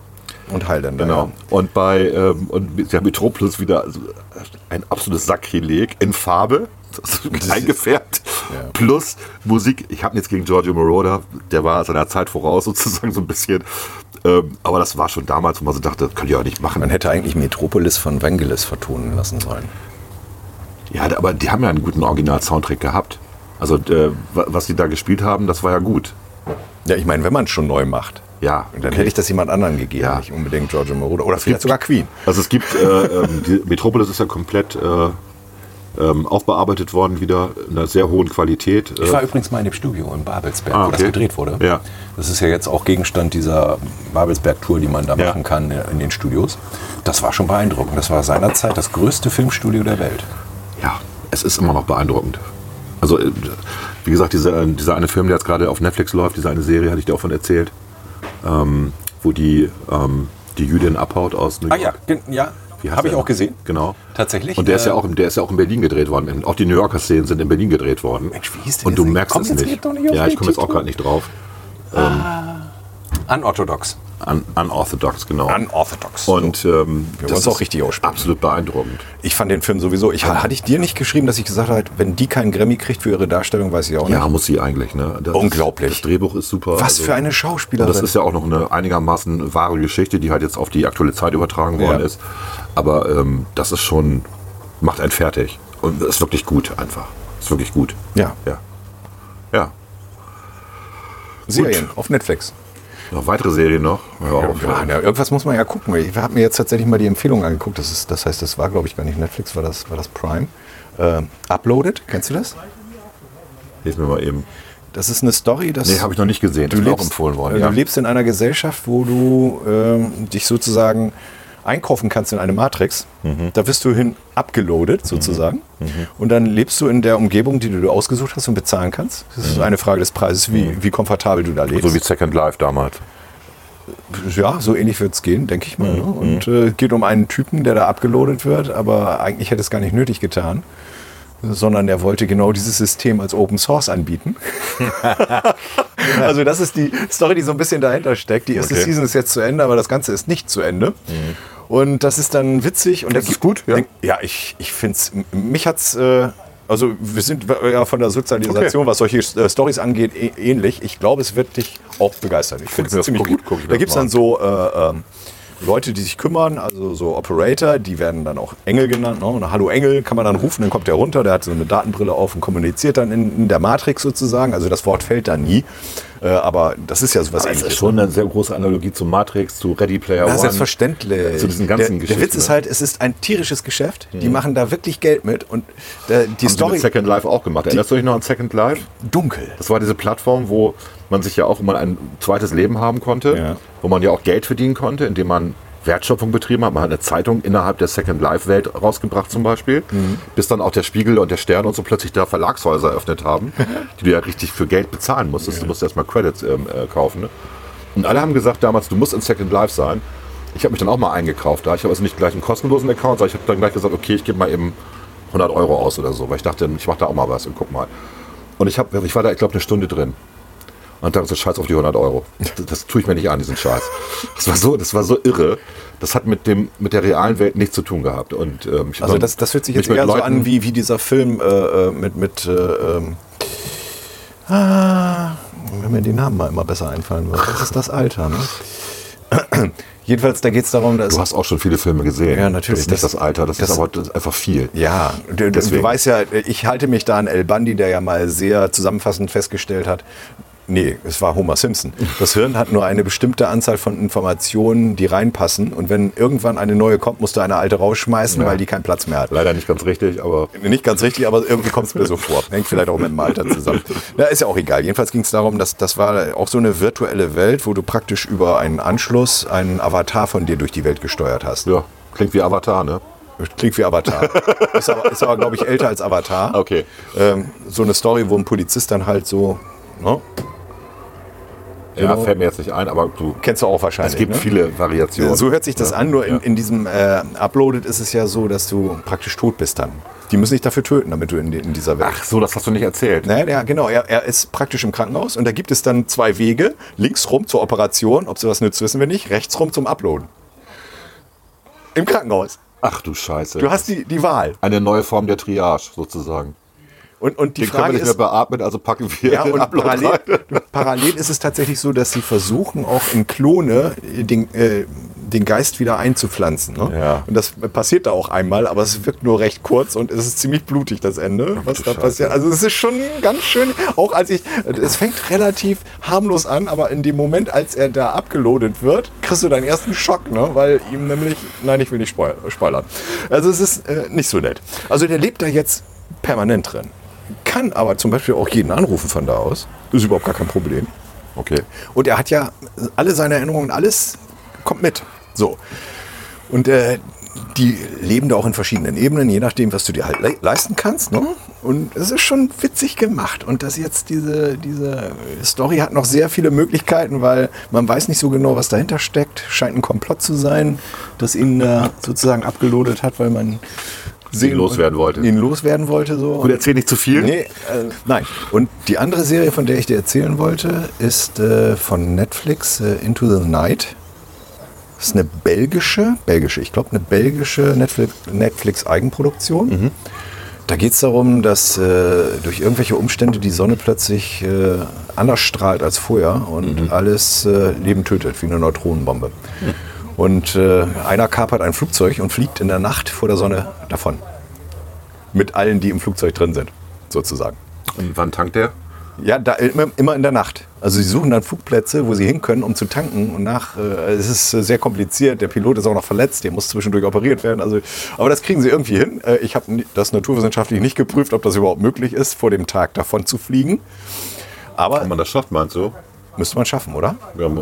und Highlander.
Genau. Und bei ähm, und der Metropolis wieder also ein absolutes Sakrileg in Farbe, das ist eingefärbt, plus Musik. Ich habe nichts gegen Giorgio Moroder, der war seiner Zeit voraus sozusagen so ein bisschen. Ähm, aber das war schon damals, wo man so dachte, das könnt ihr auch nicht machen.
Man hätte eigentlich Metropolis von Vangelis vertonen lassen sollen.
Ja, aber die haben ja einen guten Original-Soundtrack gehabt. Also äh, wa- was die da gespielt haben, das war ja gut.
Ja, ich meine, wenn man es schon neu macht,
Ja,
dann
okay.
hätte ich das jemand anderen gegeben,
Ja.
nicht unbedingt Giorgio Moroder oder vielleicht
gibt-
sogar Queen.
Also es gibt, äh, ähm, die Metropolis ist ja komplett äh, ähm, aufbearbeitet worden wieder in einer sehr hohen Qualität.
Ich war
Äh,
übrigens mal in dem Studio in Babelsberg,
Ah,
wo das
okay.
gedreht wurde.
Ja.
Das ist ja jetzt auch Gegenstand dieser Babelsberg-Tour, die man da
Ja.
machen kann äh, in den Studios. Das war schon beeindruckend. Das war seinerzeit das größte Filmstudio der Welt.
ja, es ist immer noch beeindruckend. Also äh, wie gesagt, dieser, dieser eine Film, der jetzt gerade auf Netflix läuft, diese eine Serie, hatte ich dir auch von erzählt, ähm, wo die ähm, die Jüdin abhaut aus New York.
ja, ja.
Wie heißt
Ah Hab ich
der
auch gesehen.
Genau.
Tatsächlich,
Und der, ist ja
äh,
auch, im- der ist ja auch in Berlin gedreht worden. In- Auch die New Yorker Szenen sind in Berlin gedreht worden.
Mensch, wie hieß der
Und du
jetzt?
merkst
Kommst
es
jetzt
nicht.
doch nicht auf
ja,
den
ich komme jetzt auch
Titel?
gerade nicht drauf.
Unorthodox.
Un unorthodox, genau.
Unorthodox.
und ähm,
wollen's auch richtig aussprechen.
absolut beeindruckend.
Ich fand den Film sowieso. Ich, hatte ich dir nicht geschrieben, dass ich gesagt habe, wenn die keinen Grammy kriegt für ihre Darstellung, weiß ich auch nicht.
Ja, muss sie eigentlich. Ne? Das
Unglaublich.
Das Drehbuch ist super.
Was
Also-
für eine
Und
Schauspielerin.
das ist ja auch noch eine einigermaßen wahre Geschichte, die halt jetzt auf die aktuelle Zeit übertragen worden
Ja.
ist. Aber ähm, das ist schon, macht einen fertig. Und ist wirklich gut einfach. Ist wirklich gut.
Ja.
Ja. Ja.
Serien auf Netflix.
Noch weitere Serien noch. Ja, auf-
Ja, na, irgendwas muss man ja gucken. Ich habe mir jetzt tatsächlich mal die Empfehlung angeguckt. Das, ist, das heißt, das war, glaube ich, gar nicht Netflix, war das, war das Prime. Ähm, Uploaded, kennst du das?
Hilf mir mal eben.
Das ist eine Story, dass.
Nee, habe ich noch nicht gesehen.
Du
Ist mir
lebst,
auch empfohlen worden.
äh,
ja.
du lebst in einer Gesellschaft, wo du ähm, dich sozusagen einkaufen kannst in eine Matrix.
Mhm.
Da wirst du hin abgeloadet sozusagen. Und dann lebst du in der Umgebung, die du dir ausgesucht hast und bezahlen kannst. Das ist eine Frage des Preises, wie, wie komfortabel du da lebst.
Mhm. so wie Second Life damals.
ja, so ähnlich wird es gehen, denke ich mal. Ne? Und äh, geht um einen Typen, der da abgeloadet wird, aber eigentlich hätte es gar nicht nötig getan, sondern er wollte genau dieses System als Open Source anbieten. also das ist die Story, die so ein bisschen dahinter steckt. Die erste
Okay.
Season ist jetzt zu Ende, aber das Ganze ist nicht zu Ende. Und das ist dann witzig und Mhm. das ist gut. Ja, ja ich, ich finde es, mich hat es, äh, also wir sind ja von der Sozialisation, was solche äh, Stories angeht, ä- ähnlich. Ich glaube, es wird dich auch begeistern. Ich finde
mir das-
es ziemlich
guck-
gut.
guck ich mir
da
das
gibt es
mal
dann
an.
so äh, ähm, Leute, die sich kümmern, also so Operator, die werden dann auch Engel genannt. Ne? Und Hallo Engel kann man dann rufen, dann kommt der runter, der hat so eine Datenbrille auf und kommuniziert dann in, in der Matrix sozusagen. Also das Wort fällt da nie. Äh, aber das ist ja sowas
Das ist
ähnliches.
schon eine sehr große Analogie zu Matrix, zu Ready Player
Ja,
One.
selbstverständlich.
Zu diesen ganzen
der, der
Geschichten,
Witz ist
ne?
halt, es ist ein tierisches Geschäft. Die machen da wirklich Geld mit. Und da, die
Haben sie
Story
mit Second Life auch gemacht. Erinnerst du dich noch an Second Life?
dunkel.
Das war diese Plattform, wo man sich ja auch immer ein zweites Leben haben konnte,
Ja.
wo man ja auch Geld verdienen konnte, indem man Wertschöpfung betrieben hat. Man hat eine Zeitung innerhalb der Second Life-Welt rausgebracht zum Beispiel, bis dann auch der Spiegel und der Stern und so plötzlich da Verlagshäuser eröffnet haben, die du ja richtig für Geld bezahlen musstest. Du musst erstmal Credits ähm, äh, kaufen. Ne? Und alle haben gesagt damals, du musst in Second Life sein. Ich habe mich dann auch mal eingekauft da. Ich habe also nicht gleich einen kostenlosen Account, sondern ich habe dann gleich gesagt, okay, ich gebe mal eben 100 Euro aus oder so, weil ich dachte, ich mache da auch mal was und guck mal. Und ich, hab, ich war da, ich glaube, eine Stunde drin. Und dachte so, scheiß auf die 100 Euro. Das, das tue ich mir nicht an, diesen Scheiß. Das war so, das war so irre. Das hat mit, dem, mit der realen Welt nichts zu tun gehabt. Und, ähm, ich hab
Also
dann
das, das fühlt sich
mich
jetzt
mit
eher so
Leuten-
an wie, wie dieser Film äh, äh, mit, mit äh, ähm, ah, wenn mir die Namen mal immer besser einfallen würden. Das ist das Alter, ne? Jedenfalls, da geht es darum, dass...
Du hast auch schon viele Filme gesehen.
Ja, natürlich.
Das ist nicht das,
Das-
Alter, das,
das-
ist aber das ist einfach viel.
Ja, du, du,
Deswegen.
du weißt ja, ich halte mich da an El Bandi, der ja mal sehr zusammenfassend festgestellt hat, nee, es war Homer Simpson. Das Hirn hat nur eine bestimmte Anzahl von Informationen, die reinpassen. Und wenn irgendwann eine neue kommt, musst du eine alte rausschmeißen, weil die keinen Platz mehr hat.
Leider nicht ganz richtig, aber
Äh, Nicht ganz richtig, aber irgendwie kommt es mir so vor. Hängt vielleicht auch mit dem Alter zusammen. Na, ist ja auch egal. Jedenfalls ging es darum, dass das war auch so eine virtuelle Welt, wo du praktisch über einen Anschluss einen Avatar von dir durch die Welt gesteuert hast.
ja, klingt wie Avatar, ne?
Klingt wie Avatar. ist aber, ist aber glaube ich, älter als Avatar.
Okay.
Ähm, so eine Story, wo ein Polizist dann halt so. Ne?
Ja, fällt mir jetzt nicht ein, aber du,
Kennst du auch wahrscheinlich.
es gibt
ne?
viele Variationen.
So hört sich das
Ja.
an, nur in,
Ja.
in diesem äh, Uploaded ist es ja so, dass du praktisch tot bist dann. Die müssen dich dafür töten, damit du in, in dieser Welt
Ach so, das hast du nicht erzählt.
Naja, ja, genau. Er, er ist praktisch im Krankenhaus und da gibt es dann zwei Wege. Links rum zur Operation, ob sie was nützt, wissen wir nicht. Rechts rum zum Uploaden. Im Krankenhaus.
Ach du Scheiße.
Du hast die, die Wahl.
eine neue Form der Triage sozusagen.
Und, und die
Den können wir
Frage
nicht
ist,
mehr beatmen, also packen wir
ja,
den
und
Upload
parallel,
rein.
parallel ist es tatsächlich so, dass sie versuchen, auch in Klone äh, den, äh, den Geist wieder einzupflanzen. Ne?
Ja.
Und das passiert da auch einmal, aber es wirkt nur recht kurz und es ist ziemlich blutig, das Ende, was da passiert. Also es ist schon ganz schön, auch als ich, es fängt relativ harmlos an, aber in dem Moment, als er da abgeloadet wird, kriegst du deinen ersten Schock, ne? weil ihm nämlich, nein, ich will nicht spoil- spoilern. Also es ist äh, nicht so nett. Also der lebt da jetzt permanent drin. Kann aber zum Beispiel auch jeden anrufen von da aus. Ist überhaupt gar kein Problem.
Okay.
Und er hat ja alle seine Erinnerungen, alles kommt mit. So. Und äh, die leben da auch in verschiedenen Ebenen, je nachdem, was du dir halt le leisten kannst. Ne? Und es ist schon witzig gemacht. Und dass jetzt diese, diese Story hat noch sehr viele Möglichkeiten, weil man weiß nicht so genau, was dahinter steckt. Scheint ein Komplott zu sein, das ihn da sozusagen abgelodet hat, weil man sehen-
loswerden wollte.
Ihn loswerden wollte so.
Gut, erzähl nicht zu viel.
Nee, äh, nein. Und die andere Serie, von der ich dir erzählen wollte, ist äh, von Netflix äh, Into the Night. Das ist eine belgische, belgische, ich glaube, eine belgische Netflix- Netflix-Eigenproduktion.
Mhm.
Da geht es darum, dass äh, durch irgendwelche Umstände die Sonne plötzlich äh, anders strahlt als vorher und
Mhm.
alles äh, Leben tötet, wie eine Neutronenbombe.
Mhm.
Und äh, einer kapert ein Flugzeug und fliegt in der Nacht vor der Sonne davon. Mit allen, die im Flugzeug drin sind, sozusagen.
Und wann tankt der?
Ja, da, immer, immer in der Nacht. Also sie suchen dann Flugplätze, wo sie hin können, um zu tanken. Und nach, äh, es ist äh, sehr kompliziert. Der Pilot ist auch noch verletzt, der muss zwischendurch operiert werden. Also, aber das kriegen sie irgendwie hin. Äh, ich habe das naturwissenschaftlich nicht geprüft, ob das überhaupt möglich ist, vor dem Tag davon zu fliegen. Aber
Wenn man das schafft, meinst du?
müsste man schaffen, oder?
Wir haben, äh,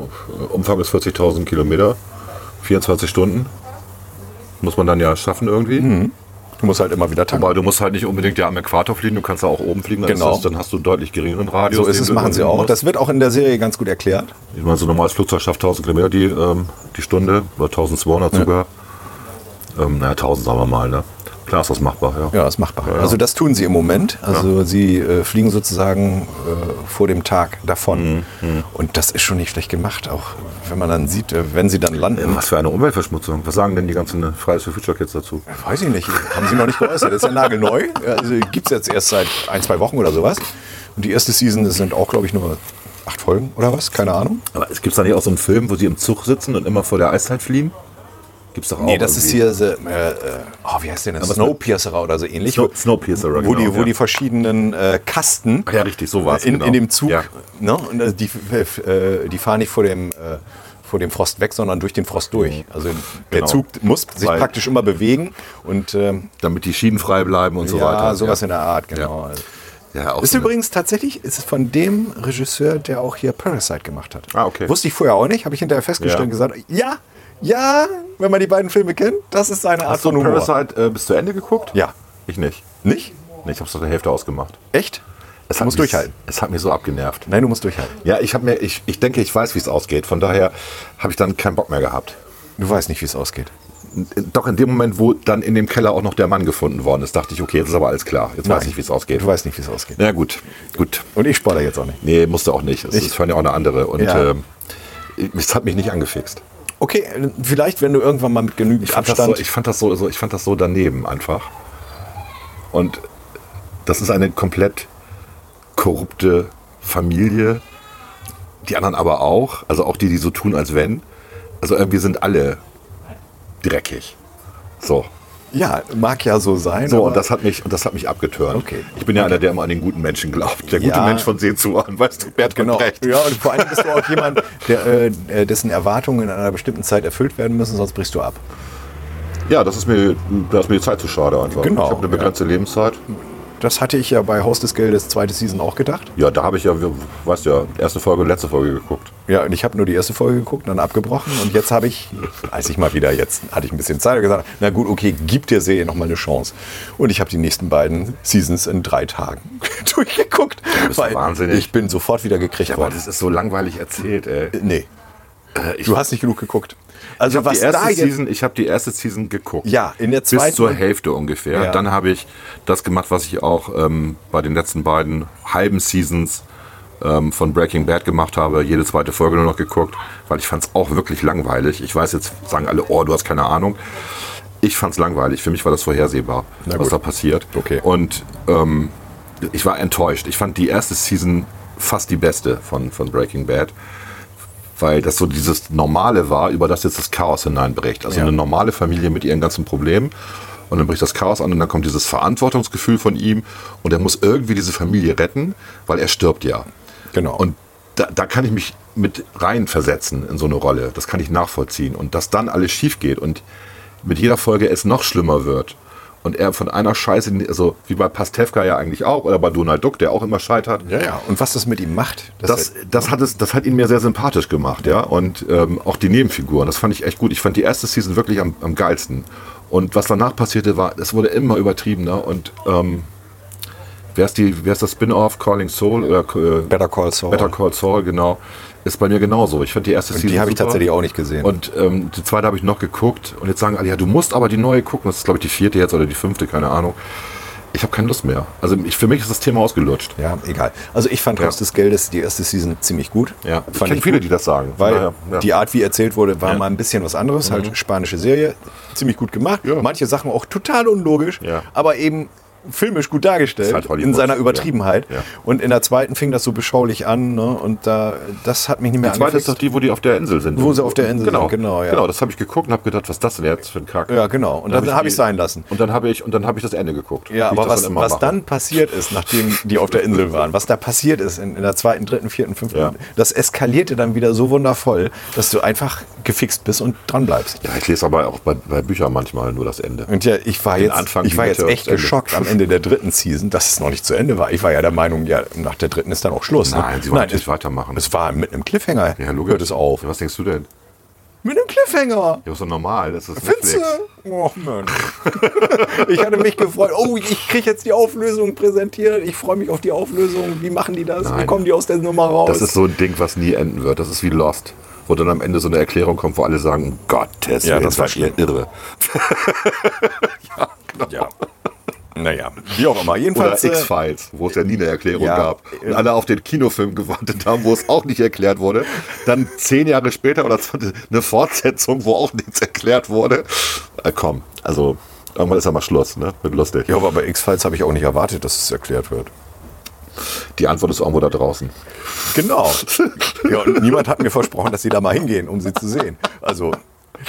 Umfang ist 40.000 Kilometer, 24 Stunden. Muss man dann ja schaffen irgendwie.
Du musst halt immer wieder tanken.
Weil du musst halt nicht unbedingt ja am Äquator fliegen, du kannst ja auch oben fliegen. Dann,
Genau.
ist das, dann hast du einen deutlich geringeren Radius.
so ist
den
es,
du
machen sie auch.
musst.
Das wird auch in der Serie ganz gut erklärt.
Ich meine, so ein normales Flugzeug schafft 1000 Kilometer die, ähm, die Stunde oder 1200 sogar. Ähm, naja, 1000 sagen wir mal. Ne? Klar ist das machbar, ja.
Ja, ist machbar. Also das tun sie im Moment. Also sie äh, fliegen sozusagen äh, vor dem Tag davon. Und das ist schon nicht schlecht gemacht, auch wenn man dann sieht, äh, wenn sie dann
Äh,
landen.
Was für eine Umweltverschmutzung. Was sagen denn die ganzen äh, Fridays for Future Kids dazu?
Weiß ich nicht, haben sie noch nicht geäußert. Das ist ja nagelneu. Ja, Also gibt es jetzt erst seit ein, zwei Wochen oder sowas. Und die erste Season das sind auch, glaube ich, nur acht Folgen oder was, keine Ahnung.
Aber es gibt da nicht auch so einen Film, wo sie im Zug sitzen und immer vor der Eiszeit fliegen? Gibt's doch auch.
Nee, das ist
irgendwie.
hier, so, äh, äh, oh, wie heißt der denn?
Aber
Snowpiercer oder so ähnlich.
Snow- Snowpiercer,
wo,
genau,
die, wo
ja.
die verschiedenen äh, Kasten
Ja, richtig, so war's,
in,
genau.
in dem Zug,
Ja.
ne? Und, äh, die, f- äh, die fahren nicht vor dem, äh, vor dem Frost weg, sondern durch den Frost durch. Also der
Genau.
Zug muss sich
Weil-
praktisch immer bewegen und ähm,
Damit die Schienen frei bleiben und so
ja,
weiter.
sowas in der Art, genau.
Ja, auch
Ist
so eine-
übrigens tatsächlich ist es von dem Regisseur, der auch hier Parasite gemacht hat.
Ah, okay.
Wusste ich vorher auch nicht, habe ich hinterher festgestellt
Ja.
und gesagt, ja, ja, wenn man die beiden Filme kennt, das ist seine Art
Hast du
von Humor.
Parasite äh, bis zu Ende geguckt?
Ja.
Ich nicht.
Nicht?
Nee, ich hab's nach der Hälfte ausgemacht.
Echt?
Es
du
hat
musst
mich-
durchhalten.
Es hat mich so abgenervt. Ne?
Nein, du musst durchhalten.
Ja, ich, hab mir, ich, ich denke, ich weiß, wie es ausgeht. Von daher habe ich dann keinen Bock mehr gehabt.
Du weißt nicht, wie es ausgeht.
Doch in dem Moment, wo dann in dem Keller auch noch der Mann gefunden worden ist, dachte ich, okay, jetzt ist aber alles klar. Jetzt weiß
Nein.
ich, wie es ausgeht.
Du weißt nicht, wie es ausgeht.
Ja, gut. Gut.
Und ich spoilere jetzt auch nicht.
Nee, musste auch nicht. Es
Ich-
ist schon ja auch eine andere. Und
Ja.
ähm, es hat mich nicht angefixt.
Okay, äh, vielleicht, wenn du irgendwann mal mit genügend
Ich fand, das so,
Abstand.
ich, fand das so, so, ich fand das so daneben einfach. Und das ist eine komplett korrupte Familie. Die anderen aber auch. Also auch die, die so tun, als wenn. Also irgendwie sind alle dreckig. So.
ja, mag ja so sein.
So,
aber-
und das hat mich, und das hat mich abgeturnt.
Okay.
Ich bin ja einer, der immer an den guten Menschen glaubt. Der
Ja.
gute Mensch von sehen zu an, weißt du, Bert
Genau.
hat recht.
Ja, und vor allem bist du auch jemand, der, äh, äh, dessen Erwartungen in einer bestimmten Zeit erfüllt werden müssen, sonst brichst du ab.
Ja, das ist mir, da ist mir die Zeit zu schade einfach.
Genau,
Ich habe eine
ja.
begrenzte Lebenszeit.
Das hatte ich ja bei Haus des Geldes zweite Season auch gedacht.
Ja, da habe ich ja, weißt du ja, erste Folge, letzte Folge geguckt.
Ja, und ich habe nur die erste Folge geguckt, dann abgebrochen. Und jetzt habe ich, als ich mal wieder jetzt, hatte ich ein bisschen Zeit und gesagt, na gut, okay, gib der Serie nochmal eine Chance. Und ich habe die nächsten beiden Seasons in drei Tagen durchgeguckt.
bist du wahnsinnig.
Ich bin sofort wieder gekriegt worden.
das ist so langweilig erzählt, ey.
Nee,
Äh,
du hast nicht genug geguckt. Also
Die
was da
erste
jetzt...
Season, ich habe die erste Season geguckt.
Ja, in der
Bis
zweiten-
zur Hälfte ungefähr.
Ja.
Dann habe ich das gemacht, was ich auch ähm, bei den letzten beiden halben Seasons ähm, von Breaking Bad gemacht habe. Jede zweite Folge nur noch geguckt, weil ich fand es auch wirklich langweilig. Ich weiß, jetzt sagen alle, oh, du hast keine Ahnung. Ich fand es langweilig. Für mich war das vorhersehbar, was da passiert.
Okay.
Und ähm, ich war enttäuscht. Ich fand die erste Season fast die beste von, von Breaking Bad weil das so dieses Normale war, über das jetzt das Chaos hineinbricht. Also eine normale Familie mit ihren ganzen Problemen. Und dann bricht das Chaos an und dann kommt dieses Verantwortungsgefühl von ihm und er muss irgendwie diese Familie retten, weil er stirbt ja.
Genau.
Und da, da kann ich mich mit reinversetzen in so eine Rolle. Das kann ich nachvollziehen. Und dass dann alles schief geht und mit jeder Folge es noch schlimmer wird und er von einer Scheiße, in die- also wie bei Pastewka ja eigentlich auch oder bei Donald Duck, der auch immer scheitert,
ja, ja, und was das mit ihm macht,
das, das, hat es, das hat ihn mir sehr sympathisch gemacht, ja. Und ähm, auch die Nebenfiguren, das fand ich echt gut. Ich fand die erste Season wirklich am, am geilsten. Und was danach passierte, war, es wurde immer übertriebener und ähm, Wer ist, die, wer ist das Spin-off Calling Soul oder äh,
Better Call Saul.
Better Call Saul, genau. Ist bei mir genauso. Ich fand die erste Season
die habe ich
super.
tatsächlich auch nicht gesehen.
Und ähm, die zweite habe ich noch geguckt und jetzt sagen alle, ja, du musst aber die neue gucken. Das ist, glaube ich, die vierte jetzt oder die fünfte, keine Ahnung. Ich habe keine Lust mehr. Also ich, für mich ist das Thema ausgelutscht.
ja, egal. Also ich fand Haus des Geldes die erste Season ziemlich gut.
ich kenne
ich
viele,
gut,
die das sagen.
Weil
Naja, ja. Mhm.
die Art, wie erzählt wurde, war mal ein bisschen was anderes. Halt spanische Serie, ziemlich gut gemacht.
Ja.
Manche Sachen auch total unlogisch,
Ja.
aber eben filmisch gut dargestellt
Ist halt Hollywood.
in seiner
Ja.
Übertriebenheit.
Ja.
Und in der zweiten fing das so beschaulich an ne? und da, das hat mich nicht mehr
Die zweite ist doch die, wo die auf der Insel sind.
Wo sie auf der Insel
genau.
sind, genau, ja.
Genau, das habe ich geguckt und habe gedacht, was ist das denn jetzt für ein Kack?
Ja, genau. Und dann
hab
hab
die-
ich sein lassen.
Und dann habe ich, und dann habe ich das Ende geguckt.
Ja,
Wie ich
aber
das
was,
dann immer
was
mache.
dann passiert ist, nachdem die auf der Insel waren, was da passiert ist in, in der zweiten, dritten, vierten, fünften,
Ja.
das eskalierte dann wieder so wundervoll, dass du einfach gefixt bist und dran bleibst.
Ja, ich lese aber auch bei, bei Büchern manchmal nur das Ende.
Und ja, ich war
Den
jetzt,
Anfang,
ich war
die
jetzt
Mitte,
echt
das Ende.
geschockt am Ende der dritten Season, dass es noch nicht zu Ende war. Ich war ja der Meinung, ja, nach der dritten ist dann auch Schluss.
Nein,
ne?
sie wollen natürlich
es,
weitermachen.
Es war mit einem Cliffhanger. Hört es auf.
Ja, was denkst du denn?
Mit einem Cliffhanger.
Ja, ist doch normal. Das ist
Findest
Netflix.
du? Oh, Mensch. ich hatte mich gefreut. Oh, ich kriege jetzt die Auflösung präsentiert. Ich freue mich auf die Auflösung. Wie machen die das? Wie
Nein.
kommen die aus der Nummer raus?
Das ist so ein Ding, was nie enden wird. Das ist wie Lost. Wo dann am Ende so eine Erklärung kommt, wo alle sagen, um Gottes
Ja,
Willen,
das war schlimm.
ihr irre.
ja. Naja, wie auch
genau.
immer.
Oder
Jedenfalls. äh,
X-Files, wo es ja nie eine Erklärung
Ja.
gab. Und alle auf den Kinofilm gewartet haben, wo es auch nicht erklärt wurde. Dann zehn Jahre später oder 20, eine Fortsetzung, wo auch nichts erklärt wurde. Äh, komm, also irgendwann ist ja mal Schluss, ne? Wird lustig.
ja, aber bei X-Files habe ich auch nicht erwartet, dass es erklärt wird.
Die Antwort ist irgendwo da draußen.
Genau. Ja, und niemand hat mir versprochen, dass sie da mal hingehen, um sie zu sehen. Also,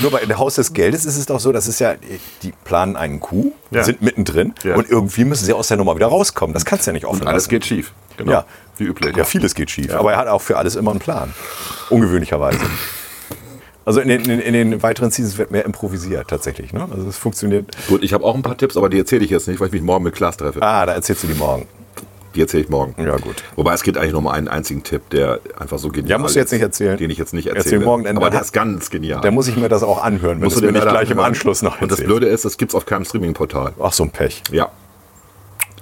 nur bei der Haus des Geldes ist es doch so, das ist ja, die planen einen Coup,
Ja.
sind mittendrin
Ja.
und irgendwie müssen sie aus der Nummer wieder rauskommen. Das kannst du ja nicht offen
Alles
lassen.
geht schief. Genau.
Ja.
Wie üblich.
Ja, vieles geht schief. Aber er hat auch für alles immer einen Plan. Ungewöhnlicherweise. Also in den, in, in den weiteren Seasons wird mehr improvisiert tatsächlich. Ne? Also es funktioniert.
Gut, ich habe auch ein paar Tipps, aber die erzähle ich jetzt nicht, weil ich mich morgen mit Klaas treffe.
Ah, da erzählst du die morgen.
Die erzähle ich morgen.
Ja, gut.
Wobei es geht eigentlich nur um einen einzigen Tipp, der einfach so genial
Ja, musst du jetzt
ist,
nicht erzählen.
Den ich jetzt nicht
Erzähl
erzähle.
morgen, denn
aber
dann-
der ist ganz genial.
Da muss ich mir das auch anhören, wenn
Musst
du es mir
den
nicht
leider
gleich im
anhören.
Anschluss noch
Und das
erzählst.
Blöde ist, das gibt es auf keinem Streaming-Portal.
Ach, so ein Pech.
Ja.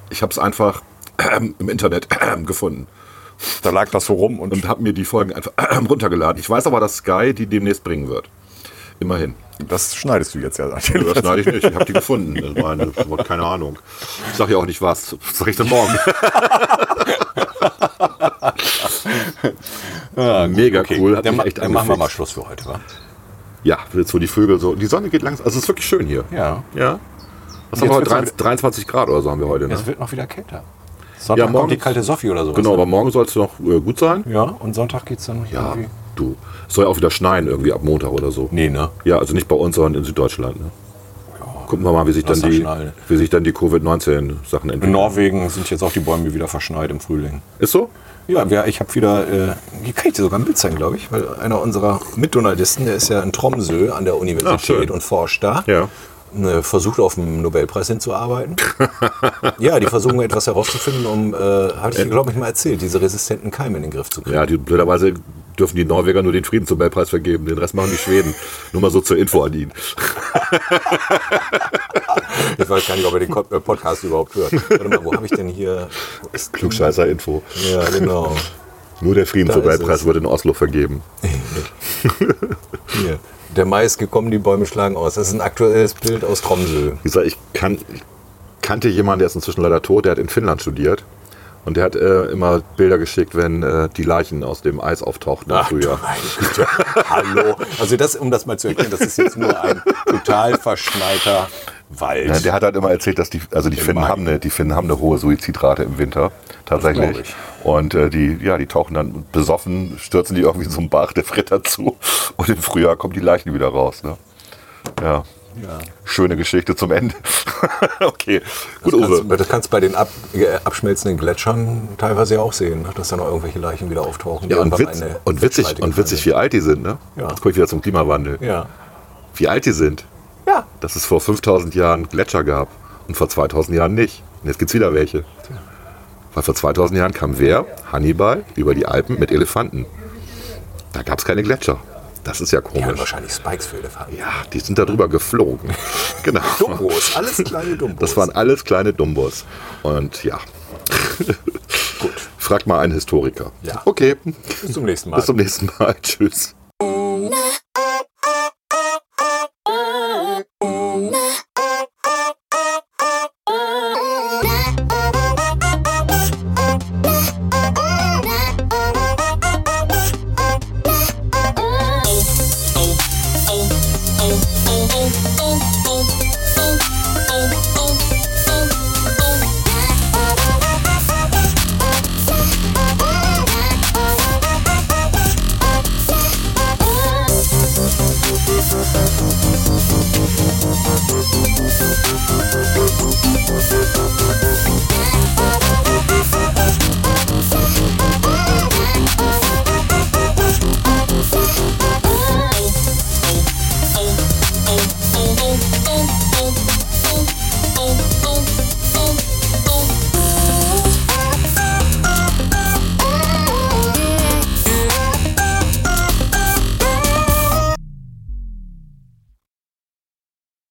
Ich habe es einfach ähm, im Internet gefunden
Da lag das so rum und,
und habe mir die Folgen einfach ähm, runtergeladen. Ich weiß aber, dass Sky die demnächst bringen wird. Immerhin.
das schneidest du jetzt ja.
Das schneide ich nicht. Ich habe die gefunden. Ich meine, keine Ahnung. Ich sage ja auch nicht was. Was sag ich denn morgen? Mega cool. Hat
Ah, Dann,
mich
ma-
echt
dann machen wir
angefixt.
mal Schluss für heute, wa?
Ja, jetzt wo die Vögel so. Die Sonne geht langsam. Also es ist wirklich schön hier.
Ja.
Ja. Was
Jetzt
haben wir heute? 23,
wird's
23 Grad oder so haben wir heute. Ne?
Es wird noch wieder kälter. Sonntag
Ja, morgen-
kommt die kalte Sophie oder so.
Genau, aber morgen soll es noch äh, gut sein.
Ja, und Sonntag geht's dann
Ja,
irgendwie.
du. Es soll ja auch wieder schneien irgendwie ab Montag oder so.
Nee, ne?
Ja, also nicht bei uns, sondern in Süddeutschland. Ne? Gucken wir mal, wie sich dann
Lass
die,
das schneiden.
wie sich dann die Covid-19-Sachen
In
entwickeln.
Norwegen sind jetzt auch die Bäume wieder verschneit im Frühling.
Ist so?
Ja, wir, ich habe wieder, äh, hier kann ich dir sogar ein Bild zeigen, glaube ich, weil einer unserer Mitjournalisten, der ist ja in Tromsø an der
Ah, schön.
Universität und forscht da,
Ja.
ne, versucht auf den Nobelpreis hinzuarbeiten. ja, die versuchen etwas herauszufinden, um, äh, hatte ich dir, glaube ich, mal erzählt, diese resistenten Keime in den Griff zu kriegen.
Ja, die, blöderweise dürfen die Norweger nur den Friedensnobelpreis vergeben. Den Rest machen die Schweden. Nur mal so zur Info an ihn.
Ich weiß gar nicht, ob er den Ko- äh, Podcast überhaupt hört. Warte mal, wo habe ich denn hier? Wo ist-
Klugscheißer Info.
Ja, genau.
Nur der
Da ist
Friedensnobelpreis
es.
wird in Oslo vergeben.
Hier. Der Mai ist gekommen, die Bäume schlagen aus. Das ist ein aktuelles Bild aus Tromsø.
Wie gesagt, ich, kan ich kannte jemanden, der ist inzwischen leider tot, der hat in Finnland studiert. Und der hat äh, immer Bilder geschickt, wenn äh, die Leichen aus dem Eis auftauchten im
Ach, du
Frühjahr.
meine Güte. Hallo. Also das, um das mal zu erklären, das ist jetzt nur ein total verschneiter Wald.
Ja, der hat halt immer erzählt, dass die, also die Finnen,
Mai.
haben eine, die Finnen haben eine hohe Suizidrate im Winter,
glaub
tatsächlich.
ich.
Und äh, die, ja, die tauchen dann besoffen, stürzen die irgendwie in so einen Bach, der friert dazu. Und im Frühjahr kommen die Leichen wieder raus. Ne? Ja. Schöne Geschichte zum Ende. okay, gut, Uwe.
kannst, das kannst du bei den ab, äh, abschmelzenden Gletschern teilweise ja auch sehen, ne? dass da noch irgendwelche Leichen wieder auftauchen. die
Ja, und,
einfach
witz,
eine
und witzig,
Spalte
und witzig, wie
gefallen
alt die sind, ne?
Ja.
Jetzt gucke ich wieder zum Klimawandel.
sind. Ja.
Wie alt die sind.
Ja.
Dass es vor 5000 Jahren Gletscher gab und vor 2000 Jahren nicht. Und jetzt gibt es wieder welche. Weil vor 2000 Jahren kam wer? Hannibal über die Alpen mit Elefanten. Da gab es keine Gletscher. Das ist ja
Die haben
komisch.
wahrscheinlich Spikes für Elefanten.
Ja, die sind da drüber geflogen. genau.
Dumbos, alles kleine Dumbos.
Das waren alles kleine Dumbos. Und ja,
Frag mal einen Historiker.
Ja.
Okay,
Bis zum nächsten Mal.
bis zum nächsten Mal. Tschüss.
Na,